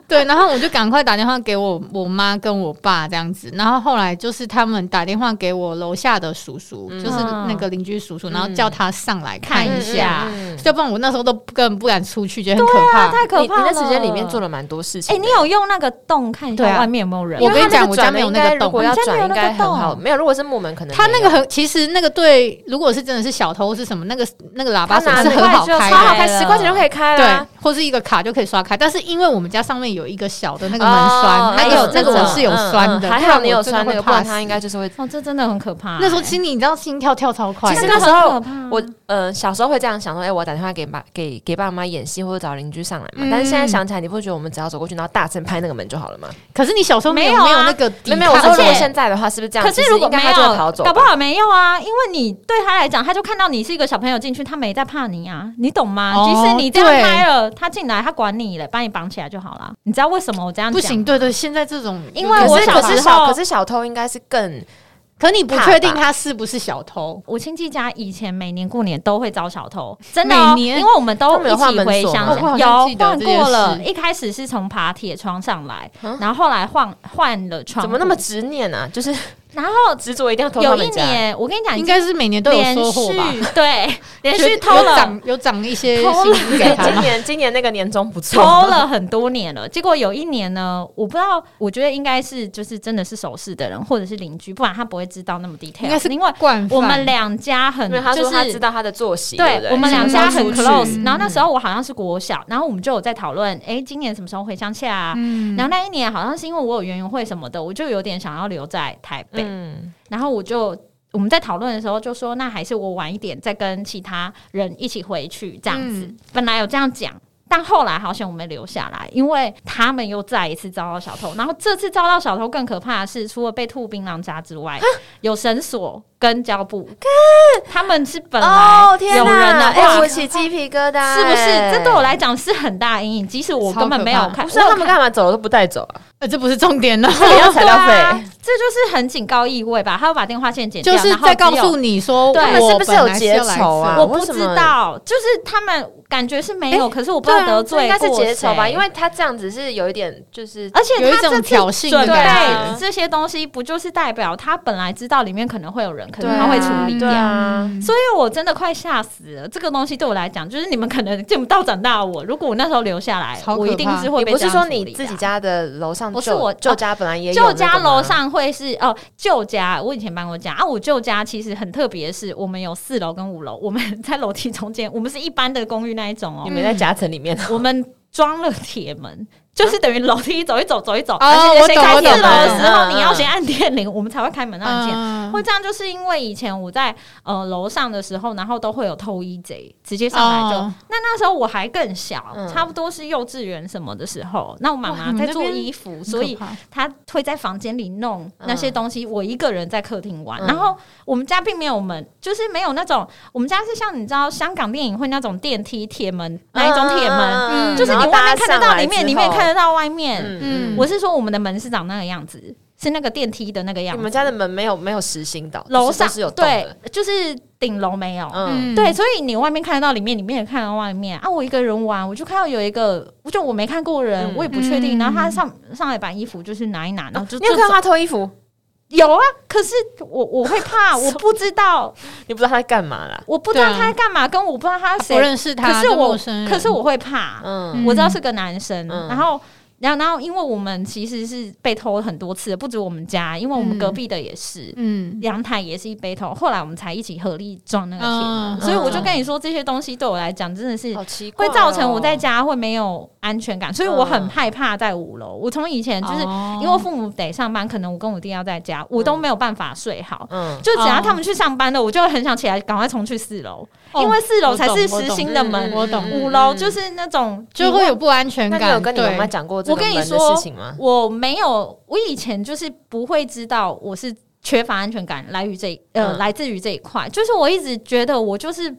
Speaker 3: 对，然后我就赶快打电话给我我妈跟我爸这样子，然后后来就是他们打电话给我楼下的叔叔，就是
Speaker 2: 嗯
Speaker 3: 那个邻居叔叔，然后
Speaker 1: 嗯
Speaker 3: 叫他上来看
Speaker 2: 看
Speaker 3: 一
Speaker 2: 一
Speaker 3: 下
Speaker 2: 下，
Speaker 1: 嗯嗯嗯
Speaker 3: 要不然我那时候都不根本不敢出去，觉得很可怕。
Speaker 2: 太可
Speaker 1: 你
Speaker 2: 怕
Speaker 1: 你
Speaker 2: 了。”
Speaker 1: 在时间里面做了蛮多事情
Speaker 2: 哎，
Speaker 1: 的。
Speaker 2: 你有用那个洞看一
Speaker 3: 对啊
Speaker 2: 下外面有没有人？
Speaker 3: 我跟你讲
Speaker 1: 因为它
Speaker 3: 我家没有那个
Speaker 1: 转的应该如果
Speaker 2: 洞
Speaker 1: 要
Speaker 2: 你家没
Speaker 1: 转
Speaker 2: 有
Speaker 1: 应
Speaker 2: 那个
Speaker 1: 该很好。
Speaker 2: 洞
Speaker 1: 没有，如果是木门可能
Speaker 3: 他
Speaker 1: 没
Speaker 3: 那
Speaker 1: 有
Speaker 3: 个很，其实那个对，如果是真的是小偷，是什么？那个那个喇叭锁
Speaker 1: 他拿
Speaker 3: 是
Speaker 1: 那个
Speaker 3: 很好
Speaker 2: 就
Speaker 3: 开
Speaker 1: 超好
Speaker 3: 的，
Speaker 1: 开，十块钱就可以开
Speaker 3: 对
Speaker 1: 了。，
Speaker 3: 或是一个卡就可以刷开。但是因为我们家上面有一个小的那
Speaker 1: 那
Speaker 3: 个门
Speaker 1: 哦
Speaker 3: 栓，还有那个我是有栓的，
Speaker 1: 嗯还
Speaker 3: 不然
Speaker 1: 好你有
Speaker 3: 我真的
Speaker 1: 栓那
Speaker 3: 会
Speaker 1: 个，不
Speaker 3: 怕
Speaker 1: 然
Speaker 3: 死。
Speaker 1: 他应该就是会。
Speaker 2: 哦，这真的很可怕欸。
Speaker 3: 那时候心里你知道心跳跳超快
Speaker 1: 其
Speaker 3: 的，
Speaker 1: 实
Speaker 2: 那
Speaker 1: 那
Speaker 2: 个
Speaker 1: 时候
Speaker 2: 很可怕
Speaker 1: 我呃小时候会这样想说，哎，我打电话给爸给给爸妈演戏或者找邻居上来嘛
Speaker 3: 嗯。
Speaker 1: 但是现在想起来，你不觉得我们只要走过去，然后大声拍那个门就好了吗？
Speaker 3: 可是你小时候没有
Speaker 2: 没有啊
Speaker 3: 没有那个抵
Speaker 1: 没有
Speaker 3: 抗
Speaker 1: 没有，我说
Speaker 2: 而
Speaker 1: 如
Speaker 2: 且
Speaker 1: 果现在的话，是不是这样？
Speaker 2: 可
Speaker 1: 其
Speaker 2: 是
Speaker 1: 实
Speaker 2: 如果
Speaker 1: 应该
Speaker 2: 没
Speaker 1: 他就会逃走
Speaker 2: 有，
Speaker 1: 吧，
Speaker 2: 搞不好没有啊，因为你对他来讲，他就看到你是一个小朋友进去，他没在怕你啊，你懂吗？
Speaker 3: 哦
Speaker 2: 即使你这样
Speaker 3: 对
Speaker 2: 拍了，他进来，他管你了，把你绑起来就好了。你知道为什么我这样
Speaker 3: 不
Speaker 2: 讲？
Speaker 3: 行，对对，现在这种
Speaker 2: 因为
Speaker 1: 可
Speaker 2: 我
Speaker 1: 是
Speaker 2: 小
Speaker 1: 可是
Speaker 2: 时候
Speaker 1: 可是小偷应该是更
Speaker 3: 可你不确定他是不是小 偷，
Speaker 2: 我亲戚家以前每年过年都会招小偷，真的、哦，
Speaker 3: 每年
Speaker 2: 因为我们都
Speaker 1: 他们
Speaker 2: 一
Speaker 1: 有换
Speaker 2: 起
Speaker 1: 门
Speaker 2: 回
Speaker 1: 锁
Speaker 2: 乡
Speaker 1: 吗
Speaker 2: 下，
Speaker 3: 哦我好像记
Speaker 2: 有
Speaker 3: 得
Speaker 2: 换
Speaker 3: 这件
Speaker 2: 过了。
Speaker 3: 事
Speaker 2: 一开始是从爬铁窗上来
Speaker 1: 啊，
Speaker 2: 然后后来换换了窗户，
Speaker 1: 怎么那么执念啊？就是
Speaker 2: 然后
Speaker 1: 执着一定要偷他
Speaker 2: 有一
Speaker 1: 们家。
Speaker 2: 年，我跟你讲，
Speaker 3: 应该是每年都有
Speaker 2: 连
Speaker 3: 收获吧？
Speaker 2: 续 对，连
Speaker 3: 觉得
Speaker 2: 续偷
Speaker 3: 有
Speaker 2: 了
Speaker 3: 涨有涨一些
Speaker 2: 偷
Speaker 3: 薪
Speaker 2: 了
Speaker 3: 资给
Speaker 1: 对，
Speaker 3: 他
Speaker 1: 今
Speaker 3: 吗？
Speaker 1: 年今年那个年终不
Speaker 2: 偷
Speaker 1: 错，
Speaker 2: 了很多年了。结果有一年呢，我不知道，我觉得应该是就是真的是熟识的人，或者是邻居，不然他不会知道那么 detail。
Speaker 3: 应该是
Speaker 2: 因为
Speaker 3: 惯犯
Speaker 2: 我们两家很
Speaker 1: 因为他
Speaker 2: 就
Speaker 1: 说他知
Speaker 2: 是。
Speaker 1: 道他的作息，对不
Speaker 2: 对
Speaker 1: 对
Speaker 2: 我们两
Speaker 3: 什
Speaker 2: 家
Speaker 3: 么时
Speaker 2: 很
Speaker 3: 候出去
Speaker 2: close，
Speaker 3: 嗯
Speaker 2: 然后那时候我好像是国小，然后我们就有在讨论，哎，今年什么时候回乡下啊？
Speaker 3: 嗯
Speaker 2: 然后那一年好像是因为我有园游会什么的，我就有点想要留在台北，
Speaker 1: 嗯，
Speaker 2: 然后我就我们在讨论的时候就说，那还是我晚一点再跟其他人一起回去这样子。
Speaker 3: 嗯
Speaker 2: 本来有这样讲。但后来好像我们留下来，因为他们又再一次遭到小偷。然后这次遭到小偷更可怕的是，除了被吐槟榔渣之外，有绳索跟胶布。他们是本来
Speaker 1: 哦天
Speaker 2: 有人的
Speaker 1: 哎，
Speaker 2: 话，
Speaker 1: 我啊
Speaker 2: 是
Speaker 1: 起鸡皮疙瘩，
Speaker 2: 不是？这对我
Speaker 1: 来，
Speaker 2: 来讲是很大阴影。即使我根本没有看，
Speaker 1: 不是啊
Speaker 2: 我有
Speaker 1: 他们干嘛走了都不带走啊？
Speaker 3: 呃，这不是 重点了，
Speaker 1: 这也要材料
Speaker 2: 对啊
Speaker 1: 费？
Speaker 2: 这就是很警告意味吧？他要把电话线剪掉，
Speaker 3: 就是
Speaker 2: 然后
Speaker 3: 在告
Speaker 2: 只有
Speaker 3: 诉你说，
Speaker 2: 对
Speaker 3: 我
Speaker 2: 他们
Speaker 1: 是不是有结仇啊
Speaker 2: 我
Speaker 3: 我
Speaker 2: 不
Speaker 1: 为什
Speaker 2: 知
Speaker 1: 么
Speaker 2: 道，就是他们感觉是没有，可是我不知
Speaker 1: 对
Speaker 2: 道得
Speaker 1: 啊，
Speaker 2: 罪
Speaker 1: 这应该是
Speaker 2: 过
Speaker 1: 结仇吧？
Speaker 2: 谁
Speaker 1: 因为他这样子是有一点就是
Speaker 2: 而且
Speaker 3: 有一
Speaker 2: 他这
Speaker 3: 种
Speaker 2: 次
Speaker 3: 挑衅
Speaker 2: 准
Speaker 3: 的
Speaker 2: 备
Speaker 1: 感觉
Speaker 2: 这些东西，不就是代表他本来知道里面可能会有人，可
Speaker 1: 对
Speaker 2: 能
Speaker 1: 啊
Speaker 2: 他会处理掉
Speaker 1: 对。啊，
Speaker 3: 嗯
Speaker 2: 所以我真的快吓死了。这个东西对我来讲，就是你们可能见不到长大的我。如果我那时候留下来，
Speaker 3: 超可
Speaker 2: 我一定
Speaker 3: 怕
Speaker 2: 是会
Speaker 1: 你
Speaker 2: 被
Speaker 1: 不是
Speaker 2: 这样
Speaker 1: 说
Speaker 2: 处理
Speaker 1: 你
Speaker 2: 的
Speaker 1: 自己家的楼上
Speaker 2: 不是
Speaker 1: 旧
Speaker 2: 我哦
Speaker 1: 旧家本来也有
Speaker 2: 旧
Speaker 1: 那个
Speaker 2: 家
Speaker 1: 吗
Speaker 2: 楼上会是哦，旧家我以前搬过家啊，我旧家其实很特别，的是我们有四楼跟五楼，我们 在楼梯中间，我们是一般的公寓那一种哦
Speaker 1: 你，没在夹层里 面，
Speaker 2: 我们装了铁门，就是等于楼梯走一走走一走，
Speaker 3: 哦，
Speaker 1: 而
Speaker 3: 我
Speaker 1: 且
Speaker 2: 谁
Speaker 3: 懂，
Speaker 2: 开
Speaker 3: 我
Speaker 2: 四
Speaker 3: 懂
Speaker 2: 楼
Speaker 1: 了
Speaker 2: 的
Speaker 1: 嗯
Speaker 2: 时候，
Speaker 1: 嗯
Speaker 2: 你要先按电铃，我们才会开门让你进来。
Speaker 3: 嗯
Speaker 2: 会这样，就是因为以前我在呃楼上的时候，然后都会有偷衣贼直接上来就。
Speaker 3: 哦
Speaker 2: 那那时候我还更小，
Speaker 1: 嗯
Speaker 2: 差不多是幼稚园什么的时候，那我妈
Speaker 3: 哇
Speaker 2: 妈
Speaker 3: 你们
Speaker 2: 在
Speaker 3: 那
Speaker 2: 做
Speaker 3: 边
Speaker 2: 衣服，
Speaker 3: 很
Speaker 2: 所以
Speaker 3: 可怕
Speaker 2: 他会在房间里弄那些东西，我一个人在客厅玩。
Speaker 1: 嗯
Speaker 2: 然后我们家并没有门，就是没有那种，我们家是像你知道香港电影会那种电梯铁门那一种铁门，
Speaker 1: 嗯
Speaker 2: 就是你外面看得到里面，里面看，得到外面。
Speaker 1: 嗯嗯
Speaker 3: 嗯，
Speaker 2: 我是说我们的门是长那个样子，是那个电梯的那个样
Speaker 1: 你
Speaker 2: 子。
Speaker 1: 们家的门没有没有实心的，
Speaker 2: 楼
Speaker 1: 就是都
Speaker 2: 上
Speaker 1: 是有洞
Speaker 2: 对
Speaker 1: 的，，
Speaker 2: 就是顶楼没有。
Speaker 1: 嗯，
Speaker 2: 对，所以你外面看得到里面，里面也看得到外面啊。我一个人玩，我就看到有一个，我就我没看过的人，
Speaker 1: 嗯哦
Speaker 2: 我也不确定。
Speaker 3: 嗯
Speaker 2: 然后他上上来把衣服就是拿一拿，然后就
Speaker 1: 你有
Speaker 2: 就
Speaker 1: 看
Speaker 2: 走
Speaker 1: 到他偷衣服？
Speaker 2: 有啊，可是我我会 怕，我不知道，
Speaker 1: 你不知道他在干嘛啦？
Speaker 2: 我不知道
Speaker 3: 对啊
Speaker 2: 他在干嘛，跟我不知道他是
Speaker 3: 他
Speaker 2: 谁，
Speaker 3: 不认识啊他，
Speaker 2: 可是
Speaker 3: 就
Speaker 2: 我
Speaker 3: 陌生人
Speaker 2: 可是我会怕，
Speaker 1: 嗯
Speaker 2: 我知道是个男生，
Speaker 1: 嗯
Speaker 2: 然后。然后，然后，因为我们其实是被偷了很多次的，不止我们家，因为我们
Speaker 3: 嗯
Speaker 2: 隔壁的也是，
Speaker 3: 嗯，
Speaker 2: 阳、台也是一被偷。后来我们才一起合力撞那个铁门，
Speaker 3: 嗯
Speaker 2: 所以我就跟你说，这些东西对我来讲真的是
Speaker 1: 好奇怪哦，
Speaker 2: 会造成我在家会没有安全感，所以我很害怕在五楼。我从以前就是
Speaker 3: 哦
Speaker 2: 因为父母得上班，可能我跟我弟要在家，我都没有办法睡好。
Speaker 1: 嗯，
Speaker 2: 就只要他们去上班了，我就会很想起来赶快冲去四楼，
Speaker 3: 哦
Speaker 2: 因为四楼才是
Speaker 3: 我懂
Speaker 2: 实心的门，
Speaker 3: 我懂
Speaker 2: 五楼就是那种
Speaker 3: 就会有。不安全
Speaker 1: 那你
Speaker 3: 感。
Speaker 1: 有跟你妈妈
Speaker 3: 对
Speaker 1: 讲过这
Speaker 2: 我
Speaker 1: 个
Speaker 2: 跟
Speaker 1: 门
Speaker 2: 你
Speaker 1: 的
Speaker 2: 说
Speaker 1: 事情吗，？
Speaker 2: 我没有，我以前就是不会知道我是缺乏安全感来于这一呃、
Speaker 1: 嗯
Speaker 2: 来自于这一块，就是我一直觉得我就是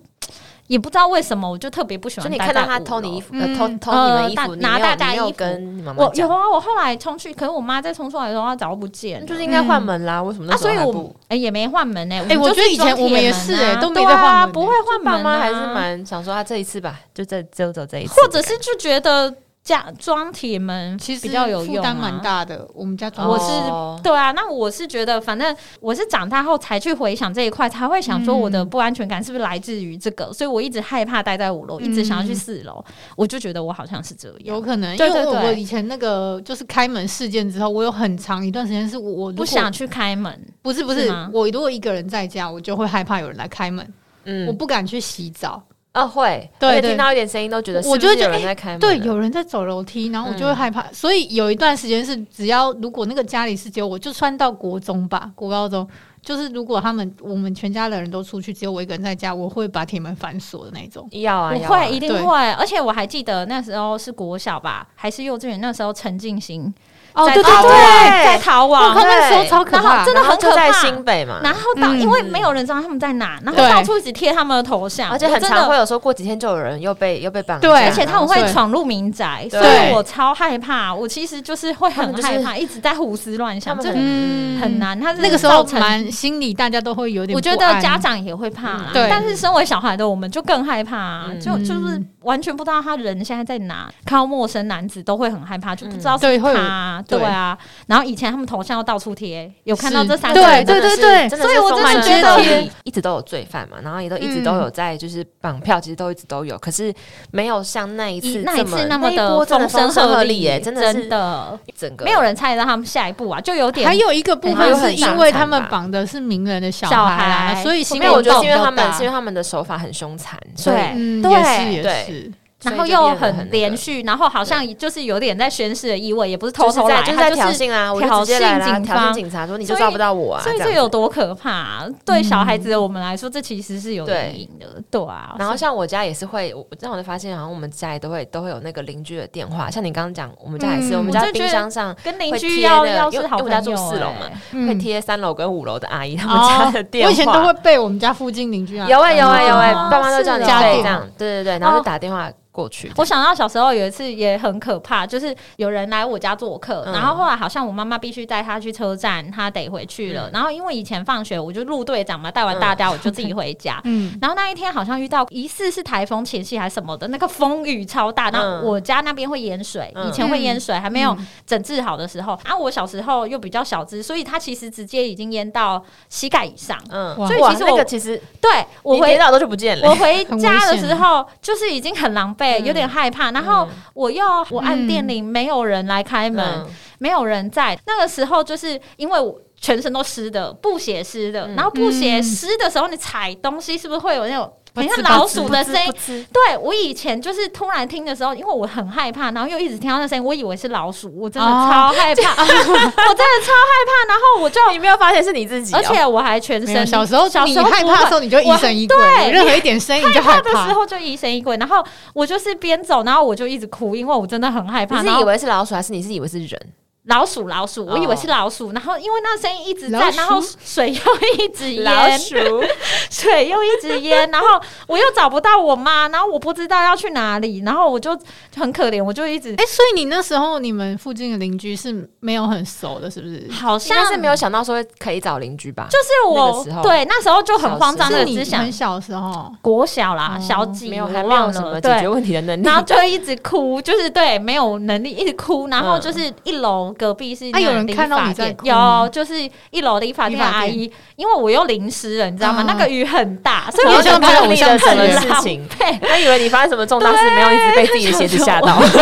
Speaker 2: 也不知道为什么，我就特别不喜
Speaker 1: 就
Speaker 2: 欢。
Speaker 1: 你看到他偷你衣
Speaker 2: 服。
Speaker 1: 服，呃
Speaker 3: 嗯
Speaker 1: 偷偷你们衣
Speaker 2: 呃
Speaker 1: 服，你
Speaker 2: 拿
Speaker 1: 没有
Speaker 2: 拿大
Speaker 1: 你
Speaker 2: 家
Speaker 1: 没有
Speaker 2: 衣服
Speaker 1: 跟你妈妈
Speaker 2: 我有
Speaker 1: 讲，
Speaker 2: 啊，我后来冲去，可是我妈再冲出来的时候，她早就不
Speaker 1: 那
Speaker 2: 见了。
Speaker 1: 就是应该换门啦。为什么那
Speaker 2: 啊，
Speaker 1: 时
Speaker 2: 所
Speaker 1: 候
Speaker 2: 以
Speaker 1: 还
Speaker 2: 我
Speaker 1: 不？
Speaker 2: 哎、也没换门哎、
Speaker 3: 哎
Speaker 2: 我们
Speaker 3: 我
Speaker 2: 就
Speaker 3: 觉得以前
Speaker 2: 装铁
Speaker 3: 我们也
Speaker 2: 门啊
Speaker 3: 是哎都没
Speaker 2: 对
Speaker 3: 在换
Speaker 2: 啊
Speaker 3: 门哎
Speaker 2: 不会换门、
Speaker 1: 爸
Speaker 2: 啊，
Speaker 1: 妈还是蛮想说他这一次吧，就这就走这一次，
Speaker 2: 或者是就觉得假装铁门
Speaker 3: 其实
Speaker 2: 比较有
Speaker 3: 负
Speaker 2: 用、啊，
Speaker 3: 担蛮。大的，我们家装
Speaker 2: 我
Speaker 3: 潢
Speaker 2: 是
Speaker 1: 哦
Speaker 2: 对啊，那我是觉得，反正我是长大后才去回想这一块，才会想说我的
Speaker 3: 嗯
Speaker 2: 不安全感是不是来自于这个，所以我一直害怕待在五楼，一直想要去
Speaker 3: 嗯
Speaker 2: 四楼，我就觉得我好像是这
Speaker 3: 有
Speaker 2: 样，
Speaker 3: 可能，因
Speaker 2: 对
Speaker 3: 为
Speaker 2: 对
Speaker 3: 我
Speaker 2: 对
Speaker 3: 我以前那个就是开门事件之后，我有很长一段时间是我我如
Speaker 2: 不
Speaker 3: 果
Speaker 2: 想去开门。
Speaker 3: 不是不
Speaker 2: 是
Speaker 3: 是
Speaker 2: 吗，
Speaker 3: 我如果一个人在家，我就会害怕有人来开门，我
Speaker 1: 嗯，
Speaker 3: 不敢去洗澡，
Speaker 1: 啊会，
Speaker 3: 对
Speaker 1: 而且
Speaker 3: 对
Speaker 1: 听到一点声音都觉得是不
Speaker 3: 我
Speaker 1: 是
Speaker 3: 就会觉
Speaker 1: 有
Speaker 3: 得
Speaker 1: 人在开门啊，
Speaker 3: 对，有人在走楼梯，然后我就会害怕，所以有一段时间是只要如果那个家里是只有我，就穿到国中吧，国高中。就是如果他们我们全家的人都出去，只有我一个人在家，我会把铁门反锁的那种。
Speaker 1: 要啊，
Speaker 2: 我
Speaker 1: 要啊
Speaker 2: 会，一定会，而且我还记得那时候是国小吧，还是幼稚园？那时候陈静心，
Speaker 3: 哦
Speaker 1: 在
Speaker 3: 对对
Speaker 1: 桃
Speaker 3: 对
Speaker 1: 园
Speaker 2: 在逃
Speaker 3: 我
Speaker 2: 亡
Speaker 3: 看，那时候
Speaker 1: 对
Speaker 3: 超可
Speaker 2: 然后
Speaker 3: 怕，
Speaker 2: 真的
Speaker 1: 然后
Speaker 2: 很
Speaker 1: 就
Speaker 2: 可
Speaker 1: 在
Speaker 2: 怕
Speaker 1: 新北嘛，
Speaker 2: 然后到、
Speaker 3: 嗯
Speaker 2: 因为没有人知道他们在哪，然后
Speaker 3: 对
Speaker 2: 到处一直贴他们的头像，
Speaker 1: 而且很
Speaker 2: 我真
Speaker 1: 常
Speaker 2: 的
Speaker 1: 会有时候过几天就有人又被又被绑架，
Speaker 3: 对
Speaker 2: 而且他们
Speaker 1: 然后
Speaker 2: 会
Speaker 3: 对
Speaker 2: 闯入民宅，所
Speaker 1: 对
Speaker 2: 以我超害怕。我其实就是会
Speaker 1: 他
Speaker 2: 很
Speaker 1: 们就是
Speaker 2: 害怕，一直在胡思乱想，
Speaker 1: 他
Speaker 2: 这
Speaker 1: 们
Speaker 2: 很
Speaker 3: 嗯
Speaker 2: 很难。他
Speaker 3: 那个时
Speaker 2: 造
Speaker 3: 候
Speaker 2: 成
Speaker 3: 蛮心里大家都会有点
Speaker 2: 我
Speaker 3: 不
Speaker 2: 觉
Speaker 3: 安，
Speaker 2: 得家长也会怕、啊
Speaker 3: 嗯对
Speaker 2: 但是身为小孩的我们就更害怕、啊，
Speaker 1: 嗯
Speaker 2: 就就是完全不知道他人现在在哪，看到陌生男子都会很害怕，就不知道是
Speaker 3: 嗯对
Speaker 2: 他
Speaker 3: 会有
Speaker 2: 啊、
Speaker 3: 对
Speaker 2: 对啊。然后以前他们头像要到处贴，有看到
Speaker 3: 是
Speaker 2: 这三个
Speaker 3: 对
Speaker 2: 人
Speaker 1: 真的
Speaker 3: 对
Speaker 1: 是
Speaker 3: 对
Speaker 1: 真的
Speaker 2: 所以
Speaker 1: 是
Speaker 2: 我
Speaker 1: 风
Speaker 2: 真的
Speaker 1: 漫
Speaker 2: 觉
Speaker 1: 之
Speaker 2: 得
Speaker 1: 地一直都有罪犯嘛，然后也都一直都
Speaker 3: 嗯
Speaker 1: 有在就是绑票，其实都一直都有，可是没有像那一
Speaker 2: 以
Speaker 1: 次
Speaker 2: 那一次
Speaker 1: 那
Speaker 2: 么
Speaker 1: 一波真
Speaker 2: 风
Speaker 1: 的
Speaker 2: 声
Speaker 1: 声
Speaker 2: 鹤
Speaker 1: 力耶，真的
Speaker 2: 真
Speaker 1: 是
Speaker 2: 的
Speaker 1: 整个
Speaker 2: 没有人猜得到他们下一步啊，就有点
Speaker 3: 还有一个部分是因为他们
Speaker 1: 还有很
Speaker 3: 绑的是名人的小
Speaker 2: 小
Speaker 3: 孩啊，
Speaker 2: 孩
Speaker 3: 所以
Speaker 1: 因
Speaker 3: 新
Speaker 1: 为
Speaker 3: 闻
Speaker 1: 我觉得是因为
Speaker 3: 报
Speaker 1: 他
Speaker 3: 道
Speaker 1: 们
Speaker 3: 大
Speaker 1: 是因为他们的手法很凶残，所以
Speaker 2: 对
Speaker 3: 嗯，
Speaker 2: 对
Speaker 3: 也是也
Speaker 1: 对
Speaker 3: 是，
Speaker 1: 所以
Speaker 2: 然后
Speaker 1: 就
Speaker 2: 又
Speaker 1: 变得
Speaker 2: 很
Speaker 1: 那个
Speaker 2: 连续，然后好像就是有点在宣誓的意味，也不是偷
Speaker 1: 就是
Speaker 2: 偷来，
Speaker 1: 在就是在
Speaker 2: 他
Speaker 1: 挑
Speaker 2: 就是。
Speaker 1: 衅啊，我就
Speaker 2: 挑
Speaker 1: 直接来
Speaker 2: 衅
Speaker 1: 啦，
Speaker 2: 警
Speaker 1: 挑
Speaker 2: 方
Speaker 1: 衅警察说你就
Speaker 2: 所以
Speaker 1: 抓不到我啊，
Speaker 2: 所以
Speaker 1: 这
Speaker 2: 这
Speaker 1: 样
Speaker 2: 有
Speaker 1: 子。嗯
Speaker 2: 多可怕、啊对小孩子的我们来说，这其实是有
Speaker 1: 对
Speaker 2: 阴影的，对啊。
Speaker 1: 然后像我家也是会，我让我就发现，好像我们家里都会都会有那个邻居的电话，像你刚刚讲，我们家也是，
Speaker 3: 嗯
Speaker 1: 我们
Speaker 2: 我
Speaker 1: 家
Speaker 2: 就觉
Speaker 1: 冰
Speaker 2: 得
Speaker 1: 箱上
Speaker 2: 跟邻
Speaker 1: 会
Speaker 2: 居
Speaker 1: 贴
Speaker 2: 要
Speaker 1: 的
Speaker 2: 要
Speaker 1: 因
Speaker 2: 是
Speaker 1: 为
Speaker 2: 好
Speaker 1: 因为我
Speaker 2: 朋
Speaker 1: 家
Speaker 2: 友、
Speaker 1: 住四楼嘛
Speaker 2: 哎
Speaker 1: 会
Speaker 3: 嗯
Speaker 1: 贴三楼跟五楼的阿姨他
Speaker 2: 哦
Speaker 1: 们家的电话。
Speaker 3: 我以前都会被我们家附近邻居啊，
Speaker 1: 有哎有哎有哎，
Speaker 2: 哦
Speaker 1: 爸妈都叫你
Speaker 2: 是哦
Speaker 1: 背这样，对对对，然后
Speaker 2: 哦
Speaker 1: 就打电话过去。
Speaker 2: 我想到小时候有一次也很可怕，就是有人来我家做客，
Speaker 1: 嗯
Speaker 2: 然后后来好像我妈妈必须带他去车站，他得回去
Speaker 1: 嗯
Speaker 2: 了。然后因为以前放学我就陆队长嘛，带完大家我就自己回家。
Speaker 3: 嗯，
Speaker 2: 然后那一天好像遇到疑似是台风前夕还是什么的，那个风雨超大。那
Speaker 1: 嗯
Speaker 2: 我家那边会淹水，
Speaker 1: 嗯
Speaker 2: 以前会淹水，还没有整治好的时候。啊，我小时候又比较小只，所以它其实直接已经淹到膝盖以上。
Speaker 1: 嗯，
Speaker 3: 哇
Speaker 1: 所以
Speaker 2: 哇
Speaker 1: 其实
Speaker 2: 那
Speaker 1: 我
Speaker 2: 个
Speaker 1: 其实
Speaker 2: 对我
Speaker 1: 我
Speaker 2: 回
Speaker 1: 跌倒都就不见了
Speaker 2: 我。回
Speaker 3: 很危
Speaker 2: 家的
Speaker 3: 险
Speaker 2: 时候，就是已经很狼狈，
Speaker 1: 嗯
Speaker 2: 有点害怕。然后我又我按电铃，没有人来开门，
Speaker 1: 嗯
Speaker 2: 没有人在。那个时候就是因为我。全身都湿的，布鞋湿的，
Speaker 1: 嗯
Speaker 2: 然后布鞋
Speaker 3: 嗯
Speaker 2: 湿的时候，你踩东西是不是会有那种
Speaker 3: 噗
Speaker 2: 很像
Speaker 3: 嗤
Speaker 2: 老
Speaker 3: 噗嗤
Speaker 2: 鼠的声音
Speaker 1: 噗？嗤
Speaker 2: 对我以前就是突然听的时候，因为我很害怕，然后又一直听到那声音，我以为是老鼠，我真的
Speaker 3: 哦
Speaker 2: 超害 怕，我真的超害怕。然后我就，
Speaker 1: 你没有发现是你自己哦，
Speaker 2: 而且我还全
Speaker 3: 没有
Speaker 2: 身
Speaker 3: 小时候
Speaker 2: 小
Speaker 3: 你
Speaker 2: 时候
Speaker 3: 害
Speaker 2: 不
Speaker 3: 怕的
Speaker 2: 会
Speaker 3: 时候你就
Speaker 2: 我
Speaker 3: 疑神疑鬼，
Speaker 2: 对
Speaker 3: 有任何一点声音 你就害
Speaker 2: 害怕的时候就疑神疑鬼，然后我就是边走，然后我就一直哭，因为我真的很害
Speaker 1: 你
Speaker 2: 怕。
Speaker 1: 是
Speaker 2: 然
Speaker 1: 以
Speaker 2: 后
Speaker 1: 为是老鼠，还是你是以为是人？
Speaker 2: 老鼠，老鼠，我以为
Speaker 1: 哦
Speaker 2: 是老鼠，然后因为那声音一直在，
Speaker 3: 老鼠
Speaker 2: 然后水又一直淹， 水又一直淹， 然后我又找不到我妈，然后我不知道要去哪里，然后我就很可怜，我就一直
Speaker 3: 哎、所以你那时候你们附近的邻居是没有很熟的，是不是？
Speaker 2: 好
Speaker 1: 应该
Speaker 2: 像
Speaker 1: 是没有想到说可以找邻居吧？
Speaker 2: 就是
Speaker 1: 那个时
Speaker 2: 我
Speaker 1: 候
Speaker 2: 对那时候就很慌张
Speaker 3: 是
Speaker 2: 的，
Speaker 3: 你
Speaker 2: 只想
Speaker 3: 很小的时候，
Speaker 2: 国小啦，
Speaker 3: 哦
Speaker 2: 小几
Speaker 1: 没有，
Speaker 2: 我
Speaker 1: 还没
Speaker 2: 忘
Speaker 1: 有
Speaker 2: 了
Speaker 1: 什么
Speaker 2: 对
Speaker 1: 解决问题的能力
Speaker 2: 然。后就一直哭，就是对没有能力一直哭，然
Speaker 1: 嗯
Speaker 2: 后就是一楼隔壁是那
Speaker 3: 啊有人
Speaker 2: 理
Speaker 3: 看到
Speaker 2: 发
Speaker 3: 你在
Speaker 2: 店
Speaker 3: 哭吗
Speaker 2: 有就是一楼理发店的
Speaker 3: 理发
Speaker 2: 阿姨，因为我又淋湿了，你知道吗？
Speaker 3: 啊
Speaker 2: 那个雨很大，所以
Speaker 1: 你
Speaker 2: 我
Speaker 1: 好
Speaker 2: 就
Speaker 1: 像
Speaker 3: 拍
Speaker 1: 经
Speaker 3: 偶
Speaker 1: 历
Speaker 3: 像
Speaker 1: 了
Speaker 3: 剧
Speaker 1: 什么
Speaker 3: 了
Speaker 1: 事情？
Speaker 2: 对。
Speaker 1: 他以为你发生什么重大事，没有一直被自己的鞋子吓 到。那个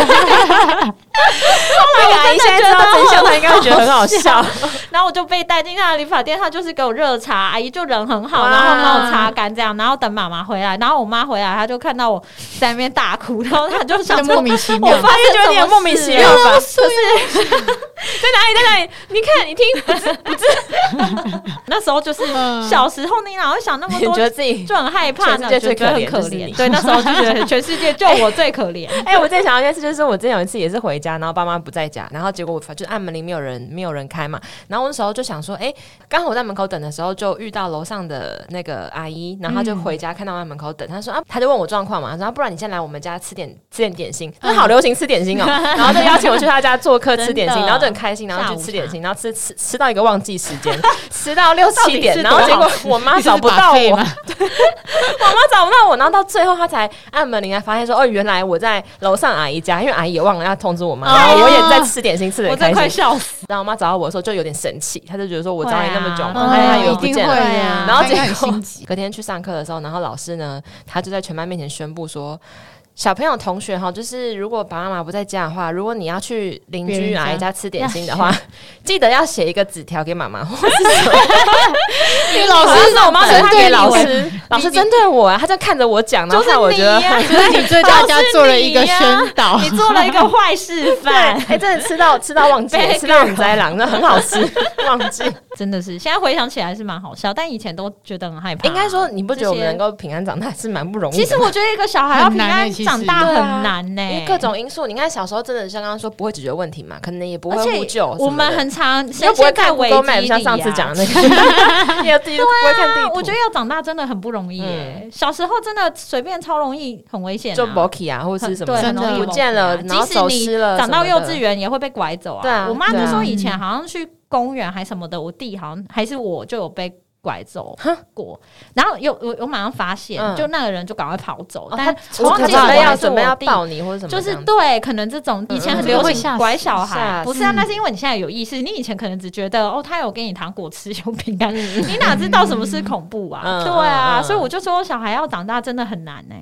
Speaker 1: 阿姨现在知道真相，她应该会觉得很 好笑。
Speaker 2: 然后我就被带进那个理发店，他就是给我热茶，阿姨就人很好，
Speaker 1: 哇
Speaker 2: 然后帮我擦干这样，然后等妈妈回来，然后我妈回来，她就看到我在那边大哭，然后她就想
Speaker 3: 就
Speaker 2: 说
Speaker 3: 莫名其
Speaker 2: 我
Speaker 3: 妙。
Speaker 2: 发现
Speaker 1: 就有点莫名其妙吧？是在哪里？在哪里？你看，你听，
Speaker 2: 那时候就是
Speaker 3: 嗯
Speaker 2: 小时候，你哪会想那么
Speaker 1: 你
Speaker 2: 多
Speaker 1: 觉得自己？
Speaker 2: 就很害怕，
Speaker 1: 全世界最
Speaker 2: 觉得很
Speaker 1: 可
Speaker 2: 可
Speaker 1: 怜就是你
Speaker 2: 怜。对，那时候就觉得全世界就我最可 怜。
Speaker 1: 哎、我最想要一件事就是，我之前有一次也是回家，然后爸妈不在家，然后结果我就按门铃，没有人，没有人开嘛。然后我那时候就想说，哎、刚好我在门口等的时候，就遇到楼上的那个阿姨，然后她就
Speaker 2: 嗯
Speaker 1: 回家看到我在门口等，她说啊，她就问我状况嘛，然后不然你先来我们家吃点吃点点心，那好流行吃点心哦、然后就邀请我去她家做客吃点
Speaker 2: 嗯真
Speaker 1: 心，
Speaker 2: 的
Speaker 1: 然后就很开心，然后
Speaker 2: 下午
Speaker 1: 去吃
Speaker 2: 茶
Speaker 1: 点心，然后吃吃吃到一个忘记时间，吃到六
Speaker 2: 到底
Speaker 1: 七点，
Speaker 2: 是
Speaker 1: 然后
Speaker 2: 多
Speaker 1: 结
Speaker 2: 好
Speaker 1: 果我妈
Speaker 3: 你这
Speaker 1: 找
Speaker 3: 是
Speaker 1: 不到
Speaker 3: buffet
Speaker 1: 我
Speaker 3: 吗，
Speaker 1: 我妈找不到我，然后到最后她才按门铃，才发现说，哦，原来我在楼上阿姨家，因为阿姨也忘了要通知我妈，
Speaker 2: 哦
Speaker 1: 然后我也在吃点心，吃的
Speaker 2: 我
Speaker 1: 开
Speaker 2: 真快
Speaker 1: 心。
Speaker 2: 笑死！
Speaker 1: 然后我妈找到我的时候就有点生气，她就觉得说我
Speaker 2: 会
Speaker 1: 找
Speaker 2: 啊
Speaker 1: 你那么久嘛，
Speaker 2: 嗯
Speaker 1: 她她以为
Speaker 3: 一
Speaker 1: 不
Speaker 3: 定
Speaker 1: 见
Speaker 3: 会
Speaker 1: 了。
Speaker 3: 啊，
Speaker 1: 然后
Speaker 3: 他
Speaker 1: 结
Speaker 3: 应该很
Speaker 1: 果
Speaker 3: 心 急。
Speaker 1: 隔天去上课的时候，然后老师呢，他就在全班面前宣布说。小朋友、同学哈，就是如果爸爸妈妈不在家的话，如果你要去邻
Speaker 3: 别人
Speaker 1: 居
Speaker 3: 家
Speaker 1: 阿姨 家吃点心的话，记得要写一个纸条给妈 妈，或是什么
Speaker 3: 你老
Speaker 1: 好像是我妈
Speaker 3: 针
Speaker 1: 针
Speaker 3: 对
Speaker 1: 对老
Speaker 3: 你
Speaker 1: 师，老师针对我啊，他就看着我讲，然后
Speaker 2: 就是
Speaker 1: 害我觉得
Speaker 2: 你呀
Speaker 1: 很
Speaker 3: 所以你对大家做了一个宣导，
Speaker 2: 你做了一个坏 示
Speaker 1: 对，
Speaker 2: 范
Speaker 1: 哎、。真的吃到吃到忘记
Speaker 2: Bad
Speaker 1: 了，吃到很灾狼，那很好吃，忘记。
Speaker 2: 真的是现在回想起来是蛮好笑，但以前都觉得很害怕。
Speaker 1: 应该说，你不觉得我们
Speaker 2: 这
Speaker 1: 能
Speaker 2: 些
Speaker 1: 够平安长大是蛮不容易的
Speaker 2: 其
Speaker 1: 吗？
Speaker 2: 实我觉得一个小孩要平安长大
Speaker 1: 很
Speaker 2: 很欸
Speaker 1: 难欸
Speaker 2: 难呢、
Speaker 1: 因为各种因素，你看小时候真的像刚刚说不会解决问题嘛，可能也不会
Speaker 2: 而
Speaker 1: 呼
Speaker 2: 且
Speaker 1: 救什么的，
Speaker 2: 我们很常
Speaker 1: 又
Speaker 2: 深
Speaker 1: 不会
Speaker 2: 陷在
Speaker 1: 看
Speaker 2: 危
Speaker 1: Google Map，
Speaker 2: 机
Speaker 1: 像
Speaker 2: 里、啊、
Speaker 1: 上次讲的那个，也自己都不会看地
Speaker 2: 啊
Speaker 1: 图，嗯
Speaker 2: 我觉得要长大真的很不容易耶、小时候真的随便超容易，很危险、啊，
Speaker 1: 就 b o k i 啊，或者是什么
Speaker 2: 对
Speaker 3: 真的
Speaker 2: 很容易
Speaker 1: 不见了
Speaker 2: bulky 啊
Speaker 1: 然后
Speaker 2: 即使
Speaker 1: 走失了
Speaker 2: 你长
Speaker 1: 什
Speaker 2: 到
Speaker 1: 么
Speaker 2: 幼
Speaker 1: 的
Speaker 2: 稚园也会被拐走啊。
Speaker 1: 对啊
Speaker 2: 我妈就
Speaker 1: 对啊
Speaker 2: 说以前好像去公园还什么的，我弟好像还是我就有被。拐走过，然后有我我马上发现，
Speaker 1: 嗯
Speaker 2: 就那个人就好像跑走，
Speaker 1: 哦
Speaker 2: 但
Speaker 1: 他
Speaker 2: 我忘
Speaker 1: 可
Speaker 2: 记
Speaker 1: 能
Speaker 2: 是我
Speaker 1: 要
Speaker 2: 还是
Speaker 1: 准备要
Speaker 2: 我弟，
Speaker 1: 抱你或者什么这
Speaker 2: 就
Speaker 1: 样子，
Speaker 2: 是对，可能这种以前很流
Speaker 3: 会吓
Speaker 2: 行
Speaker 3: 死
Speaker 2: 拐小
Speaker 1: 嗯吓
Speaker 2: 孩，
Speaker 1: 死
Speaker 2: 不是啊？
Speaker 3: 嗯
Speaker 2: 那是因为你现在有意识，你以前可能只觉得哦，他有给你糖果吃，有饼干，你哪知道什么是恐怖啊？
Speaker 1: 嗯
Speaker 2: 对啊，
Speaker 1: 嗯嗯
Speaker 2: 所以我就说小孩要长大真的很难呢，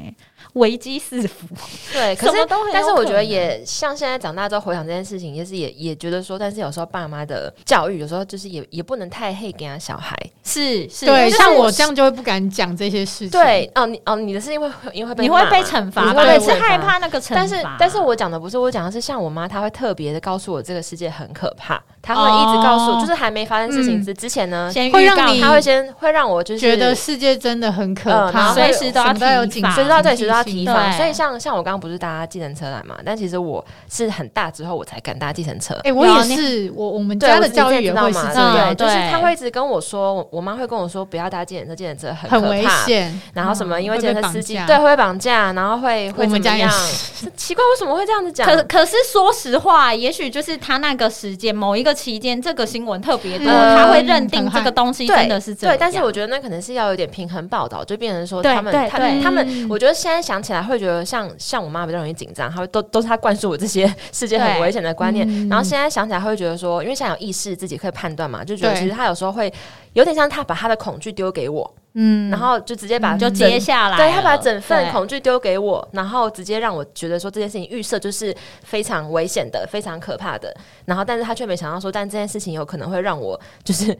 Speaker 2: 危机四伏。
Speaker 1: 对，可
Speaker 2: 什
Speaker 1: 是
Speaker 2: 么都很有
Speaker 1: 但是我
Speaker 2: 可
Speaker 1: 觉得
Speaker 2: 能啊
Speaker 1: 也像现在长大之后回想这件事情，也是也也觉得说，但是有时候爸妈的教育，有时候就是也也不能太黑给他小孩。
Speaker 2: 是是，
Speaker 3: 对，
Speaker 2: 就是
Speaker 3: 像我这样就会不敢讲这些事情。
Speaker 1: 对，哦，你哦，你的是因为会因为会被
Speaker 2: 你会
Speaker 1: 骂
Speaker 2: 被
Speaker 1: 嘛
Speaker 2: 惩罚
Speaker 1: 你
Speaker 2: 吧？
Speaker 1: 会被
Speaker 2: 你是
Speaker 1: 惩罚
Speaker 2: 害怕那个惩罚，
Speaker 1: 但是，但是我讲的不是，我讲的是像我妈，她会特别的告诉我这个世界很可怕，她会一直告诉我，
Speaker 3: 哦
Speaker 1: 就是还没发生事情
Speaker 2: 嗯
Speaker 1: 之之前呢，
Speaker 2: 先
Speaker 3: 会
Speaker 2: 预
Speaker 3: 让
Speaker 2: 告
Speaker 3: 你
Speaker 1: 她会先会让我就是
Speaker 3: 觉得世界真的很可
Speaker 1: 嗯然
Speaker 3: 怕，
Speaker 1: 后会
Speaker 2: 随时都要
Speaker 3: 什么有
Speaker 2: 提
Speaker 3: 警
Speaker 2: 防
Speaker 1: 谁知道对，谁知道提
Speaker 2: 对
Speaker 1: 防。所以像像我刚刚不是搭计程车来嘛，但其实我是很大之后我才敢搭计程车。
Speaker 3: 哎、我
Speaker 2: 有
Speaker 3: 也
Speaker 2: 你
Speaker 3: 是，我我们
Speaker 1: 对，
Speaker 3: 家
Speaker 1: 我
Speaker 3: 的
Speaker 1: 自己
Speaker 3: 教
Speaker 1: 也
Speaker 3: 育也
Speaker 1: 知道嗯
Speaker 3: 会是
Speaker 1: 嘛，
Speaker 3: 这
Speaker 2: 样
Speaker 1: 对
Speaker 3: 样，
Speaker 1: 不对，就是
Speaker 2: 对
Speaker 1: 她会一直跟我说，我我妈会跟我说不要搭计程车，计程车很
Speaker 3: 很
Speaker 1: 可
Speaker 3: 危
Speaker 1: 怕。
Speaker 3: 险。
Speaker 1: 然后什么，
Speaker 3: 嗯
Speaker 1: 因为
Speaker 3: 会
Speaker 1: 计程
Speaker 3: 被
Speaker 1: 车
Speaker 3: 绑
Speaker 1: 司机
Speaker 3: 架
Speaker 1: 对会绑架，然后会会
Speaker 3: 我们
Speaker 1: 怎
Speaker 3: 家
Speaker 1: 么
Speaker 3: 也
Speaker 1: 样？
Speaker 3: 是，
Speaker 1: 这奇怪，为什么会这样子讲？
Speaker 2: 可可是说实话，也许就是他那个时间某一个期间，这个新闻特别多，
Speaker 1: 嗯
Speaker 2: 他会认定
Speaker 3: 很
Speaker 2: 这
Speaker 3: 害
Speaker 2: 个东西
Speaker 1: 对，
Speaker 2: 真的是这样。
Speaker 1: 对，但是我觉得那可能是要有点平衡报道，就变成说
Speaker 2: 对
Speaker 1: 他们
Speaker 2: 对
Speaker 1: 他们
Speaker 2: 对
Speaker 1: 他们，
Speaker 3: 嗯
Speaker 1: 我觉得现在想起来会觉得像像我妈比较容易紧张，她会都都是她灌输我这些 世界很
Speaker 2: 对
Speaker 1: 危险的观念，
Speaker 3: 嗯
Speaker 1: 然后现在想起来会觉得说，因为现在有意识自己可以判断嘛，就觉得
Speaker 3: 对
Speaker 1: 其实她有时候会有点像她把她的恐惧丢给我，
Speaker 2: 嗯
Speaker 1: 然后就直接把
Speaker 2: 就
Speaker 1: 整
Speaker 2: 接下来了，
Speaker 1: 对他把整份
Speaker 2: 对
Speaker 1: 恐惧丢给我，然后直接让我觉得说这件事情预设就是非常危险的、非常可怕的，然后但是他却没想到说，但这件事情有可能会让我就是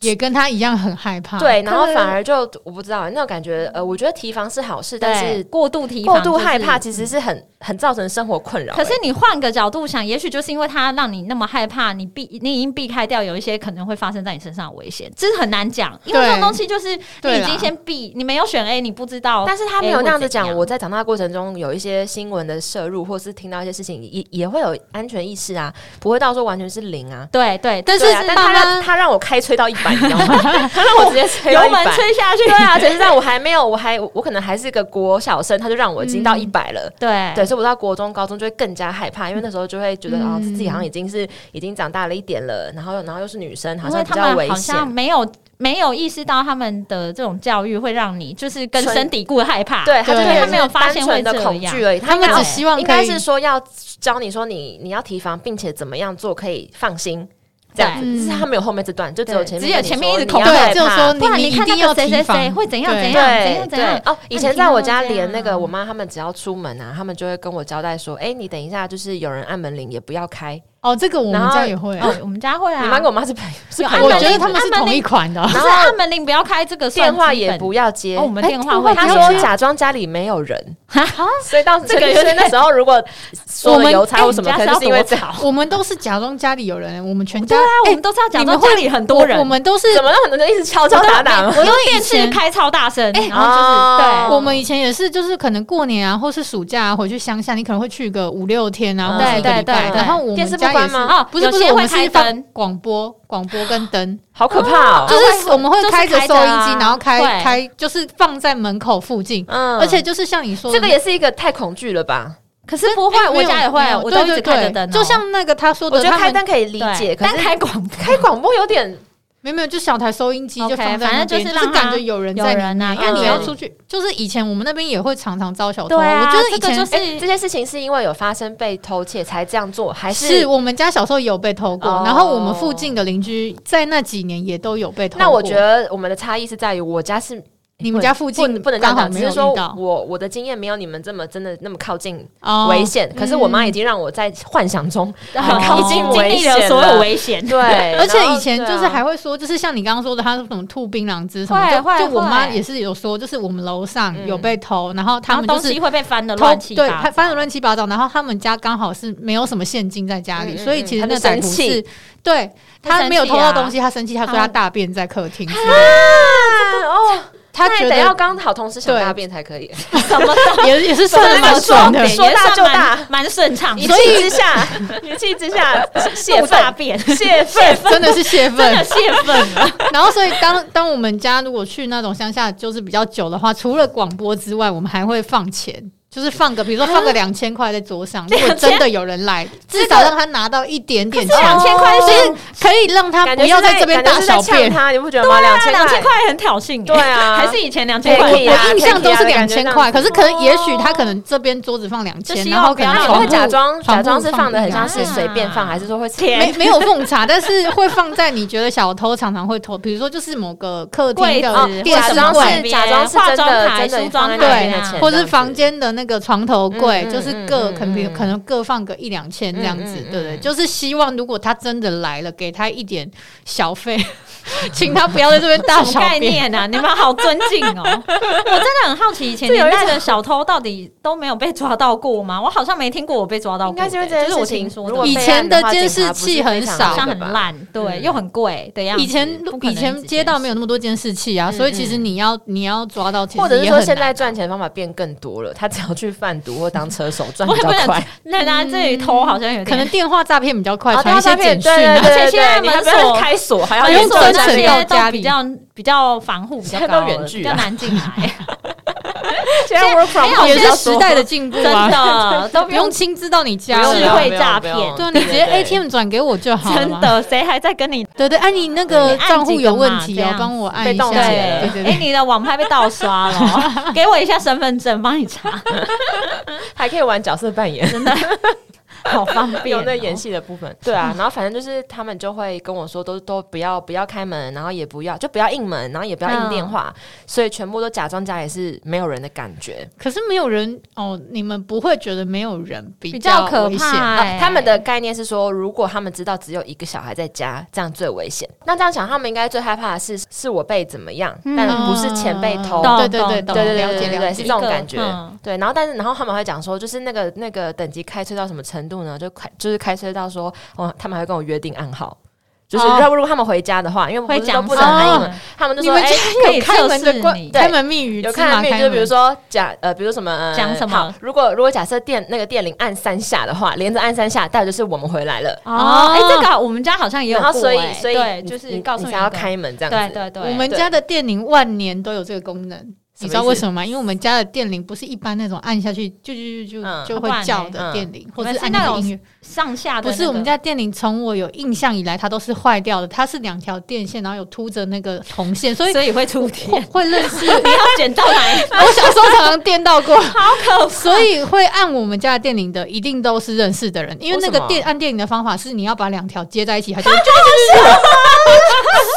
Speaker 3: 也跟他一样很害怕。
Speaker 1: 对，然后
Speaker 2: 可能
Speaker 1: 反而就我不知道那种感觉，呃，我觉得提防是好事，但
Speaker 2: 对
Speaker 1: 是
Speaker 2: 过度提
Speaker 1: 过
Speaker 2: 防
Speaker 1: 度
Speaker 2: 就是
Speaker 1: 害怕其实是嗯很很造成生活困扰欸。
Speaker 2: 可是你换个角度想，也许就是因为它让你那么害怕，你避你已经避开掉有一些可能会发生在你身上的危险，这是很难讲，因为
Speaker 3: 对
Speaker 2: 这种东西就是你
Speaker 3: 对
Speaker 2: 已
Speaker 3: 啦
Speaker 2: 经先避，你没有选 A，你不知道 A 会怎
Speaker 1: 但
Speaker 2: 样。
Speaker 1: 是他没有那样子讲，我在长大的过程中有一些新闻的摄入，或是听到一些事情，也也会有安全意识啊，不会到说完全是零啊。
Speaker 2: 对对，但
Speaker 3: 但
Speaker 2: 是
Speaker 1: 对
Speaker 3: 是
Speaker 1: 啊，但他
Speaker 3: 爸
Speaker 1: 让
Speaker 3: 妈
Speaker 1: 他让我开吹到一百，你知道 吗？他让我直接吹到
Speaker 2: 油
Speaker 1: 一
Speaker 2: 门
Speaker 1: 百。
Speaker 2: 吹下去，
Speaker 1: 对啊，只是在我还没有，我还我可能还是个国小生，他就让我已经到一百了。
Speaker 2: 对
Speaker 1: 对，所以我到国中、高中就会更加害怕，因为那时候就会觉得、
Speaker 3: 嗯
Speaker 1: 哦，自己好像已经是已经长大了一点了，然后然后又是女生，好
Speaker 2: 因
Speaker 1: 像
Speaker 2: 为
Speaker 1: 比
Speaker 2: 他
Speaker 1: 较
Speaker 2: 们
Speaker 1: 危
Speaker 2: 好
Speaker 1: 险。
Speaker 2: 像没有没有意识到他们的这种教育会让你就是根深蒂固的害怕，
Speaker 1: 对，他就
Speaker 3: 对
Speaker 1: 是
Speaker 3: 他
Speaker 2: 没有发现会
Speaker 1: 单纯的
Speaker 2: 这
Speaker 1: 恐
Speaker 2: 样
Speaker 1: 惧而已。
Speaker 3: 他
Speaker 1: 应该
Speaker 3: 们
Speaker 1: 要
Speaker 3: 只希望
Speaker 1: 应
Speaker 3: 可
Speaker 1: 该
Speaker 3: 以
Speaker 1: 是说要教你说你你要提防，并且怎么样做可以放心。这样子，
Speaker 3: 对
Speaker 1: 只是他没有后面这段，就只有
Speaker 2: 对
Speaker 1: 前面
Speaker 2: 只有
Speaker 1: 跟你
Speaker 2: 前面
Speaker 1: 说
Speaker 2: 一直
Speaker 1: 你
Speaker 2: 恐
Speaker 1: 要
Speaker 2: 惧
Speaker 1: 害
Speaker 3: 对只有
Speaker 1: 怕
Speaker 3: 说
Speaker 2: 不然
Speaker 3: 你
Speaker 2: 你看
Speaker 3: 一定
Speaker 2: 那
Speaker 3: 要
Speaker 2: 个谁谁
Speaker 3: 提防
Speaker 2: 谁会怎样
Speaker 3: 对
Speaker 2: 怎样怎
Speaker 1: 对
Speaker 2: 样怎样啊
Speaker 1: 对哦，以前
Speaker 2: 你听
Speaker 1: 在我
Speaker 2: 到
Speaker 1: 家
Speaker 2: 这
Speaker 1: 连
Speaker 2: 样啊
Speaker 1: 那个我妈他们只要出门啊，他们就会跟我交代说，哎，你等一下，就是有人按门铃也不要开。
Speaker 3: 哦，这个我
Speaker 1: 然
Speaker 3: 们
Speaker 1: 后
Speaker 3: 家也会。
Speaker 2: 哦，我们家会啊，
Speaker 1: 你妈跟我妈是朋友，是
Speaker 2: 有
Speaker 1: 朋
Speaker 3: 我
Speaker 1: 友
Speaker 2: 按门
Speaker 3: 觉
Speaker 2: 铃
Speaker 3: 得他们是
Speaker 2: 按门
Speaker 3: 同一
Speaker 2: 铃
Speaker 3: 款的，
Speaker 2: 不是按门铃不要开，这个算
Speaker 1: 电话
Speaker 2: 基
Speaker 1: 也
Speaker 2: 本
Speaker 1: 不要接。
Speaker 2: 哦我们电话
Speaker 3: 哎
Speaker 2: 会
Speaker 1: 他
Speaker 3: 电话
Speaker 2: 接
Speaker 3: 不
Speaker 1: 说
Speaker 3: 要接
Speaker 1: 假装家里没有人，
Speaker 2: 哈
Speaker 1: 所以到
Speaker 2: 这个有
Speaker 1: 所以那
Speaker 2: 点
Speaker 1: 时候如果说
Speaker 3: 我
Speaker 1: 了
Speaker 3: 们
Speaker 1: 邮差或什么，
Speaker 2: 哎
Speaker 1: 可
Speaker 2: 你家
Speaker 1: 能就是是因
Speaker 2: 要
Speaker 1: 为
Speaker 2: 多
Speaker 1: 这样
Speaker 2: 吵。
Speaker 3: 我们都是假装家里有人，我们全家
Speaker 2: 对啊，我
Speaker 3: 哎
Speaker 2: 们都是要假
Speaker 3: 你
Speaker 2: 装
Speaker 3: 们
Speaker 2: 家
Speaker 3: 会
Speaker 2: 里很多人，
Speaker 3: 我我们都是
Speaker 1: 怎么让很多人一直敲敲
Speaker 2: 我都
Speaker 1: 打打吗？
Speaker 2: 我用
Speaker 3: 因为
Speaker 2: 电
Speaker 3: 以
Speaker 2: 视
Speaker 3: 前
Speaker 2: 开超大声，
Speaker 3: 哎
Speaker 2: 然后就是
Speaker 1: 哦
Speaker 2: 对。
Speaker 3: 我们以前也是，就是可能过年啊，或是暑假啊，回去乡下，你可能会去个五六天
Speaker 1: 嗯
Speaker 3: 啊，或是一个礼
Speaker 2: 对对
Speaker 3: 拜。
Speaker 2: 对
Speaker 3: 然后我
Speaker 1: 电视不
Speaker 3: 们家也
Speaker 1: 关
Speaker 3: 是，
Speaker 1: 吗
Speaker 2: 哦，
Speaker 3: 不是
Speaker 2: 有
Speaker 3: 不是，
Speaker 2: 些
Speaker 3: 我
Speaker 2: 会
Speaker 3: 们是
Speaker 2: 开
Speaker 3: 放
Speaker 2: 灯，
Speaker 3: 广播、广播跟灯，
Speaker 1: 好可怕哦！
Speaker 3: 就是我们会开着收
Speaker 2: 就是开
Speaker 3: 音机，
Speaker 2: 的啊
Speaker 3: 然后
Speaker 2: 会
Speaker 3: 开开，就是放在门口附近。
Speaker 1: 嗯
Speaker 3: 而且就是像你说的
Speaker 1: 这个
Speaker 3: 那，
Speaker 1: 也是一个太恐惧了吧？
Speaker 2: 可是不会
Speaker 3: 哎，没
Speaker 2: 我
Speaker 3: 有
Speaker 2: 家也会
Speaker 3: 没，有
Speaker 2: 我都一
Speaker 3: 对
Speaker 2: 直
Speaker 3: 对
Speaker 2: 开着
Speaker 3: 对
Speaker 2: 灯哦，
Speaker 3: 就像那个他说的，
Speaker 1: 我觉得
Speaker 3: 他
Speaker 1: 开
Speaker 3: 们
Speaker 1: 灯可以理解，
Speaker 2: 对
Speaker 1: 可
Speaker 2: 但
Speaker 1: 是
Speaker 2: 开广播
Speaker 1: 开广播有 点
Speaker 3: 没有没有，就小台收音机
Speaker 2: OK，
Speaker 3: 就放在
Speaker 2: 反
Speaker 3: 那
Speaker 2: 正就
Speaker 3: 边，
Speaker 2: 是
Speaker 3: 就
Speaker 2: 让它
Speaker 3: 感觉有人在
Speaker 2: 有人啊
Speaker 3: 里面因为
Speaker 1: 嗯
Speaker 3: 你要出去，就是以前我们那边也会常常招小偷，
Speaker 2: 对啊
Speaker 3: 我觉得以
Speaker 2: 这个就
Speaker 3: 前
Speaker 2: 是
Speaker 1: 哎，这些事情是因为有发生被偷窃才这样做，还
Speaker 3: 是我们家小时候有被偷过
Speaker 1: 哦，
Speaker 3: 然后我们附近的邻居在那几年也都有被偷过。
Speaker 1: 那我觉得我们的差异是在于，我家是
Speaker 3: 你们家附近
Speaker 1: 不不能这样
Speaker 3: 刚好
Speaker 1: 讲，只
Speaker 3: 没有
Speaker 1: 是
Speaker 3: 遇
Speaker 1: 说
Speaker 3: 到
Speaker 1: 我我的经验没有你们这么真的那么靠近
Speaker 3: 哦
Speaker 1: 危险，可是我妈已经让我在幻想中很
Speaker 3: 哦
Speaker 1: 靠
Speaker 2: 已
Speaker 1: 近
Speaker 2: 经经
Speaker 1: 危
Speaker 2: 历
Speaker 1: 险
Speaker 2: 了所有危险，
Speaker 1: 对，
Speaker 3: 而且
Speaker 1: 然后
Speaker 3: 以前就是
Speaker 1: 对啊
Speaker 3: 还会说，就是像你刚刚说的，他说什么吐槟榔汁什么，
Speaker 2: 会会
Speaker 3: 就就我妈
Speaker 2: 会
Speaker 3: 也是有说，就是我们楼上
Speaker 1: 嗯
Speaker 3: 有被偷，然后
Speaker 2: 然
Speaker 3: 他
Speaker 2: 后
Speaker 3: 们就
Speaker 2: 东
Speaker 3: 是
Speaker 2: 西会被翻的
Speaker 3: 偷
Speaker 2: 乱七
Speaker 3: 对，
Speaker 2: 八
Speaker 3: 他
Speaker 2: 糟。
Speaker 3: 翻的乱七八糟，然后他们家刚好是没有什么现金在家里，
Speaker 1: 嗯嗯
Speaker 3: 所以其
Speaker 1: 嗯
Speaker 3: 实
Speaker 1: 他
Speaker 3: 那
Speaker 1: 就
Speaker 3: 歹
Speaker 1: 生
Speaker 3: 徒
Speaker 1: 气
Speaker 3: 是对
Speaker 2: 他
Speaker 3: 他没有
Speaker 2: 生气
Speaker 3: 偷
Speaker 2: 啊
Speaker 3: 到东西，他生气，他说他
Speaker 2: 啊
Speaker 3: 大便在客厅之类的，
Speaker 1: 啊哦，
Speaker 3: 他
Speaker 1: 那
Speaker 3: 觉
Speaker 1: 也得要
Speaker 3: 得
Speaker 1: 刚好同时想
Speaker 3: 对
Speaker 1: 大便才可以，
Speaker 2: 什么都
Speaker 3: 也也是算
Speaker 1: 什
Speaker 3: 的
Speaker 1: 么
Speaker 3: 蛮爽的
Speaker 1: 都，说大就大
Speaker 2: 也算蛮，蛮顺畅的。
Speaker 1: 一
Speaker 3: 所以
Speaker 1: 气之下，一气之下泄
Speaker 2: 怒大
Speaker 1: 愤，
Speaker 2: 便，
Speaker 1: 泄愤，
Speaker 3: 真的是泄
Speaker 2: 真的
Speaker 3: 愤。
Speaker 2: 泄愤了。
Speaker 3: 然后，所以当当我们家如果去那种乡下，就是比较久的话，除了广播之外，我们还会放钱。就是放个，比如说放个两千块在桌上，
Speaker 1: 啊
Speaker 3: 如果真的有人来，至少让他拿到一点点钱，
Speaker 2: 两千块
Speaker 3: 就是是可以让他
Speaker 1: 感
Speaker 3: 不
Speaker 1: 觉
Speaker 3: 要
Speaker 1: 是
Speaker 3: 在这边
Speaker 1: 感
Speaker 3: 大
Speaker 1: 觉是在
Speaker 3: 小
Speaker 1: 呛
Speaker 3: 便。啊
Speaker 1: 他，你不觉得吗？两千
Speaker 2: 两千，块很挑衅欸，
Speaker 1: 对啊，
Speaker 2: 还是以前两千
Speaker 1: 对
Speaker 2: 块
Speaker 1: 可以啊
Speaker 3: 我印象都是两千块，
Speaker 1: 可以啊可以这样子
Speaker 3: 可是可能也许他可能这边桌子放两
Speaker 2: 就
Speaker 3: 千，
Speaker 2: 希望
Speaker 3: 然后可
Speaker 2: 不
Speaker 3: 能
Speaker 2: 要
Speaker 1: 那
Speaker 2: 让
Speaker 1: 你
Speaker 3: 床
Speaker 1: 会
Speaker 3: 铺
Speaker 1: 假装假
Speaker 3: 床铺
Speaker 1: 装是放的很
Speaker 3: 一
Speaker 1: 像
Speaker 3: 样
Speaker 1: 是随便放，
Speaker 2: 啊
Speaker 1: 还是说会贴？
Speaker 3: 没没有奉茶，但是会放在你觉得小偷常常会偷，比如说就是某个客厅
Speaker 2: 柜子
Speaker 3: 的
Speaker 1: 哦
Speaker 3: 电
Speaker 1: 假
Speaker 3: 视
Speaker 1: 装
Speaker 3: 柜
Speaker 1: 是。假装是真
Speaker 2: 化妆
Speaker 1: 的
Speaker 2: 台
Speaker 1: 真的
Speaker 2: 梳
Speaker 1: 放
Speaker 2: 妆
Speaker 1: 在
Speaker 2: 台
Speaker 1: 那边的
Speaker 3: 对
Speaker 2: 啊
Speaker 1: 钱，，
Speaker 3: 或
Speaker 1: 这
Speaker 3: 是
Speaker 1: 样子
Speaker 3: 房间的那个床头柜，
Speaker 1: 嗯嗯
Speaker 3: 就是
Speaker 1: 嗯
Speaker 3: 各
Speaker 1: 嗯
Speaker 3: 可能比如
Speaker 1: 嗯
Speaker 3: 可能各放个一两千这样子
Speaker 1: 嗯，嗯
Speaker 3: 对不对？
Speaker 1: 嗯
Speaker 3: 就是希望如果他真的来了，给他一点小费， 请他不要在这边大
Speaker 2: 什
Speaker 3: 小
Speaker 2: 么概
Speaker 3: 便。
Speaker 2: 念啊！你们好尊敬 哦！我真的很好奇，以前
Speaker 1: 这有
Speaker 2: 年
Speaker 1: 一
Speaker 2: 代的小偷到底都没有被抓到过吗？我好像没听过我被抓到
Speaker 1: 应
Speaker 2: 过的，欸
Speaker 1: 该是因为这件
Speaker 2: 就是我
Speaker 1: 事情
Speaker 2: 听说
Speaker 1: 如果
Speaker 2: 的
Speaker 3: 以
Speaker 1: 被
Speaker 3: 前的
Speaker 1: 案话
Speaker 3: 监
Speaker 1: 警察
Speaker 3: 视
Speaker 1: 不是
Speaker 3: 器
Speaker 1: 非
Speaker 3: 很
Speaker 1: 常
Speaker 3: 少
Speaker 2: 好像
Speaker 1: 的
Speaker 2: 很
Speaker 1: 吧
Speaker 2: 烂，对，
Speaker 1: 嗯
Speaker 2: 又很贵的样子。
Speaker 3: 以前
Speaker 2: 不可能
Speaker 3: 以前街道没有那么多监视器啊，所以
Speaker 1: 嗯
Speaker 3: 其实
Speaker 1: 嗯
Speaker 3: 你要你要抓到，其
Speaker 1: 或者
Speaker 3: 实
Speaker 1: 是
Speaker 3: 也
Speaker 1: 说
Speaker 3: 很
Speaker 1: 现
Speaker 3: 难
Speaker 1: 在赚钱方法变更多了，他只要去贩毒或当车手赚
Speaker 2: 我
Speaker 1: 比
Speaker 2: 也
Speaker 1: 较
Speaker 2: 不能
Speaker 1: 快。
Speaker 2: 那大家这里偷好像有点
Speaker 3: 可能电话诈骗比较快，
Speaker 1: 啊
Speaker 3: 传一些
Speaker 1: 诈骗
Speaker 3: 简
Speaker 1: 对
Speaker 3: 讯
Speaker 1: 对
Speaker 3: 啊。
Speaker 1: 对
Speaker 2: 而
Speaker 1: 对
Speaker 2: 且现在
Speaker 1: 对，你还不
Speaker 2: 门
Speaker 1: 能
Speaker 2: 锁
Speaker 1: 开锁，还要
Speaker 2: 还
Speaker 3: 用
Speaker 1: 严
Speaker 2: 有
Speaker 1: 重
Speaker 2: 那
Speaker 3: 门锁
Speaker 1: 诈
Speaker 3: 绳
Speaker 1: 骗
Speaker 3: 到
Speaker 2: 些
Speaker 3: 家
Speaker 2: 都
Speaker 3: 里
Speaker 2: 比较比较防护比较
Speaker 1: 现在
Speaker 2: 高
Speaker 1: 都
Speaker 2: 了，
Speaker 1: 远距
Speaker 2: 比较
Speaker 1: 啊
Speaker 2: 难 进来，
Speaker 1: 现在 work from
Speaker 2: 没有
Speaker 1: home
Speaker 3: 也
Speaker 1: 比较
Speaker 3: 是
Speaker 1: 多
Speaker 3: 时代的进步
Speaker 2: 真
Speaker 3: 啊，
Speaker 2: 的都
Speaker 3: 不用亲自到你家
Speaker 1: 不用
Speaker 2: 智
Speaker 1: 了
Speaker 3: 了。
Speaker 2: 慧
Speaker 1: 不用
Speaker 2: 诈
Speaker 1: 不用
Speaker 2: 骗，
Speaker 3: 对，啊你直接
Speaker 1: 对啊对对
Speaker 3: ATM 转给我就好了。
Speaker 2: 真，的谁还在跟你
Speaker 3: 对对，哎，你那个
Speaker 2: 你按
Speaker 3: 账户
Speaker 2: 几个
Speaker 3: 有问
Speaker 2: 嘛
Speaker 3: 题
Speaker 2: 这
Speaker 3: 哦
Speaker 2: 样，
Speaker 3: 帮我按
Speaker 1: 被
Speaker 3: 一
Speaker 1: 冻
Speaker 3: 下。
Speaker 1: 结了
Speaker 3: 对对
Speaker 2: 哎、
Speaker 3: 对，
Speaker 2: 你的网拍被盗刷了 哦，给我一下身份证，帮你查，
Speaker 1: 还可以玩角色扮演，
Speaker 2: 好方便、
Speaker 1: 有那演。戏的部分。对啊，然后反正就是他们就会跟我说，都都不要不要开门，然后也不要就不要应门，然后也不要应电话，所以全部都假装家里是没有人的感觉。
Speaker 3: 可是没有人哦，你们不会觉得没有人比
Speaker 2: 比较可
Speaker 3: 危险？
Speaker 2: 怕、
Speaker 1: 啊，他们的概念是说，如果他们知道只有一个小孩在家，这样最危险。那这样想，他们应该最害怕的是是我被怎么样，
Speaker 2: 嗯
Speaker 1: 但不是钱被偷。
Speaker 2: 懂
Speaker 3: 对对对，
Speaker 2: 嗯懂
Speaker 1: 对对
Speaker 3: 了
Speaker 1: 对
Speaker 3: 解
Speaker 1: 对对
Speaker 3: 了
Speaker 1: 对，
Speaker 3: 解
Speaker 1: 是这。种感觉。
Speaker 2: 嗯
Speaker 1: 对，然后但是然后他们还会讲说，就是那个那个等级开吹到什么程度呢？就开就是开吹到说，哦，他们还会跟我约定暗号。就是
Speaker 3: 哦
Speaker 1: 如果他们回家的话，因为不
Speaker 2: 会
Speaker 1: 是都
Speaker 2: 讲哦
Speaker 1: 不
Speaker 2: 什
Speaker 1: 能按英
Speaker 2: 么
Speaker 1: 文，？他们就
Speaker 3: 你
Speaker 1: 说
Speaker 3: 们
Speaker 1: 哎，
Speaker 2: 可
Speaker 3: 家
Speaker 2: 以
Speaker 3: 有开
Speaker 2: 测
Speaker 3: 门的
Speaker 2: 试
Speaker 3: 关
Speaker 2: 你
Speaker 3: 开门密语，
Speaker 1: 有
Speaker 3: 芝
Speaker 1: 看
Speaker 3: 麻
Speaker 1: 到面，
Speaker 3: 开
Speaker 1: 就比如
Speaker 3: 门。
Speaker 1: 说假呃，比如什么呃
Speaker 2: 讲什么
Speaker 1: 好，如果如果假设电那个电铃按三下的话，连着按三下，代表就是我们回来了。
Speaker 2: 哦，哎、这个我们家好像也有
Speaker 1: 然
Speaker 2: 过、
Speaker 1: 后所以
Speaker 2: 哎
Speaker 1: 所以
Speaker 2: 对，
Speaker 1: 你
Speaker 2: 就是
Speaker 1: 你
Speaker 2: 告
Speaker 1: 你
Speaker 2: 诉你
Speaker 1: 想要
Speaker 2: 的，
Speaker 1: 开门这样
Speaker 2: 对
Speaker 1: 子，
Speaker 2: 对对，
Speaker 3: 我们
Speaker 1: 对
Speaker 3: 家的电铃万年都有这个功能，你知道为什么吗？因为我们家的电铃不是一般那种按下去就就就
Speaker 1: 嗯
Speaker 3: 就就
Speaker 2: 不然
Speaker 3: 会
Speaker 2: 呢
Speaker 3: 叫
Speaker 1: 嗯
Speaker 3: 的电铃，
Speaker 2: 你
Speaker 3: 或
Speaker 2: 们
Speaker 3: 是
Speaker 2: 是
Speaker 3: 按
Speaker 2: 那
Speaker 3: 那个
Speaker 2: 种
Speaker 3: 音乐。
Speaker 2: 上下的、
Speaker 3: 不是我们。家电铃，从我有印象以来，它都是坏掉的。它是两条电线，然后有凸着那个铜线，所以
Speaker 2: 所以会出电，
Speaker 3: 会会认识。
Speaker 2: 你要捡到哪 一？
Speaker 3: 我小时候常常电到过，
Speaker 2: 好可怕！
Speaker 3: 所以会按我们家的电铃的，一定都是认识的人，因为那
Speaker 1: 为
Speaker 3: 个
Speaker 1: 什么
Speaker 3: 电按电铃的方法是你要把两条接在一起，它就会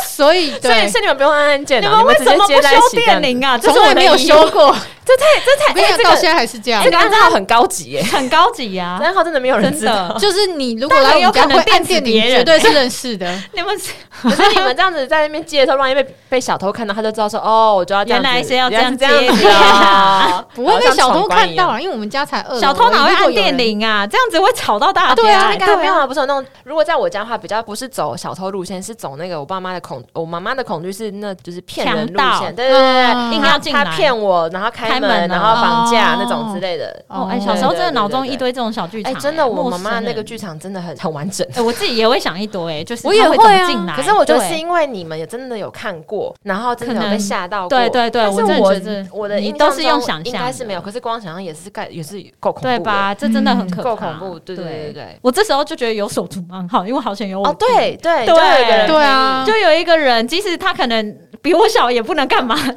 Speaker 3: 所以
Speaker 1: 所以
Speaker 3: 对，
Speaker 1: 是你们不用按按键
Speaker 2: 你
Speaker 1: 啊，
Speaker 2: 们
Speaker 1: 你
Speaker 2: 为
Speaker 1: 们
Speaker 2: 什
Speaker 1: 直接
Speaker 2: 么
Speaker 1: 接
Speaker 2: 不
Speaker 1: 在一
Speaker 2: 修
Speaker 1: 起这
Speaker 2: 电
Speaker 1: 样子。
Speaker 2: 铃啊？这
Speaker 3: 从
Speaker 2: 是我
Speaker 3: 来
Speaker 2: 的
Speaker 3: 没有
Speaker 2: 疑
Speaker 3: 修
Speaker 2: 问，
Speaker 3: 过，
Speaker 1: 这太这太
Speaker 3: 没
Speaker 1: 哎
Speaker 3: 想
Speaker 1: 这
Speaker 3: 到
Speaker 1: 个
Speaker 3: 现在还是
Speaker 2: 啊
Speaker 3: 这样
Speaker 1: 这。个暗号很高级啊耶，
Speaker 2: 很高级呀、
Speaker 1: 这暗号真的没有人
Speaker 2: 啊真
Speaker 1: 知道。
Speaker 2: 的。
Speaker 3: 就是你如果来我们家
Speaker 2: 但很有可能
Speaker 3: 会
Speaker 2: 电
Speaker 3: 按
Speaker 2: 死
Speaker 3: 电铃，
Speaker 2: 别人
Speaker 3: 绝对是认识的。
Speaker 2: 你们是
Speaker 1: 可是你们这样子在那边接的时候，万一被被小偷看到，他就知道说哦，我就要这样子
Speaker 2: 原来是要这
Speaker 1: 原来
Speaker 2: 样
Speaker 1: 是
Speaker 2: 接
Speaker 1: 这样子 啊，
Speaker 3: 不会被小偷
Speaker 1: 好像闯
Speaker 3: 看到
Speaker 1: 关一样。
Speaker 3: 啊，因为我们家才二楼
Speaker 2: 小偷哪会
Speaker 3: 如
Speaker 2: 按
Speaker 3: 果有人
Speaker 2: 电铃啊？这样子会吵到大家。
Speaker 1: 对啊，那
Speaker 2: 对嗯
Speaker 1: 个没有啊，不是有那种。如果在我家的话，比较不是走小偷路线，是走那个我爸妈的恐，我妈妈的恐惧是那就是骗人路
Speaker 2: 强盗
Speaker 1: 线，对对对
Speaker 3: 嗯
Speaker 1: 对，
Speaker 2: 硬
Speaker 1: 他
Speaker 2: 要进来
Speaker 1: 他骗我，然后开
Speaker 2: 开门啊
Speaker 1: 门，然后绑架
Speaker 3: 哦
Speaker 1: 那种之类的。
Speaker 2: 哦，哎、小时候真的脑中一
Speaker 1: 对
Speaker 2: 堆这种小剧场、
Speaker 1: 哎，真的，我
Speaker 2: 陌
Speaker 1: 妈
Speaker 2: 生
Speaker 1: 妈那个
Speaker 2: 人
Speaker 1: 剧场真的很很完整。
Speaker 2: 哎、我自己也会想一堆、哎就是
Speaker 3: 我也
Speaker 2: 他
Speaker 3: 会
Speaker 2: 会怎
Speaker 3: 啊
Speaker 2: 么进来、
Speaker 1: 可是我觉得是
Speaker 2: 对
Speaker 1: 因为你们也真的有看过，然后真的
Speaker 2: 可
Speaker 1: 有
Speaker 2: 能
Speaker 1: 被吓到过。
Speaker 2: 对对对，
Speaker 1: 但
Speaker 2: 我
Speaker 1: 是
Speaker 2: 真的
Speaker 1: 我
Speaker 2: 觉得
Speaker 1: 我的
Speaker 2: 你
Speaker 1: 印
Speaker 2: 都
Speaker 1: 象
Speaker 2: 是
Speaker 1: 中
Speaker 2: 用想象，
Speaker 1: 应该是没有，，可是光想象也是盖也是够恐怖的，嗯
Speaker 2: 对吧？这真的很可怕，
Speaker 1: 够恐怖，对对对对对。
Speaker 2: 我这时候就觉得有手足蛮好，因为我好想有我
Speaker 1: 哦，
Speaker 2: 弟，
Speaker 1: 对对
Speaker 2: 对
Speaker 1: 就有一个人
Speaker 3: 对啊
Speaker 2: 就有一个人，即使他可能比我小，也不能干嘛，但是就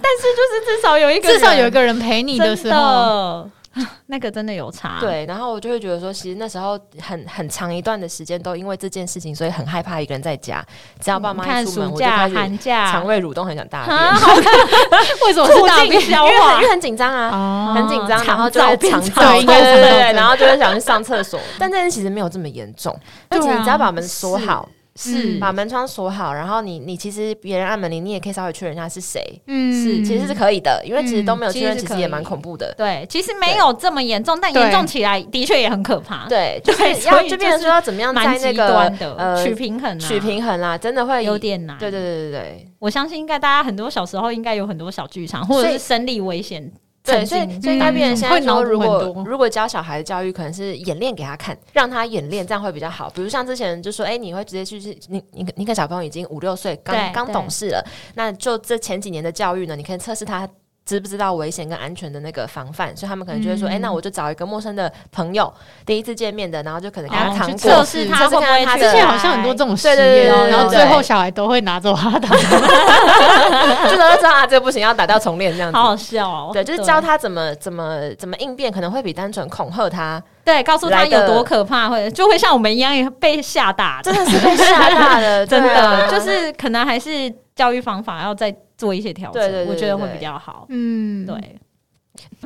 Speaker 2: 是至少有一个人，
Speaker 3: 至少有一个人陪你的时候，
Speaker 2: 真 那个真的有差。，
Speaker 1: 对，啊然后我就会觉得说，其实那时候很很长一段的时间都因为这件事情，所以很害怕一个人在家。只要爸
Speaker 2: 你
Speaker 1: 妈
Speaker 2: 嗯看
Speaker 1: 一出门，
Speaker 2: 暑
Speaker 1: 我就
Speaker 2: 假、
Speaker 1: 开始
Speaker 2: 寒假，
Speaker 1: 肠胃蠕动，很想大
Speaker 2: 啊
Speaker 1: 便，
Speaker 3: 为什么
Speaker 2: 促
Speaker 3: 是大
Speaker 2: 进
Speaker 3: 便？
Speaker 2: 消
Speaker 1: 因为很因
Speaker 2: 化
Speaker 1: 为很紧张啊。
Speaker 3: 哦
Speaker 1: 很紧张，
Speaker 2: 肠
Speaker 1: 然后就
Speaker 2: 燥
Speaker 1: 会
Speaker 2: 变
Speaker 1: 肠
Speaker 2: 肠
Speaker 1: 燥，对对
Speaker 3: 燥
Speaker 1: 对
Speaker 3: 应该是
Speaker 1: 对
Speaker 3: 肠
Speaker 1: 对，
Speaker 3: 燥
Speaker 1: 然后就会想去上厕所。 但这件其实没有这么严重，就其
Speaker 3: 对
Speaker 1: 实
Speaker 3: 啊
Speaker 1: 只要把门锁
Speaker 3: 是
Speaker 1: 好，嗯
Speaker 2: 是
Speaker 1: 把门窗锁好，然后你你其实别人按门铃，你也可以稍微确认一下是谁，
Speaker 3: 嗯
Speaker 2: 是
Speaker 1: 其实是可以的，因为其实都
Speaker 3: 嗯
Speaker 1: 没有
Speaker 2: 其
Speaker 1: 确认，
Speaker 2: 实是
Speaker 1: 其
Speaker 2: 可
Speaker 1: 实也蛮
Speaker 2: 以
Speaker 1: 恐怖的。
Speaker 2: 对，其实没有这么严重，但严重起来的确也很可怕。，
Speaker 1: 对，就是
Speaker 2: 对啊所
Speaker 1: 要
Speaker 2: 以
Speaker 1: 就
Speaker 2: 就
Speaker 1: 变成
Speaker 2: 是
Speaker 1: 说要怎么样在
Speaker 2: 蛮
Speaker 1: 那
Speaker 2: 极
Speaker 1: 个
Speaker 2: 端的，
Speaker 1: 呃
Speaker 2: 取平衡、啊，
Speaker 1: 取平衡啦，真的会
Speaker 2: 有点难。
Speaker 1: 对对对对对
Speaker 2: 我相信应该大家很多小时候应该有很多小剧场，或者是生理危险。
Speaker 1: 对，所
Speaker 2: 曾
Speaker 1: 以
Speaker 2: 经嗯
Speaker 1: 所以应该变成现在
Speaker 3: 会脑
Speaker 1: 说，
Speaker 3: 补
Speaker 1: 如
Speaker 3: 很
Speaker 1: 果
Speaker 3: 多
Speaker 1: 如果教小孩的教育，可能是演练给他看，让他演练，这样会比较好。比如像之前就说，哎、你会直接去去你你你跟小朋友已经五六岁，刚
Speaker 2: 对
Speaker 1: 刚
Speaker 2: 对
Speaker 1: 懂事了，那就这前几年的教育呢，你可以测试他。知不知道危险跟安全的那个防范，所以他们可能就会说：“哎、
Speaker 2: 嗯
Speaker 1: 那我就找一个陌生的朋友，第一次见面的，然后就可能给他
Speaker 2: 哦
Speaker 1: 糖
Speaker 3: 去
Speaker 1: 果，
Speaker 2: 测试他
Speaker 1: 测
Speaker 2: 会不
Speaker 1: 看
Speaker 2: 会
Speaker 1: 看他
Speaker 2: 觉
Speaker 1: 的
Speaker 3: 之
Speaker 2: 得
Speaker 3: 前好像很多这种实验，
Speaker 1: 对对对对对
Speaker 3: 然后
Speaker 1: 对
Speaker 3: 最后小孩都会拿走他的。
Speaker 1: 这个就知道啊，这个不行，要打掉重练这样子。
Speaker 2: 好好笑哦！
Speaker 1: 对，就是教他怎么怎么怎么应变，可能会比单纯恐吓他，
Speaker 2: 对，告诉他
Speaker 1: 来的
Speaker 2: 有多可怕，或者就会像我们一样也被吓打的
Speaker 1: 真，的是被吓大 了，
Speaker 2: 真
Speaker 1: 对
Speaker 2: 的
Speaker 1: 啊
Speaker 2: 就是可能还是教育方法要再做一些调
Speaker 1: 对对
Speaker 2: 整，
Speaker 1: 对
Speaker 2: 我觉得会
Speaker 1: 对
Speaker 2: 比较好。
Speaker 3: 嗯，
Speaker 2: 对，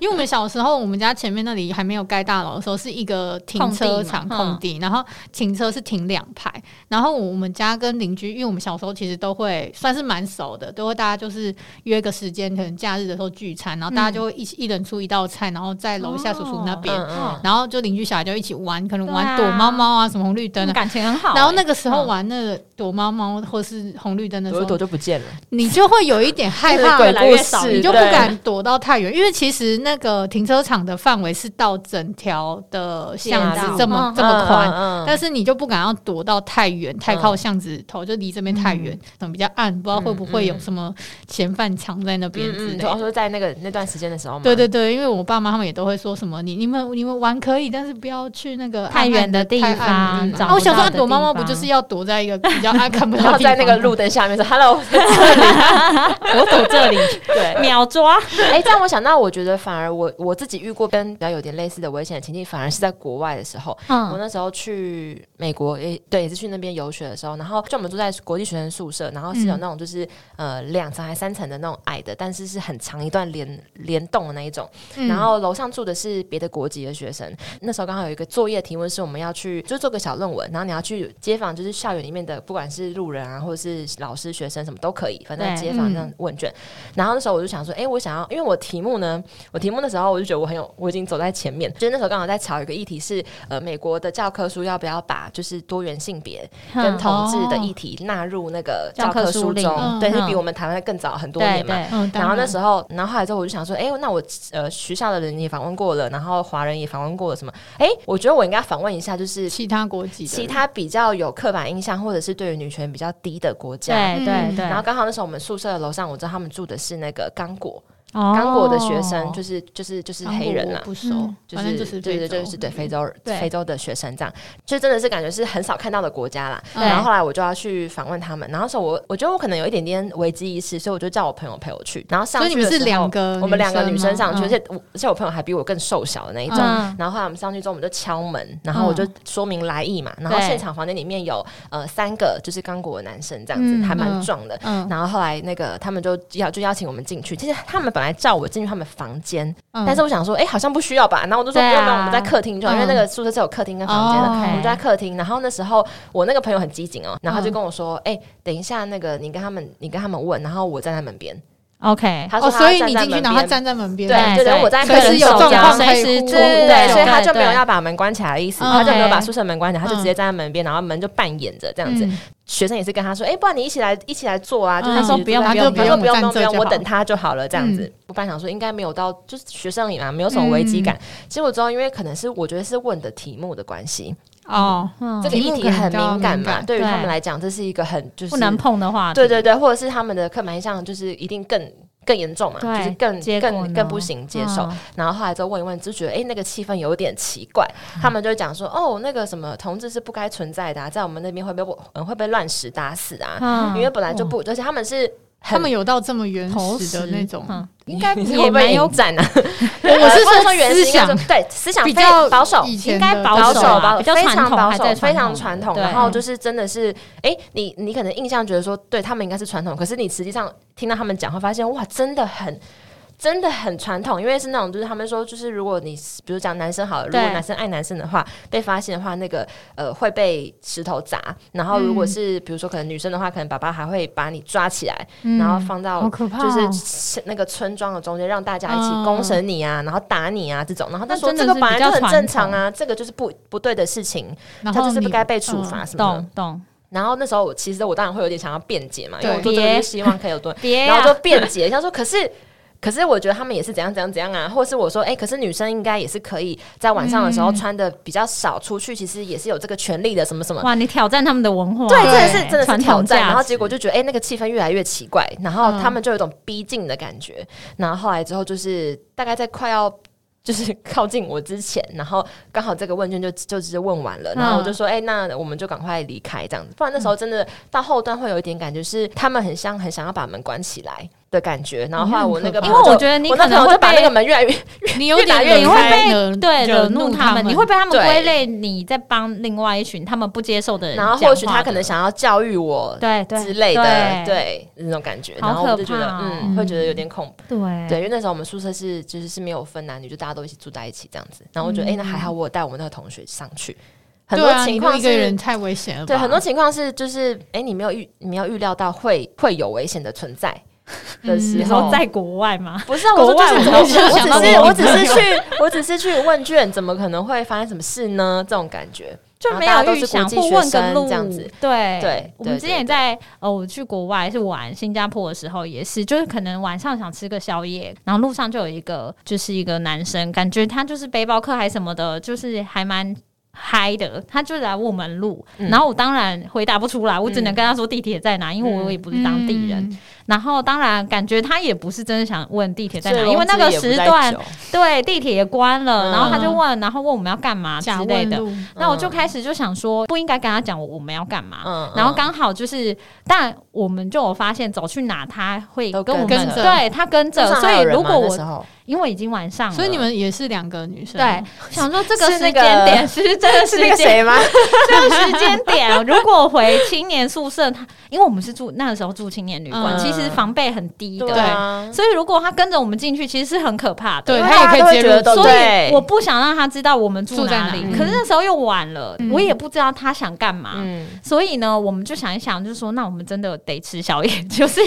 Speaker 3: 因为我们小时候，我们家前面那里还没有盖大楼的时候，是一个停车场
Speaker 2: 空地嘛
Speaker 3: 空
Speaker 2: 嗯
Speaker 3: 地，然后停车是停两排。然后我们家跟邻居，因为我们小时候其实都会算是蛮熟的，都会大家就是约个时间，可能假日的时候聚餐，然后大
Speaker 2: 嗯
Speaker 3: 家就会一起、一人出一道菜，然后在楼下叔叔那边，
Speaker 1: 嗯嗯
Speaker 3: 然后就邻居小孩就一起玩，可能
Speaker 2: 哦对啊
Speaker 3: 玩躲猫猫啊，什么红绿灯
Speaker 2: 嗯
Speaker 3: 啊。
Speaker 2: 感情很好欸。
Speaker 3: 然后那个时候
Speaker 2: 嗯
Speaker 3: 玩那个躲猫猫或是红绿灯的时
Speaker 1: 躲
Speaker 3: 候，
Speaker 1: 一躲就不见了，
Speaker 3: 你就会有一点害怕，
Speaker 1: 就是
Speaker 2: 越来越
Speaker 1: 鬼故事
Speaker 2: 少
Speaker 3: 你就不
Speaker 1: 对
Speaker 3: 敢躲到太远，因为其实那个停车场的范围是到整条的巷子
Speaker 1: 街道
Speaker 3: 这么
Speaker 2: 嗯
Speaker 3: 这么宽，
Speaker 1: 嗯
Speaker 3: 但是你就不敢要躲到太远，太靠巷子头，就离这边太远，
Speaker 1: 嗯
Speaker 3: 等比较暗，不知道会不会有什么嫌犯藏在那边之
Speaker 1: 嗯嗯，
Speaker 3: 类
Speaker 1: 然后
Speaker 3: 的。
Speaker 1: 说在那个那段时间的时候嘛，
Speaker 3: 对对对，因为我爸妈他们也都会说什么，你你们你们玩可以，但是不要去那个
Speaker 2: 欸太远的地
Speaker 3: 暗
Speaker 1: 嗯
Speaker 3: 暗的
Speaker 2: 方
Speaker 3: 地
Speaker 2: 找
Speaker 3: 啊，我想
Speaker 2: 不到
Speaker 3: 说
Speaker 2: 的
Speaker 3: 躲猫猫
Speaker 2: 地
Speaker 3: 不
Speaker 2: 方
Speaker 3: 就是要躲在一个比较暗看不到
Speaker 1: 然后
Speaker 3: 的地方
Speaker 1: 在
Speaker 3: 吗，
Speaker 1: 那个路灯下面说 “hello”，
Speaker 2: 我躲这里
Speaker 1: 对，
Speaker 2: 秒抓，
Speaker 1: 哎，这样我想到，我觉得反而我我自己遇过跟比较有点类似的危险的情境，反而是在国外的时候，我
Speaker 2: 嗯，
Speaker 1: 那时候去美国，也对，也是去那边游学的时候，然后就我们住在国际学生宿舍，然后是有
Speaker 3: 嗯
Speaker 1: 那种就是、呃两层还三层的那种矮的，但是是很长一段连连栋的那一种。
Speaker 3: 嗯，
Speaker 1: 然后楼上住的是别的国籍的学生，那时候刚好有一个作业题目是我们要去就做个小论文，然后你要去街访，就是校园里面的不管是路人啊，或者是老师、学生什么都可以，反正
Speaker 2: 对
Speaker 1: 街访
Speaker 3: 嗯
Speaker 1: 这样问卷。然后那时候我就想说，哎、我想要，因为我题目呢，我题目那时候我就觉得我很有，我已经走在前面。就是那时候刚好在吵一个议题是，呃，美国的教科书要不要把就是多元性别跟
Speaker 2: 嗯
Speaker 1: 同志的议题纳入那个
Speaker 2: 教
Speaker 1: 教
Speaker 2: 科
Speaker 1: 科
Speaker 2: 书
Speaker 1: 书
Speaker 2: 里
Speaker 1: 中？
Speaker 3: 嗯
Speaker 1: 对，是比
Speaker 2: 嗯
Speaker 1: 我们台湾更早很多
Speaker 2: 对
Speaker 1: 年嘛。
Speaker 2: 对，
Speaker 3: 嗯，
Speaker 1: 然后那
Speaker 3: 时
Speaker 1: 时候，然后后来之后我就想说，哎、那我呃学校的人也访问过了，然后华人也访问过了，什么？哎、我觉得我应该访问一下，就是
Speaker 3: 其他国籍的
Speaker 1: 其
Speaker 3: 人
Speaker 1: 他比较有刻板印象，或者是对于女权比较低的国家。
Speaker 2: 对
Speaker 3: 嗯
Speaker 2: 对对。
Speaker 1: 然后刚好那时候我们宿舍的楼上，我知道他们住的是那个刚果，
Speaker 2: 哦
Speaker 1: 刚果的学生就是就是就是
Speaker 3: 韩国
Speaker 1: 黑人
Speaker 3: 我
Speaker 1: 啊，
Speaker 3: 不熟，
Speaker 2: 嗯
Speaker 1: 就
Speaker 3: 反正
Speaker 1: 是
Speaker 3: 就是嗯
Speaker 1: 对对
Speaker 3: 非洲
Speaker 1: 就是对非洲
Speaker 2: 对
Speaker 1: 非洲的学生这样，就真的是感觉是很少看到的国家啦。
Speaker 3: 嗯
Speaker 2: 对
Speaker 1: 然后后来我就要去访问他们，然后那时候我我觉得我可能有一点点危机意识，所以我就叫我朋友陪我去，然后上
Speaker 3: 所
Speaker 1: 去
Speaker 3: 以你们
Speaker 1: 的时
Speaker 3: 是
Speaker 1: 候
Speaker 3: 两个
Speaker 1: 我们两个
Speaker 3: 女
Speaker 1: 女
Speaker 3: 生
Speaker 1: 生
Speaker 3: 吗
Speaker 1: 上去，
Speaker 3: 嗯
Speaker 1: 而且我而且我朋友还比我更瘦小的那一种。
Speaker 2: 嗯
Speaker 1: 然后后来我们上去之后，我们就敲门，然后我
Speaker 3: 嗯
Speaker 1: 就说明来意嘛。然后
Speaker 2: 对
Speaker 1: 现场房间里面有呃三个就是刚果的男生这样子，
Speaker 2: 嗯
Speaker 1: 还蛮
Speaker 3: 嗯
Speaker 1: 壮的。
Speaker 3: 嗯
Speaker 1: 然后后来那个他们就邀就邀请我们进去，其实他们本来叫我进去他们房间，
Speaker 3: 嗯
Speaker 1: 但是我想说，哎、好像不需要吧？然后我就说，
Speaker 2: 对啊
Speaker 1: 不用不用，我们在客厅就好，因为
Speaker 3: 嗯
Speaker 1: 那个宿舍是有客厅跟房间的，
Speaker 3: 哦
Speaker 1: 我们就在客厅。然后那时候我那个朋友很机警哦，然后他就
Speaker 3: 嗯
Speaker 1: 跟我说，哎、等一下，那个你跟他们，你跟他们问，然后我站在门边。
Speaker 2: OK，
Speaker 1: 他说
Speaker 3: 哦，
Speaker 1: 他
Speaker 3: 所以
Speaker 1: 站
Speaker 3: 你
Speaker 1: 在
Speaker 3: 进去，
Speaker 1: 门
Speaker 3: 然后他
Speaker 1: 边
Speaker 3: 站在门边，
Speaker 1: 对对
Speaker 2: 对
Speaker 1: 对，我在
Speaker 3: 随
Speaker 1: 客
Speaker 3: 时
Speaker 1: 厅
Speaker 3: 有
Speaker 1: 手
Speaker 3: 状
Speaker 1: 摇
Speaker 3: 况可
Speaker 2: 随
Speaker 3: 以
Speaker 2: 时
Speaker 3: 呼
Speaker 2: 出
Speaker 1: 对对，
Speaker 2: 对
Speaker 1: 所以他
Speaker 2: 对
Speaker 1: 就没有
Speaker 2: 对
Speaker 1: 要把门关起来的意思，
Speaker 3: 嗯
Speaker 1: 他就没有
Speaker 2: OK
Speaker 1: 把宿舍门关起来，他就
Speaker 3: 嗯
Speaker 1: 直接站在门边，然后门就半掩着这样子。
Speaker 3: 嗯
Speaker 1: 学生也是跟他说，哎、不然你一起来一起来坐啊，就是
Speaker 3: 嗯
Speaker 1: 其实
Speaker 2: 他说不用
Speaker 1: 就在
Speaker 2: 不用
Speaker 1: 他说不用不
Speaker 3: 不用
Speaker 1: 用不用
Speaker 3: 站着就
Speaker 1: 我
Speaker 3: 好
Speaker 1: 等他就好了这样子。
Speaker 3: 嗯
Speaker 1: 我本来想说应该没有到，就是学生也嘛没有什么危机感。结果之后因为可能是我觉得是问的题目的关系，
Speaker 3: 哦，
Speaker 2: 嗯
Speaker 1: 这个议
Speaker 3: 题目
Speaker 1: 题
Speaker 3: 可能
Speaker 1: 很
Speaker 3: 比较
Speaker 1: 敏感
Speaker 3: 敏
Speaker 1: 嘛，
Speaker 3: 感
Speaker 1: 对于他
Speaker 2: 对
Speaker 1: 们来讲这是一个很就是
Speaker 2: 不能碰的话，
Speaker 1: 对对对，或者是他们的刻板印象就是一定更更严重嘛，
Speaker 2: 对
Speaker 1: 就是更
Speaker 2: 结果
Speaker 1: 更
Speaker 2: 呢
Speaker 1: 更不行接受。
Speaker 2: 嗯
Speaker 1: 然后后来就问一问，就觉得哎、诶那个气氛有点奇怪。他们就会讲说，哦，那个什么同志是不该存在的、啊，在我们那边会被嗯会被乱石打死啊，
Speaker 2: 嗯
Speaker 1: 因为本来就不，而且他们是。
Speaker 3: 他们有到这么原始的那种，
Speaker 2: 嗯应该
Speaker 1: 你是
Speaker 2: 也
Speaker 1: 会不会
Speaker 2: 蛮有
Speaker 1: 引战 啊？
Speaker 3: 我是
Speaker 1: 不能
Speaker 3: 说
Speaker 1: 原
Speaker 3: 思
Speaker 1: 始应该
Speaker 3: 想
Speaker 1: 说对思想
Speaker 3: 比
Speaker 1: 非
Speaker 3: 较
Speaker 1: 保守，
Speaker 3: 以前
Speaker 2: 应该
Speaker 3: 的
Speaker 2: 保守
Speaker 1: 保
Speaker 2: 啊
Speaker 1: 守，
Speaker 2: 比较
Speaker 1: 非
Speaker 2: 传
Speaker 1: 常
Speaker 2: 统
Speaker 1: 保
Speaker 2: 还
Speaker 1: 守
Speaker 2: 在，
Speaker 1: 非常
Speaker 2: 传
Speaker 1: 传
Speaker 2: 统
Speaker 1: 统。
Speaker 2: 对
Speaker 1: 然后就是真的是，哎、你你可能印象觉得说，对他们应该是传统，可是你实际上听到他们讲话，发现哇，真的很。真的很传统，因为是那种，就是他们说，就是如果你比如讲男生好了，如果
Speaker 2: 对
Speaker 1: 男生爱男生的话，被发现的话，那个呃会被石头砸。然后如果
Speaker 3: 嗯
Speaker 1: 是、比如说可能女生的话，可能爸爸还会把你抓起来，
Speaker 2: 嗯
Speaker 1: 然后放到
Speaker 3: 好可怕
Speaker 1: 就
Speaker 3: 哦、
Speaker 1: 是那个村庄的中间，让大家一起
Speaker 3: 嗯
Speaker 1: 公审你啊，然后打你啊这种，然后他
Speaker 2: 那
Speaker 1: 说
Speaker 2: 真
Speaker 1: 这个
Speaker 2: 的是
Speaker 1: 本来
Speaker 2: 比较
Speaker 1: 就很
Speaker 2: 传
Speaker 1: 正常啊，这个就是不不对的事情，
Speaker 3: 然
Speaker 1: 他
Speaker 3: 后
Speaker 1: 就是
Speaker 3: 你
Speaker 1: 不该被处罚
Speaker 3: 嗯
Speaker 1: 啊什么的。
Speaker 2: 懂懂，
Speaker 1: 然后那时候我其实我当然会有点想要辩解嘛，因为我
Speaker 3: 对
Speaker 1: 做这个
Speaker 2: 别
Speaker 1: 就是希望可以 有多，
Speaker 2: 别
Speaker 1: 然
Speaker 2: 啊
Speaker 1: 后就辩解，他说可是。可是我觉得他们也是怎样怎样怎样啊，或是我说，哎、可是女生应该也是可以在晚上的
Speaker 2: 嗯
Speaker 1: 时候穿的比较少出去，其实也是有这个权利的，什么什么。
Speaker 2: 哇，你挑战他们的文化，欸
Speaker 1: 对，真的
Speaker 3: 对
Speaker 1: 是真的是
Speaker 2: 传
Speaker 1: 挑
Speaker 2: 统
Speaker 1: 战。
Speaker 2: 价
Speaker 1: 然后
Speaker 2: 值
Speaker 1: 结果就觉得，哎、那个气氛越来越奇怪，然后
Speaker 3: 嗯
Speaker 1: 他们就有一种逼近的感觉。然后后来之后，就是大概在快要。就是 靠近我之前，然后刚好这个问卷就就直接问完
Speaker 2: 嗯
Speaker 1: 了，然后我就说，哎、那我们就赶快离开这样子，不然那时候真的到后段会有一点感觉是他们很像很想要把门关起来的感觉，然后后来我那个
Speaker 3: 嗯
Speaker 1: 朋
Speaker 2: 因
Speaker 1: 友
Speaker 2: 为
Speaker 1: 就
Speaker 2: 我觉得你
Speaker 1: 我那朋
Speaker 2: 可能
Speaker 1: 友
Speaker 2: 会
Speaker 1: 就把那
Speaker 2: 被
Speaker 1: 个门越来越
Speaker 3: 你有
Speaker 1: 越打
Speaker 3: 点
Speaker 1: 越
Speaker 2: 你
Speaker 1: 引
Speaker 2: 会
Speaker 1: 开
Speaker 2: 被对
Speaker 3: 惹
Speaker 2: 惹
Speaker 3: 怒
Speaker 2: 怒他
Speaker 3: 他们
Speaker 2: 们，你会被他们
Speaker 1: 对
Speaker 2: 归类，你在帮另外一群他们不接受的人讲
Speaker 1: 然
Speaker 2: 话
Speaker 1: 后
Speaker 2: 的，
Speaker 1: 或许他可能想要教育我
Speaker 2: 对对
Speaker 1: 之类的，
Speaker 2: 对
Speaker 1: 对那种感觉，
Speaker 2: 好
Speaker 1: 然后我就
Speaker 2: 可
Speaker 1: 觉得，
Speaker 2: 怕哦
Speaker 1: 嗯，会觉得有点恐怖。
Speaker 2: 对
Speaker 1: 对，因为那时候我们宿舍是就是是没有分男女，就大家都一起住在一起这样子。然后我
Speaker 2: 嗯
Speaker 1: 觉得，哎、那还好，我有带我们那个同学上去。很
Speaker 3: 对
Speaker 1: 多
Speaker 3: 啊，
Speaker 1: 情
Speaker 3: 你
Speaker 1: 况
Speaker 3: 一个
Speaker 1: 是
Speaker 3: 人，太危险了吧，
Speaker 1: 对，很多情况是就是，哎、你没有预，你没有预料到会会有危险的存在的时
Speaker 2: 嗯你
Speaker 1: 候，
Speaker 2: 说在国外吗？
Speaker 1: 不是啊，
Speaker 2: 国
Speaker 1: 我说就是
Speaker 2: 外
Speaker 1: 怎
Speaker 2: 我
Speaker 1: 么，我
Speaker 2: 就
Speaker 1: 只
Speaker 2: 想到
Speaker 1: 是
Speaker 2: 我
Speaker 1: 我
Speaker 2: 女
Speaker 1: 只是去，我只是去问卷，怎么可能会发生什么事呢？这种感觉，
Speaker 2: 就
Speaker 1: 然后
Speaker 2: 没
Speaker 1: 大家
Speaker 2: 有
Speaker 1: 都
Speaker 2: 预
Speaker 1: 是
Speaker 2: 想
Speaker 1: 国际
Speaker 2: 或
Speaker 1: 学
Speaker 2: 问个
Speaker 1: 生
Speaker 2: 路
Speaker 1: 这样子。
Speaker 2: 对
Speaker 1: 对
Speaker 2: 我们
Speaker 1: 对
Speaker 2: 之
Speaker 1: 对
Speaker 2: 前也在呃，我去国外是玩新加坡的时候也是，就是可能晚上想吃个宵夜，然后路上就有一个就是一个男生，感觉他就是背包客还什么的，就是还蛮。嗨的，他就来问我们路，
Speaker 1: 嗯
Speaker 2: 然后我当然回答不出来，我只能
Speaker 1: 嗯
Speaker 2: 跟他说地铁在哪，因为我也不是当地人。
Speaker 3: 嗯
Speaker 2: 然后当然感觉他也不是真的想问地铁在
Speaker 1: 所
Speaker 2: 哪，
Speaker 1: 以
Speaker 2: 因为那
Speaker 1: 融
Speaker 2: 个
Speaker 1: 资也不
Speaker 2: 时
Speaker 1: 在
Speaker 2: 段
Speaker 1: 久
Speaker 2: 对地铁也关
Speaker 1: 嗯
Speaker 2: 了，然后他就问，然后问我们要干嘛之
Speaker 3: 假
Speaker 2: 类
Speaker 3: 问
Speaker 2: 的。
Speaker 3: 路，
Speaker 2: 那我就开始就想说，不应该跟他讲我我们要干嘛。
Speaker 1: 嗯
Speaker 2: 然后刚好就是，但我们就有发现走去哪他会
Speaker 1: 都
Speaker 2: 跟我
Speaker 1: 跟
Speaker 2: 们，
Speaker 3: 着
Speaker 2: 对他跟
Speaker 1: 路
Speaker 2: 着，
Speaker 1: 上
Speaker 2: 所
Speaker 1: 还
Speaker 2: 以
Speaker 1: 有人
Speaker 2: 如
Speaker 1: 吗
Speaker 2: 果
Speaker 1: 那
Speaker 2: 我
Speaker 1: 时候
Speaker 2: 因为已经晚上了，
Speaker 3: 所以你们也是两个女生，
Speaker 2: 对，想说这
Speaker 1: 嗯
Speaker 2: 个
Speaker 1: 是
Speaker 2: 时
Speaker 1: 那
Speaker 2: 间
Speaker 1: 个
Speaker 2: 点是这个时
Speaker 1: 是那个
Speaker 2: 间
Speaker 1: 谁吗？
Speaker 2: 这个时间点，如果回青年宿舍，他因为我们是住那个时候住青年旅馆，
Speaker 3: 嗯
Speaker 2: 其实防备很低的，
Speaker 1: 对啊，
Speaker 2: 所以如果他跟着我们进去，其实是很可怕的。
Speaker 3: 对
Speaker 1: 因为
Speaker 3: 他也
Speaker 1: 大
Speaker 3: 可以
Speaker 1: 家都会
Speaker 3: 接
Speaker 1: 觉
Speaker 3: 入
Speaker 1: 得都
Speaker 3: 住，
Speaker 2: 所以
Speaker 1: 对
Speaker 2: 我不想让他知道我们住
Speaker 3: 住在
Speaker 2: 哪
Speaker 3: 哪
Speaker 2: 里。
Speaker 1: 里
Speaker 2: 可是那时候又晚了，
Speaker 3: 嗯
Speaker 2: 我也不知道他想干嘛。
Speaker 1: 嗯，
Speaker 2: 所以呢，我们就想一想，就是说，那我们真的得吃宵夜， 就是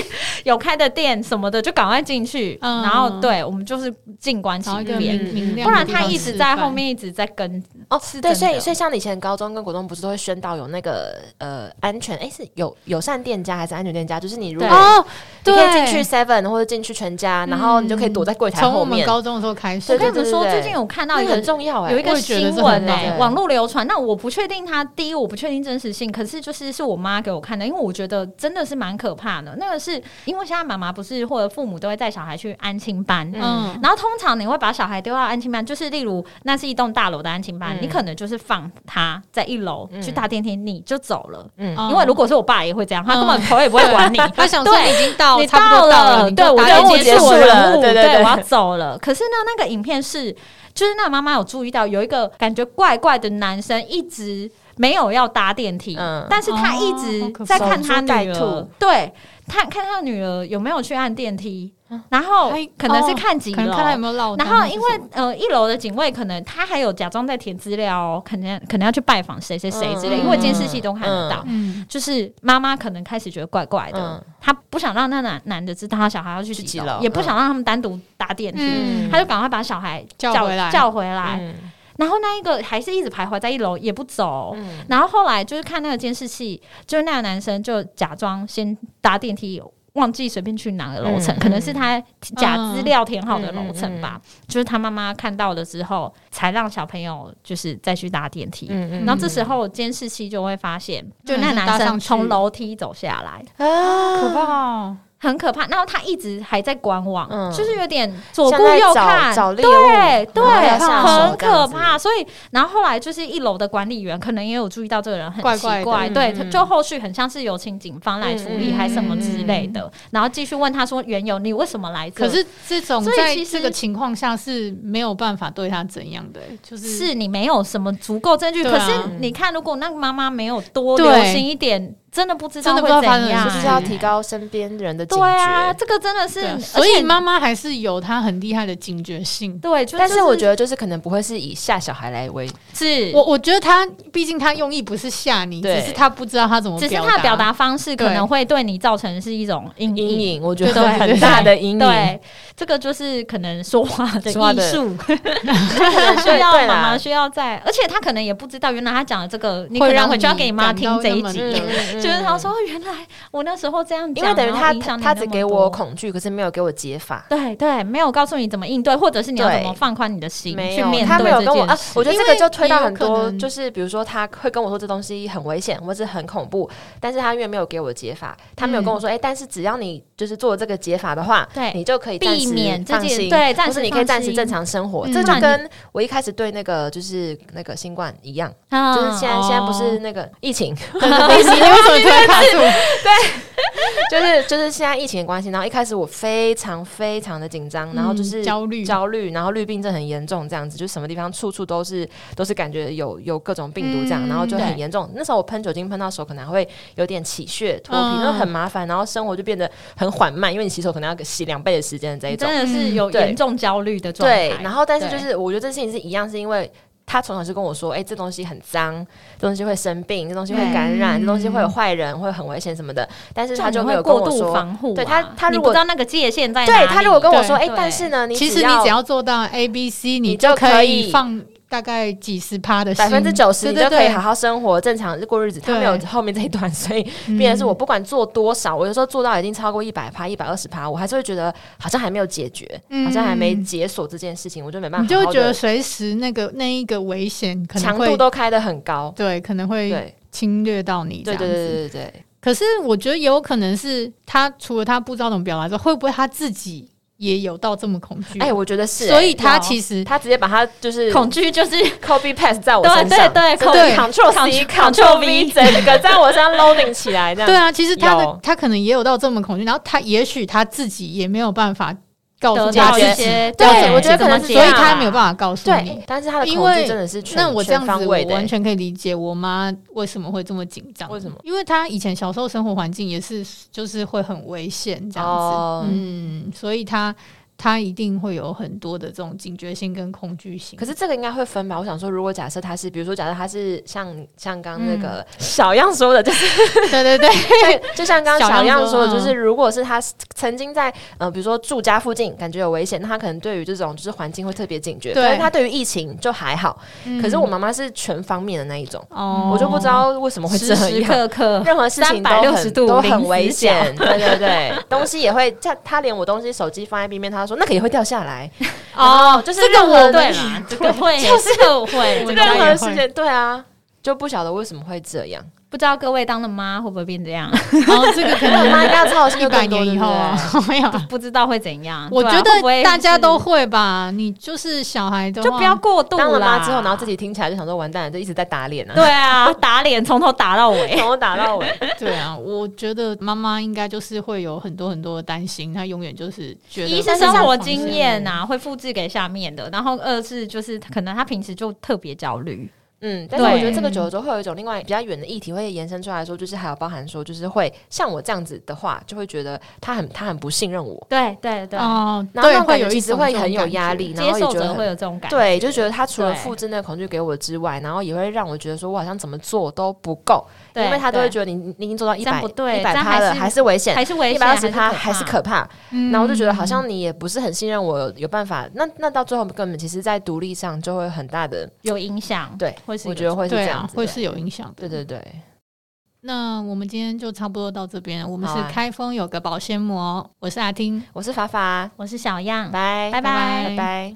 Speaker 2: 有开的店什么的，就赶快进去。
Speaker 3: 嗯
Speaker 2: 然后，对我们就是静观其
Speaker 3: 找一个
Speaker 1: 嗯
Speaker 2: 变，
Speaker 3: 明明亮的地方吃饭，
Speaker 2: 不然他一直在后面，一直在跟。
Speaker 1: 哦
Speaker 2: 是，
Speaker 1: 对，
Speaker 2: 真
Speaker 1: 所以
Speaker 2: 的
Speaker 1: 所以像以前高中跟国中不是都会宣导有那个呃安全，哎，是友友善店家还是安全店家？就是你如
Speaker 2: 对嗯
Speaker 1: 果
Speaker 3: 哦，
Speaker 1: 你
Speaker 3: 对，
Speaker 1: 可以进去 Seven 或者进去全家，然后你就可以躲在柜台
Speaker 3: 从我
Speaker 1: 后
Speaker 3: 们
Speaker 1: 面，
Speaker 3: 高中的时候开始
Speaker 2: 我
Speaker 1: 对，
Speaker 2: 跟你们说，
Speaker 1: 对对
Speaker 2: 最近有看到
Speaker 1: 那
Speaker 2: 一
Speaker 1: 个
Speaker 2: 个
Speaker 1: 很重要哎
Speaker 2: 有一。个
Speaker 3: 我也觉得
Speaker 2: 新
Speaker 3: 这很欸
Speaker 2: 闻
Speaker 3: 重
Speaker 2: 呢、
Speaker 1: 要
Speaker 2: 网络流传。那我不确定它第一，我不确定真实性，可是就是是我妈给我看的，因为我觉得真的是蛮可怕的。那个是因为现在妈妈不是或者父母都会带小孩去安亲班。
Speaker 1: 嗯
Speaker 3: 嗯，
Speaker 2: 然后通常你会把小孩丢到安亲班，就是例如那是一栋大楼的安亲班，
Speaker 1: 嗯
Speaker 2: 你可能就是放他在一楼、去搭电梯，你就走了。
Speaker 1: 嗯
Speaker 3: 嗯
Speaker 2: 因为如果是我爸也会这样，他根本头也不会管你，
Speaker 3: 他想说
Speaker 2: 对
Speaker 3: 你已经到，
Speaker 2: 你
Speaker 3: 差不多
Speaker 2: 到
Speaker 3: 了，你就
Speaker 2: 对我
Speaker 3: 搭
Speaker 1: 就
Speaker 2: 任
Speaker 3: 电
Speaker 2: 务
Speaker 1: 我
Speaker 3: 梯
Speaker 2: 结
Speaker 1: 结
Speaker 2: 束
Speaker 1: 束
Speaker 2: 任
Speaker 1: 了
Speaker 2: 务，
Speaker 1: 对对对
Speaker 2: 我要走了。可是呢，那个影片是，就是那妈妈有注意到有一个感觉怪怪的男生一直没有要搭电梯，
Speaker 1: 嗯
Speaker 2: 但是他一
Speaker 3: 哦好
Speaker 2: 直
Speaker 3: 可怕
Speaker 2: 在看他
Speaker 1: 守
Speaker 2: 女
Speaker 1: 株待
Speaker 2: 儿
Speaker 1: 兔，
Speaker 2: 对他看他女儿有没有去按电梯，然后
Speaker 3: 哎
Speaker 2: 可能是
Speaker 3: 哦
Speaker 2: 看几
Speaker 3: 可
Speaker 2: 楼
Speaker 3: 能。看他有没有落单
Speaker 2: 然
Speaker 3: 或是
Speaker 2: 后，
Speaker 3: 什么，
Speaker 2: 因为呃，一楼的警卫可能他还有假装在填资料哦，可能可能要去拜访谁谁谁之类，
Speaker 3: 嗯
Speaker 2: 因为监视器都看得到。
Speaker 3: 嗯，
Speaker 2: 就是妈妈可能开始觉得怪怪的，
Speaker 1: 嗯
Speaker 2: 她不想让那男男的知道他小孩要去
Speaker 1: 去嗯
Speaker 2: 几
Speaker 1: 几
Speaker 2: 楼，
Speaker 1: 楼
Speaker 2: 也不想让他们单独搭电梯，
Speaker 3: 嗯
Speaker 2: 她就赶快把小孩
Speaker 3: 叫
Speaker 2: 叫
Speaker 3: 回来
Speaker 2: 叫回来。
Speaker 1: 嗯
Speaker 2: 然后那一个还是一直徘徊在一楼也不走。
Speaker 1: 嗯
Speaker 2: 然后后来就是看那个监视器，就是那个男生就假装先搭电梯，忘记随便去哪个楼层，
Speaker 1: 嗯
Speaker 2: 可能是他假资料填好的楼层吧。就是他妈妈看到了之后，才让小朋友就是再去搭电梯。
Speaker 1: 嗯
Speaker 2: 然后这时候监视器就会发现，就
Speaker 3: 那
Speaker 2: 那
Speaker 3: 嗯男生搭
Speaker 2: 男生
Speaker 3: 上去
Speaker 2: 从楼梯走下来，
Speaker 1: 啊，
Speaker 3: 可怕哦，
Speaker 2: 很可怕。然后他一直还在观望，
Speaker 1: 嗯
Speaker 2: 就是有点左顾右
Speaker 1: 像
Speaker 2: 看，
Speaker 1: 在找找猎物
Speaker 2: 对对，
Speaker 1: 然后要下手
Speaker 2: 很
Speaker 1: 这样
Speaker 2: 可
Speaker 1: 子
Speaker 2: 怕。所以，然后后来就是一楼的管理员可能也有注意到这个人很
Speaker 3: 怪
Speaker 2: 奇
Speaker 3: 怪的
Speaker 2: 对，
Speaker 1: 嗯
Speaker 2: 他
Speaker 1: 嗯
Speaker 2: 就后续很像是有请警方来处理
Speaker 3: 嗯嗯
Speaker 2: 还什么之类的，然后继续问他说缘由，你为什么来这？
Speaker 3: 可是这种
Speaker 2: 所以
Speaker 3: 在
Speaker 2: 其实
Speaker 3: 这个情况下是没有办法对他怎样的、欸就是
Speaker 2: 是你没有什么足够证据，
Speaker 3: 对
Speaker 2: 可
Speaker 3: 啊
Speaker 2: 是你看，如果那个妈妈没有多
Speaker 3: 对
Speaker 2: 留心一点，真的不知道
Speaker 3: 真的
Speaker 2: 会
Speaker 3: 不知道发生
Speaker 2: 怎样，
Speaker 3: 什
Speaker 1: 就
Speaker 3: 么
Speaker 1: 是
Speaker 3: 事
Speaker 1: 要提高身边人的警
Speaker 2: 哎对啊，
Speaker 1: 觉。
Speaker 2: 这个真的是
Speaker 3: 对，啊，
Speaker 2: 而
Speaker 3: 所以
Speaker 2: 且
Speaker 3: 妈妈还是有她很厉害的警觉性。
Speaker 2: 对，就
Speaker 1: 但是我觉
Speaker 2: 得
Speaker 1: 得就是可能不会是以吓小孩来为，
Speaker 2: 是
Speaker 3: 我我觉得她毕竟她用意不是吓你，只
Speaker 1: 对
Speaker 3: 是她不知道她怎么
Speaker 2: 只是
Speaker 3: 表
Speaker 2: 他的表达方式可
Speaker 3: 对
Speaker 2: 能会对你造成是一种阴
Speaker 1: 阴
Speaker 2: 影。
Speaker 1: 影，我觉
Speaker 2: 对
Speaker 1: 得
Speaker 2: 对
Speaker 1: 很大的阴影。
Speaker 2: 对，这个就是可能说话的
Speaker 1: 说话
Speaker 2: 艺
Speaker 1: 的
Speaker 2: 术，可能需要
Speaker 1: 对啦
Speaker 2: 妈妈需要在，而且他可能也不知道，原来他讲的这个，你可
Speaker 3: 会
Speaker 2: 能
Speaker 3: 让
Speaker 2: 回去要
Speaker 3: 你
Speaker 2: 给你妈
Speaker 3: 感
Speaker 2: 听
Speaker 3: 到
Speaker 2: 这
Speaker 3: 那
Speaker 2: 一
Speaker 3: 么
Speaker 2: 集
Speaker 3: 的，
Speaker 2: 就是他说哦原来我那时候这样讲，
Speaker 1: 因为等于
Speaker 2: 嗯然后
Speaker 1: 他
Speaker 2: 影
Speaker 1: 他
Speaker 2: 响你
Speaker 1: 他
Speaker 2: 那
Speaker 1: 只
Speaker 2: 么
Speaker 1: 给我
Speaker 2: 多
Speaker 1: 恐惧，可是没有给我解法。
Speaker 2: 对对，没有告诉你怎么应对，或者是你要怎
Speaker 1: 对
Speaker 2: 么放宽你的心
Speaker 1: 没
Speaker 2: 去
Speaker 1: 有，
Speaker 2: 面
Speaker 1: 他
Speaker 2: 对
Speaker 1: 没有
Speaker 2: 这
Speaker 1: 跟我
Speaker 2: 件
Speaker 1: 啊，
Speaker 2: 事。
Speaker 1: 我觉得
Speaker 3: 因
Speaker 1: 这个
Speaker 3: 为
Speaker 1: 就推
Speaker 3: 也
Speaker 1: 到
Speaker 3: 有
Speaker 1: 很
Speaker 3: 可
Speaker 1: 多，
Speaker 3: 能
Speaker 1: 就是比如说他会跟我说这东西很危险，或是很恐怖，但是他因为没有给我解法，他没有跟我说，哎、但是只要你就是做这个解法的话，
Speaker 2: 对
Speaker 1: 你就可以
Speaker 2: 避
Speaker 1: 暂时
Speaker 2: 免这
Speaker 1: 放
Speaker 2: 件
Speaker 1: 心，
Speaker 2: 对暂
Speaker 1: 或
Speaker 2: 时
Speaker 1: 是你可以
Speaker 2: 放
Speaker 1: 暂时
Speaker 2: 心
Speaker 1: 正常生活，
Speaker 3: 嗯
Speaker 1: 这
Speaker 2: 不
Speaker 1: 就
Speaker 2: 然
Speaker 1: 跟我一开始对那个就是那个新冠一样，
Speaker 2: 啊
Speaker 1: 就是现在、现在不
Speaker 3: 哦
Speaker 1: 是那个疫情，
Speaker 3: 没事，你 为什么突然卡 住？
Speaker 1: 就是就是现在疫情的关系，然后一开始我非常非常的紧张，然后就是
Speaker 3: 嗯焦虑
Speaker 1: 焦虑，然后绿病症很严重，这样子，就什么地方处处都是都是感觉有有各种病毒这样，
Speaker 3: 嗯
Speaker 1: 然后就
Speaker 2: 对
Speaker 1: 很严重。那时候我喷酒精喷到手，可能还会有点起屑、脱皮，
Speaker 3: 嗯
Speaker 1: 那、很麻烦，然后生活就变得很缓慢，因为你洗手可能要洗两倍的时间这一
Speaker 2: 你
Speaker 1: 种
Speaker 2: 真。的是
Speaker 3: 嗯
Speaker 2: 有
Speaker 1: 对
Speaker 2: 严重焦虑的状态。
Speaker 1: 对，然后但是
Speaker 2: 对
Speaker 1: 就是我觉得这事情是一样，是因为。他从小就跟我说：“哎、这东西很脏，这东西会生病，这东西会感染，
Speaker 3: 对
Speaker 1: 这东西会有坏人，会很危险什么的。”但是
Speaker 2: 这
Speaker 1: 他
Speaker 2: 种
Speaker 1: 就
Speaker 2: 人
Speaker 1: 没
Speaker 2: 会
Speaker 1: 有跟
Speaker 2: 过
Speaker 1: 我
Speaker 2: 度
Speaker 1: 说，
Speaker 2: 防护啊，
Speaker 1: 对他他
Speaker 2: 你
Speaker 1: 如
Speaker 2: 不
Speaker 1: 果
Speaker 2: 知道那个界限在哪
Speaker 1: 对
Speaker 2: 里。
Speaker 1: 他如果跟我说，哎、
Speaker 2: 对
Speaker 1: 但是呢，你
Speaker 3: 其实你只要做到 A、B、C，你
Speaker 1: 你就
Speaker 3: 就可
Speaker 1: 可
Speaker 3: 以
Speaker 1: 以
Speaker 3: 放大概几十趴的心，
Speaker 1: 百分之九十，
Speaker 3: 对
Speaker 1: 你
Speaker 3: 对
Speaker 1: 就可以好
Speaker 3: 对，
Speaker 1: 好生活，正常过日子。他没有
Speaker 3: 对
Speaker 1: 后面这一段， 所以
Speaker 3: 嗯
Speaker 1: 变成是我不管做多少，我有时候做到已经超过一百趴、一百二十趴，我还是会觉得好像还没有解决，好像还没
Speaker 3: 嗯
Speaker 1: 解锁这件事情，我就没办法
Speaker 3: 你就
Speaker 1: 好
Speaker 3: 会
Speaker 1: 好
Speaker 3: 觉
Speaker 1: 地
Speaker 3: 得随时那个那一个危险可能
Speaker 1: 强
Speaker 3: 会
Speaker 1: 度都开得很高。
Speaker 3: 对，可能会
Speaker 1: 对
Speaker 3: 侵略到你
Speaker 1: 对
Speaker 3: 这样
Speaker 1: 对
Speaker 3: 子。
Speaker 1: 对对对，
Speaker 3: 可是我觉得也有可能是他除了他不知道怎么表达之后，会不会他自己也有到这么恐惧？
Speaker 1: 哎、我觉得是、
Speaker 3: 所以他
Speaker 2: 有
Speaker 3: 其实
Speaker 1: 他直接把他就是
Speaker 2: 恐惧就是
Speaker 1: copy paste 在我
Speaker 2: 对
Speaker 1: 身上，
Speaker 2: 对对
Speaker 1: 真的
Speaker 3: 对
Speaker 1: Ctrl C
Speaker 2: Ctrl-
Speaker 1: Ctrl V 整个在我身上 loading 起来，这样
Speaker 3: 对啊，其实他的
Speaker 1: 有
Speaker 3: 他可能也有到这么恐惧，然后他也许他自己也没有办法告诉
Speaker 2: 得
Speaker 3: 他
Speaker 2: 到
Speaker 3: 自
Speaker 2: 一
Speaker 3: 己，
Speaker 2: 些，
Speaker 1: 对
Speaker 2: 对，
Speaker 1: 我觉得可能是
Speaker 3: 所
Speaker 1: 这
Speaker 3: 以
Speaker 1: 样啊嗯
Speaker 3: 他没有
Speaker 2: 法。
Speaker 3: 办法告诉你
Speaker 1: 对，。但是他的
Speaker 3: 因
Speaker 1: 恐
Speaker 3: 为
Speaker 1: 惧真的是全
Speaker 3: 那我这样
Speaker 1: 全
Speaker 3: 子，
Speaker 1: 方
Speaker 3: 我
Speaker 1: 位的、欸
Speaker 2: 欸
Speaker 3: 完全可以理解我妈为什么会这么紧张。
Speaker 1: 为什么？
Speaker 3: 因为她以前小时候生活环境也是，就是会很危险这样子。
Speaker 1: 哦
Speaker 3: 嗯，所以她她一定会有很多的这种警觉性跟恐惧性。
Speaker 1: 可是这个应该会分吧？我想说，如果假设他是，比如说，假设他是像像刚那个小样说的，就是
Speaker 3: 对对对，
Speaker 1: 像就像刚刚小样说的，
Speaker 3: 小样说
Speaker 1: 就是如果是他曾经在呃，比如说住家附近感觉有危险，那他可能对于这种就是环境会特别警觉。
Speaker 3: 对
Speaker 1: 但是他对于疫情就还好。
Speaker 3: 嗯
Speaker 1: 可是我妈妈是全方面的那一种，
Speaker 3: 哦
Speaker 1: 我就不知道为什么会这
Speaker 2: 时时
Speaker 1: 样。
Speaker 2: 刻刻，
Speaker 1: 任何事情都
Speaker 2: 360
Speaker 1: 很
Speaker 2: 度
Speaker 1: 都
Speaker 2: 零死
Speaker 1: 很危
Speaker 2: 角
Speaker 1: 险，对对对，东西也会，他他连我东西手机放在地面，他说那个也会掉下来，
Speaker 2: 哦，
Speaker 1: 就是
Speaker 2: 这个
Speaker 1: 任何
Speaker 2: 我对
Speaker 1: 东西
Speaker 2: 啦，这个会，这个会，
Speaker 3: 我
Speaker 2: 这
Speaker 3: 们家
Speaker 2: 个
Speaker 1: 任
Speaker 3: 也
Speaker 1: 何
Speaker 3: 会
Speaker 1: 事情，对啊，就不晓得为什么会这样。
Speaker 2: 不知道各位当了妈会不会变 这样，
Speaker 3: 然后这个可
Speaker 1: 我妈
Speaker 3: 能
Speaker 1: 应该要操心
Speaker 3: 一百年以后啊， 没有。
Speaker 2: 不知道会怎样。
Speaker 3: 我
Speaker 2: 对啊
Speaker 3: 觉
Speaker 2: 会不
Speaker 3: 得
Speaker 2: 会
Speaker 3: 大家
Speaker 2: 是
Speaker 3: 都会吧，你就是小孩的
Speaker 2: 就
Speaker 3: 话
Speaker 2: 不要过度
Speaker 1: 当了
Speaker 2: 啦。
Speaker 1: 妈之后，然后自己听起来就想说完蛋了，就一直在打脸啊，
Speaker 2: 对 啊，打脸从头打到尾。
Speaker 1: 从头打到 尾。
Speaker 3: 对啊，我觉得妈妈应该就是会有很多很多的担心，她永远就是觉得
Speaker 2: 一是生活经
Speaker 1: 嗯
Speaker 2: 验呐、会复制给下面的；然后二是就是可能他平时就特别焦虑，
Speaker 1: 嗯，但是我
Speaker 2: 对
Speaker 1: 觉得这个久了之后，会有一种另外比较远的议题会延伸出来说，就是还有包含说，就是会像我这样子的话，就会觉得他很他很不信任我，
Speaker 2: 对对对，
Speaker 3: 哦，
Speaker 1: 然后那
Speaker 3: 对，
Speaker 1: 种感
Speaker 3: 会
Speaker 1: 觉
Speaker 3: 有一
Speaker 1: 其实
Speaker 3: 种
Speaker 1: 会
Speaker 3: 这种
Speaker 1: 很有
Speaker 3: 感觉
Speaker 1: 压力，然
Speaker 2: 接
Speaker 1: 后也
Speaker 2: 受
Speaker 1: 觉
Speaker 2: 者
Speaker 1: 得
Speaker 2: 会
Speaker 1: 很。
Speaker 2: 有这种感觉，
Speaker 1: 对，就觉得他除了
Speaker 2: 对
Speaker 1: 复制那个恐惧给我之外，然后也会让我觉得说我好像怎么做都不够，
Speaker 2: 对，
Speaker 1: 因为他都会
Speaker 2: 对
Speaker 1: 觉得你你你已经做到一
Speaker 2: 这样
Speaker 1: 百
Speaker 2: 不对
Speaker 1: 一
Speaker 2: 这
Speaker 1: 百
Speaker 2: 样
Speaker 1: 趴
Speaker 2: 还
Speaker 1: 了，
Speaker 2: 是
Speaker 1: 还是危险，
Speaker 2: 还是危
Speaker 1: 一
Speaker 2: 险，
Speaker 1: 百二十趴
Speaker 2: 怕
Speaker 1: 还是可怕，
Speaker 3: 嗯
Speaker 1: 然后我就觉得好像你也不是很信任我有办法，那那到最后根本其实，在独立上就会很大的
Speaker 2: 有影响。
Speaker 1: 对，
Speaker 2: 会是
Speaker 1: 我
Speaker 2: 有
Speaker 1: 觉得会是
Speaker 3: 对
Speaker 1: 这
Speaker 3: 啊
Speaker 1: 样，子，
Speaker 3: 会是有影响的。
Speaker 1: 对对对，
Speaker 3: 那我们今天就差不多到这边，我们
Speaker 1: 好
Speaker 3: 是
Speaker 1: 啊
Speaker 3: 开封有个保鲜膜，我是阿听，
Speaker 1: 我是法法，
Speaker 2: 我是小样，
Speaker 1: 拜
Speaker 2: 拜拜
Speaker 1: 拜拜。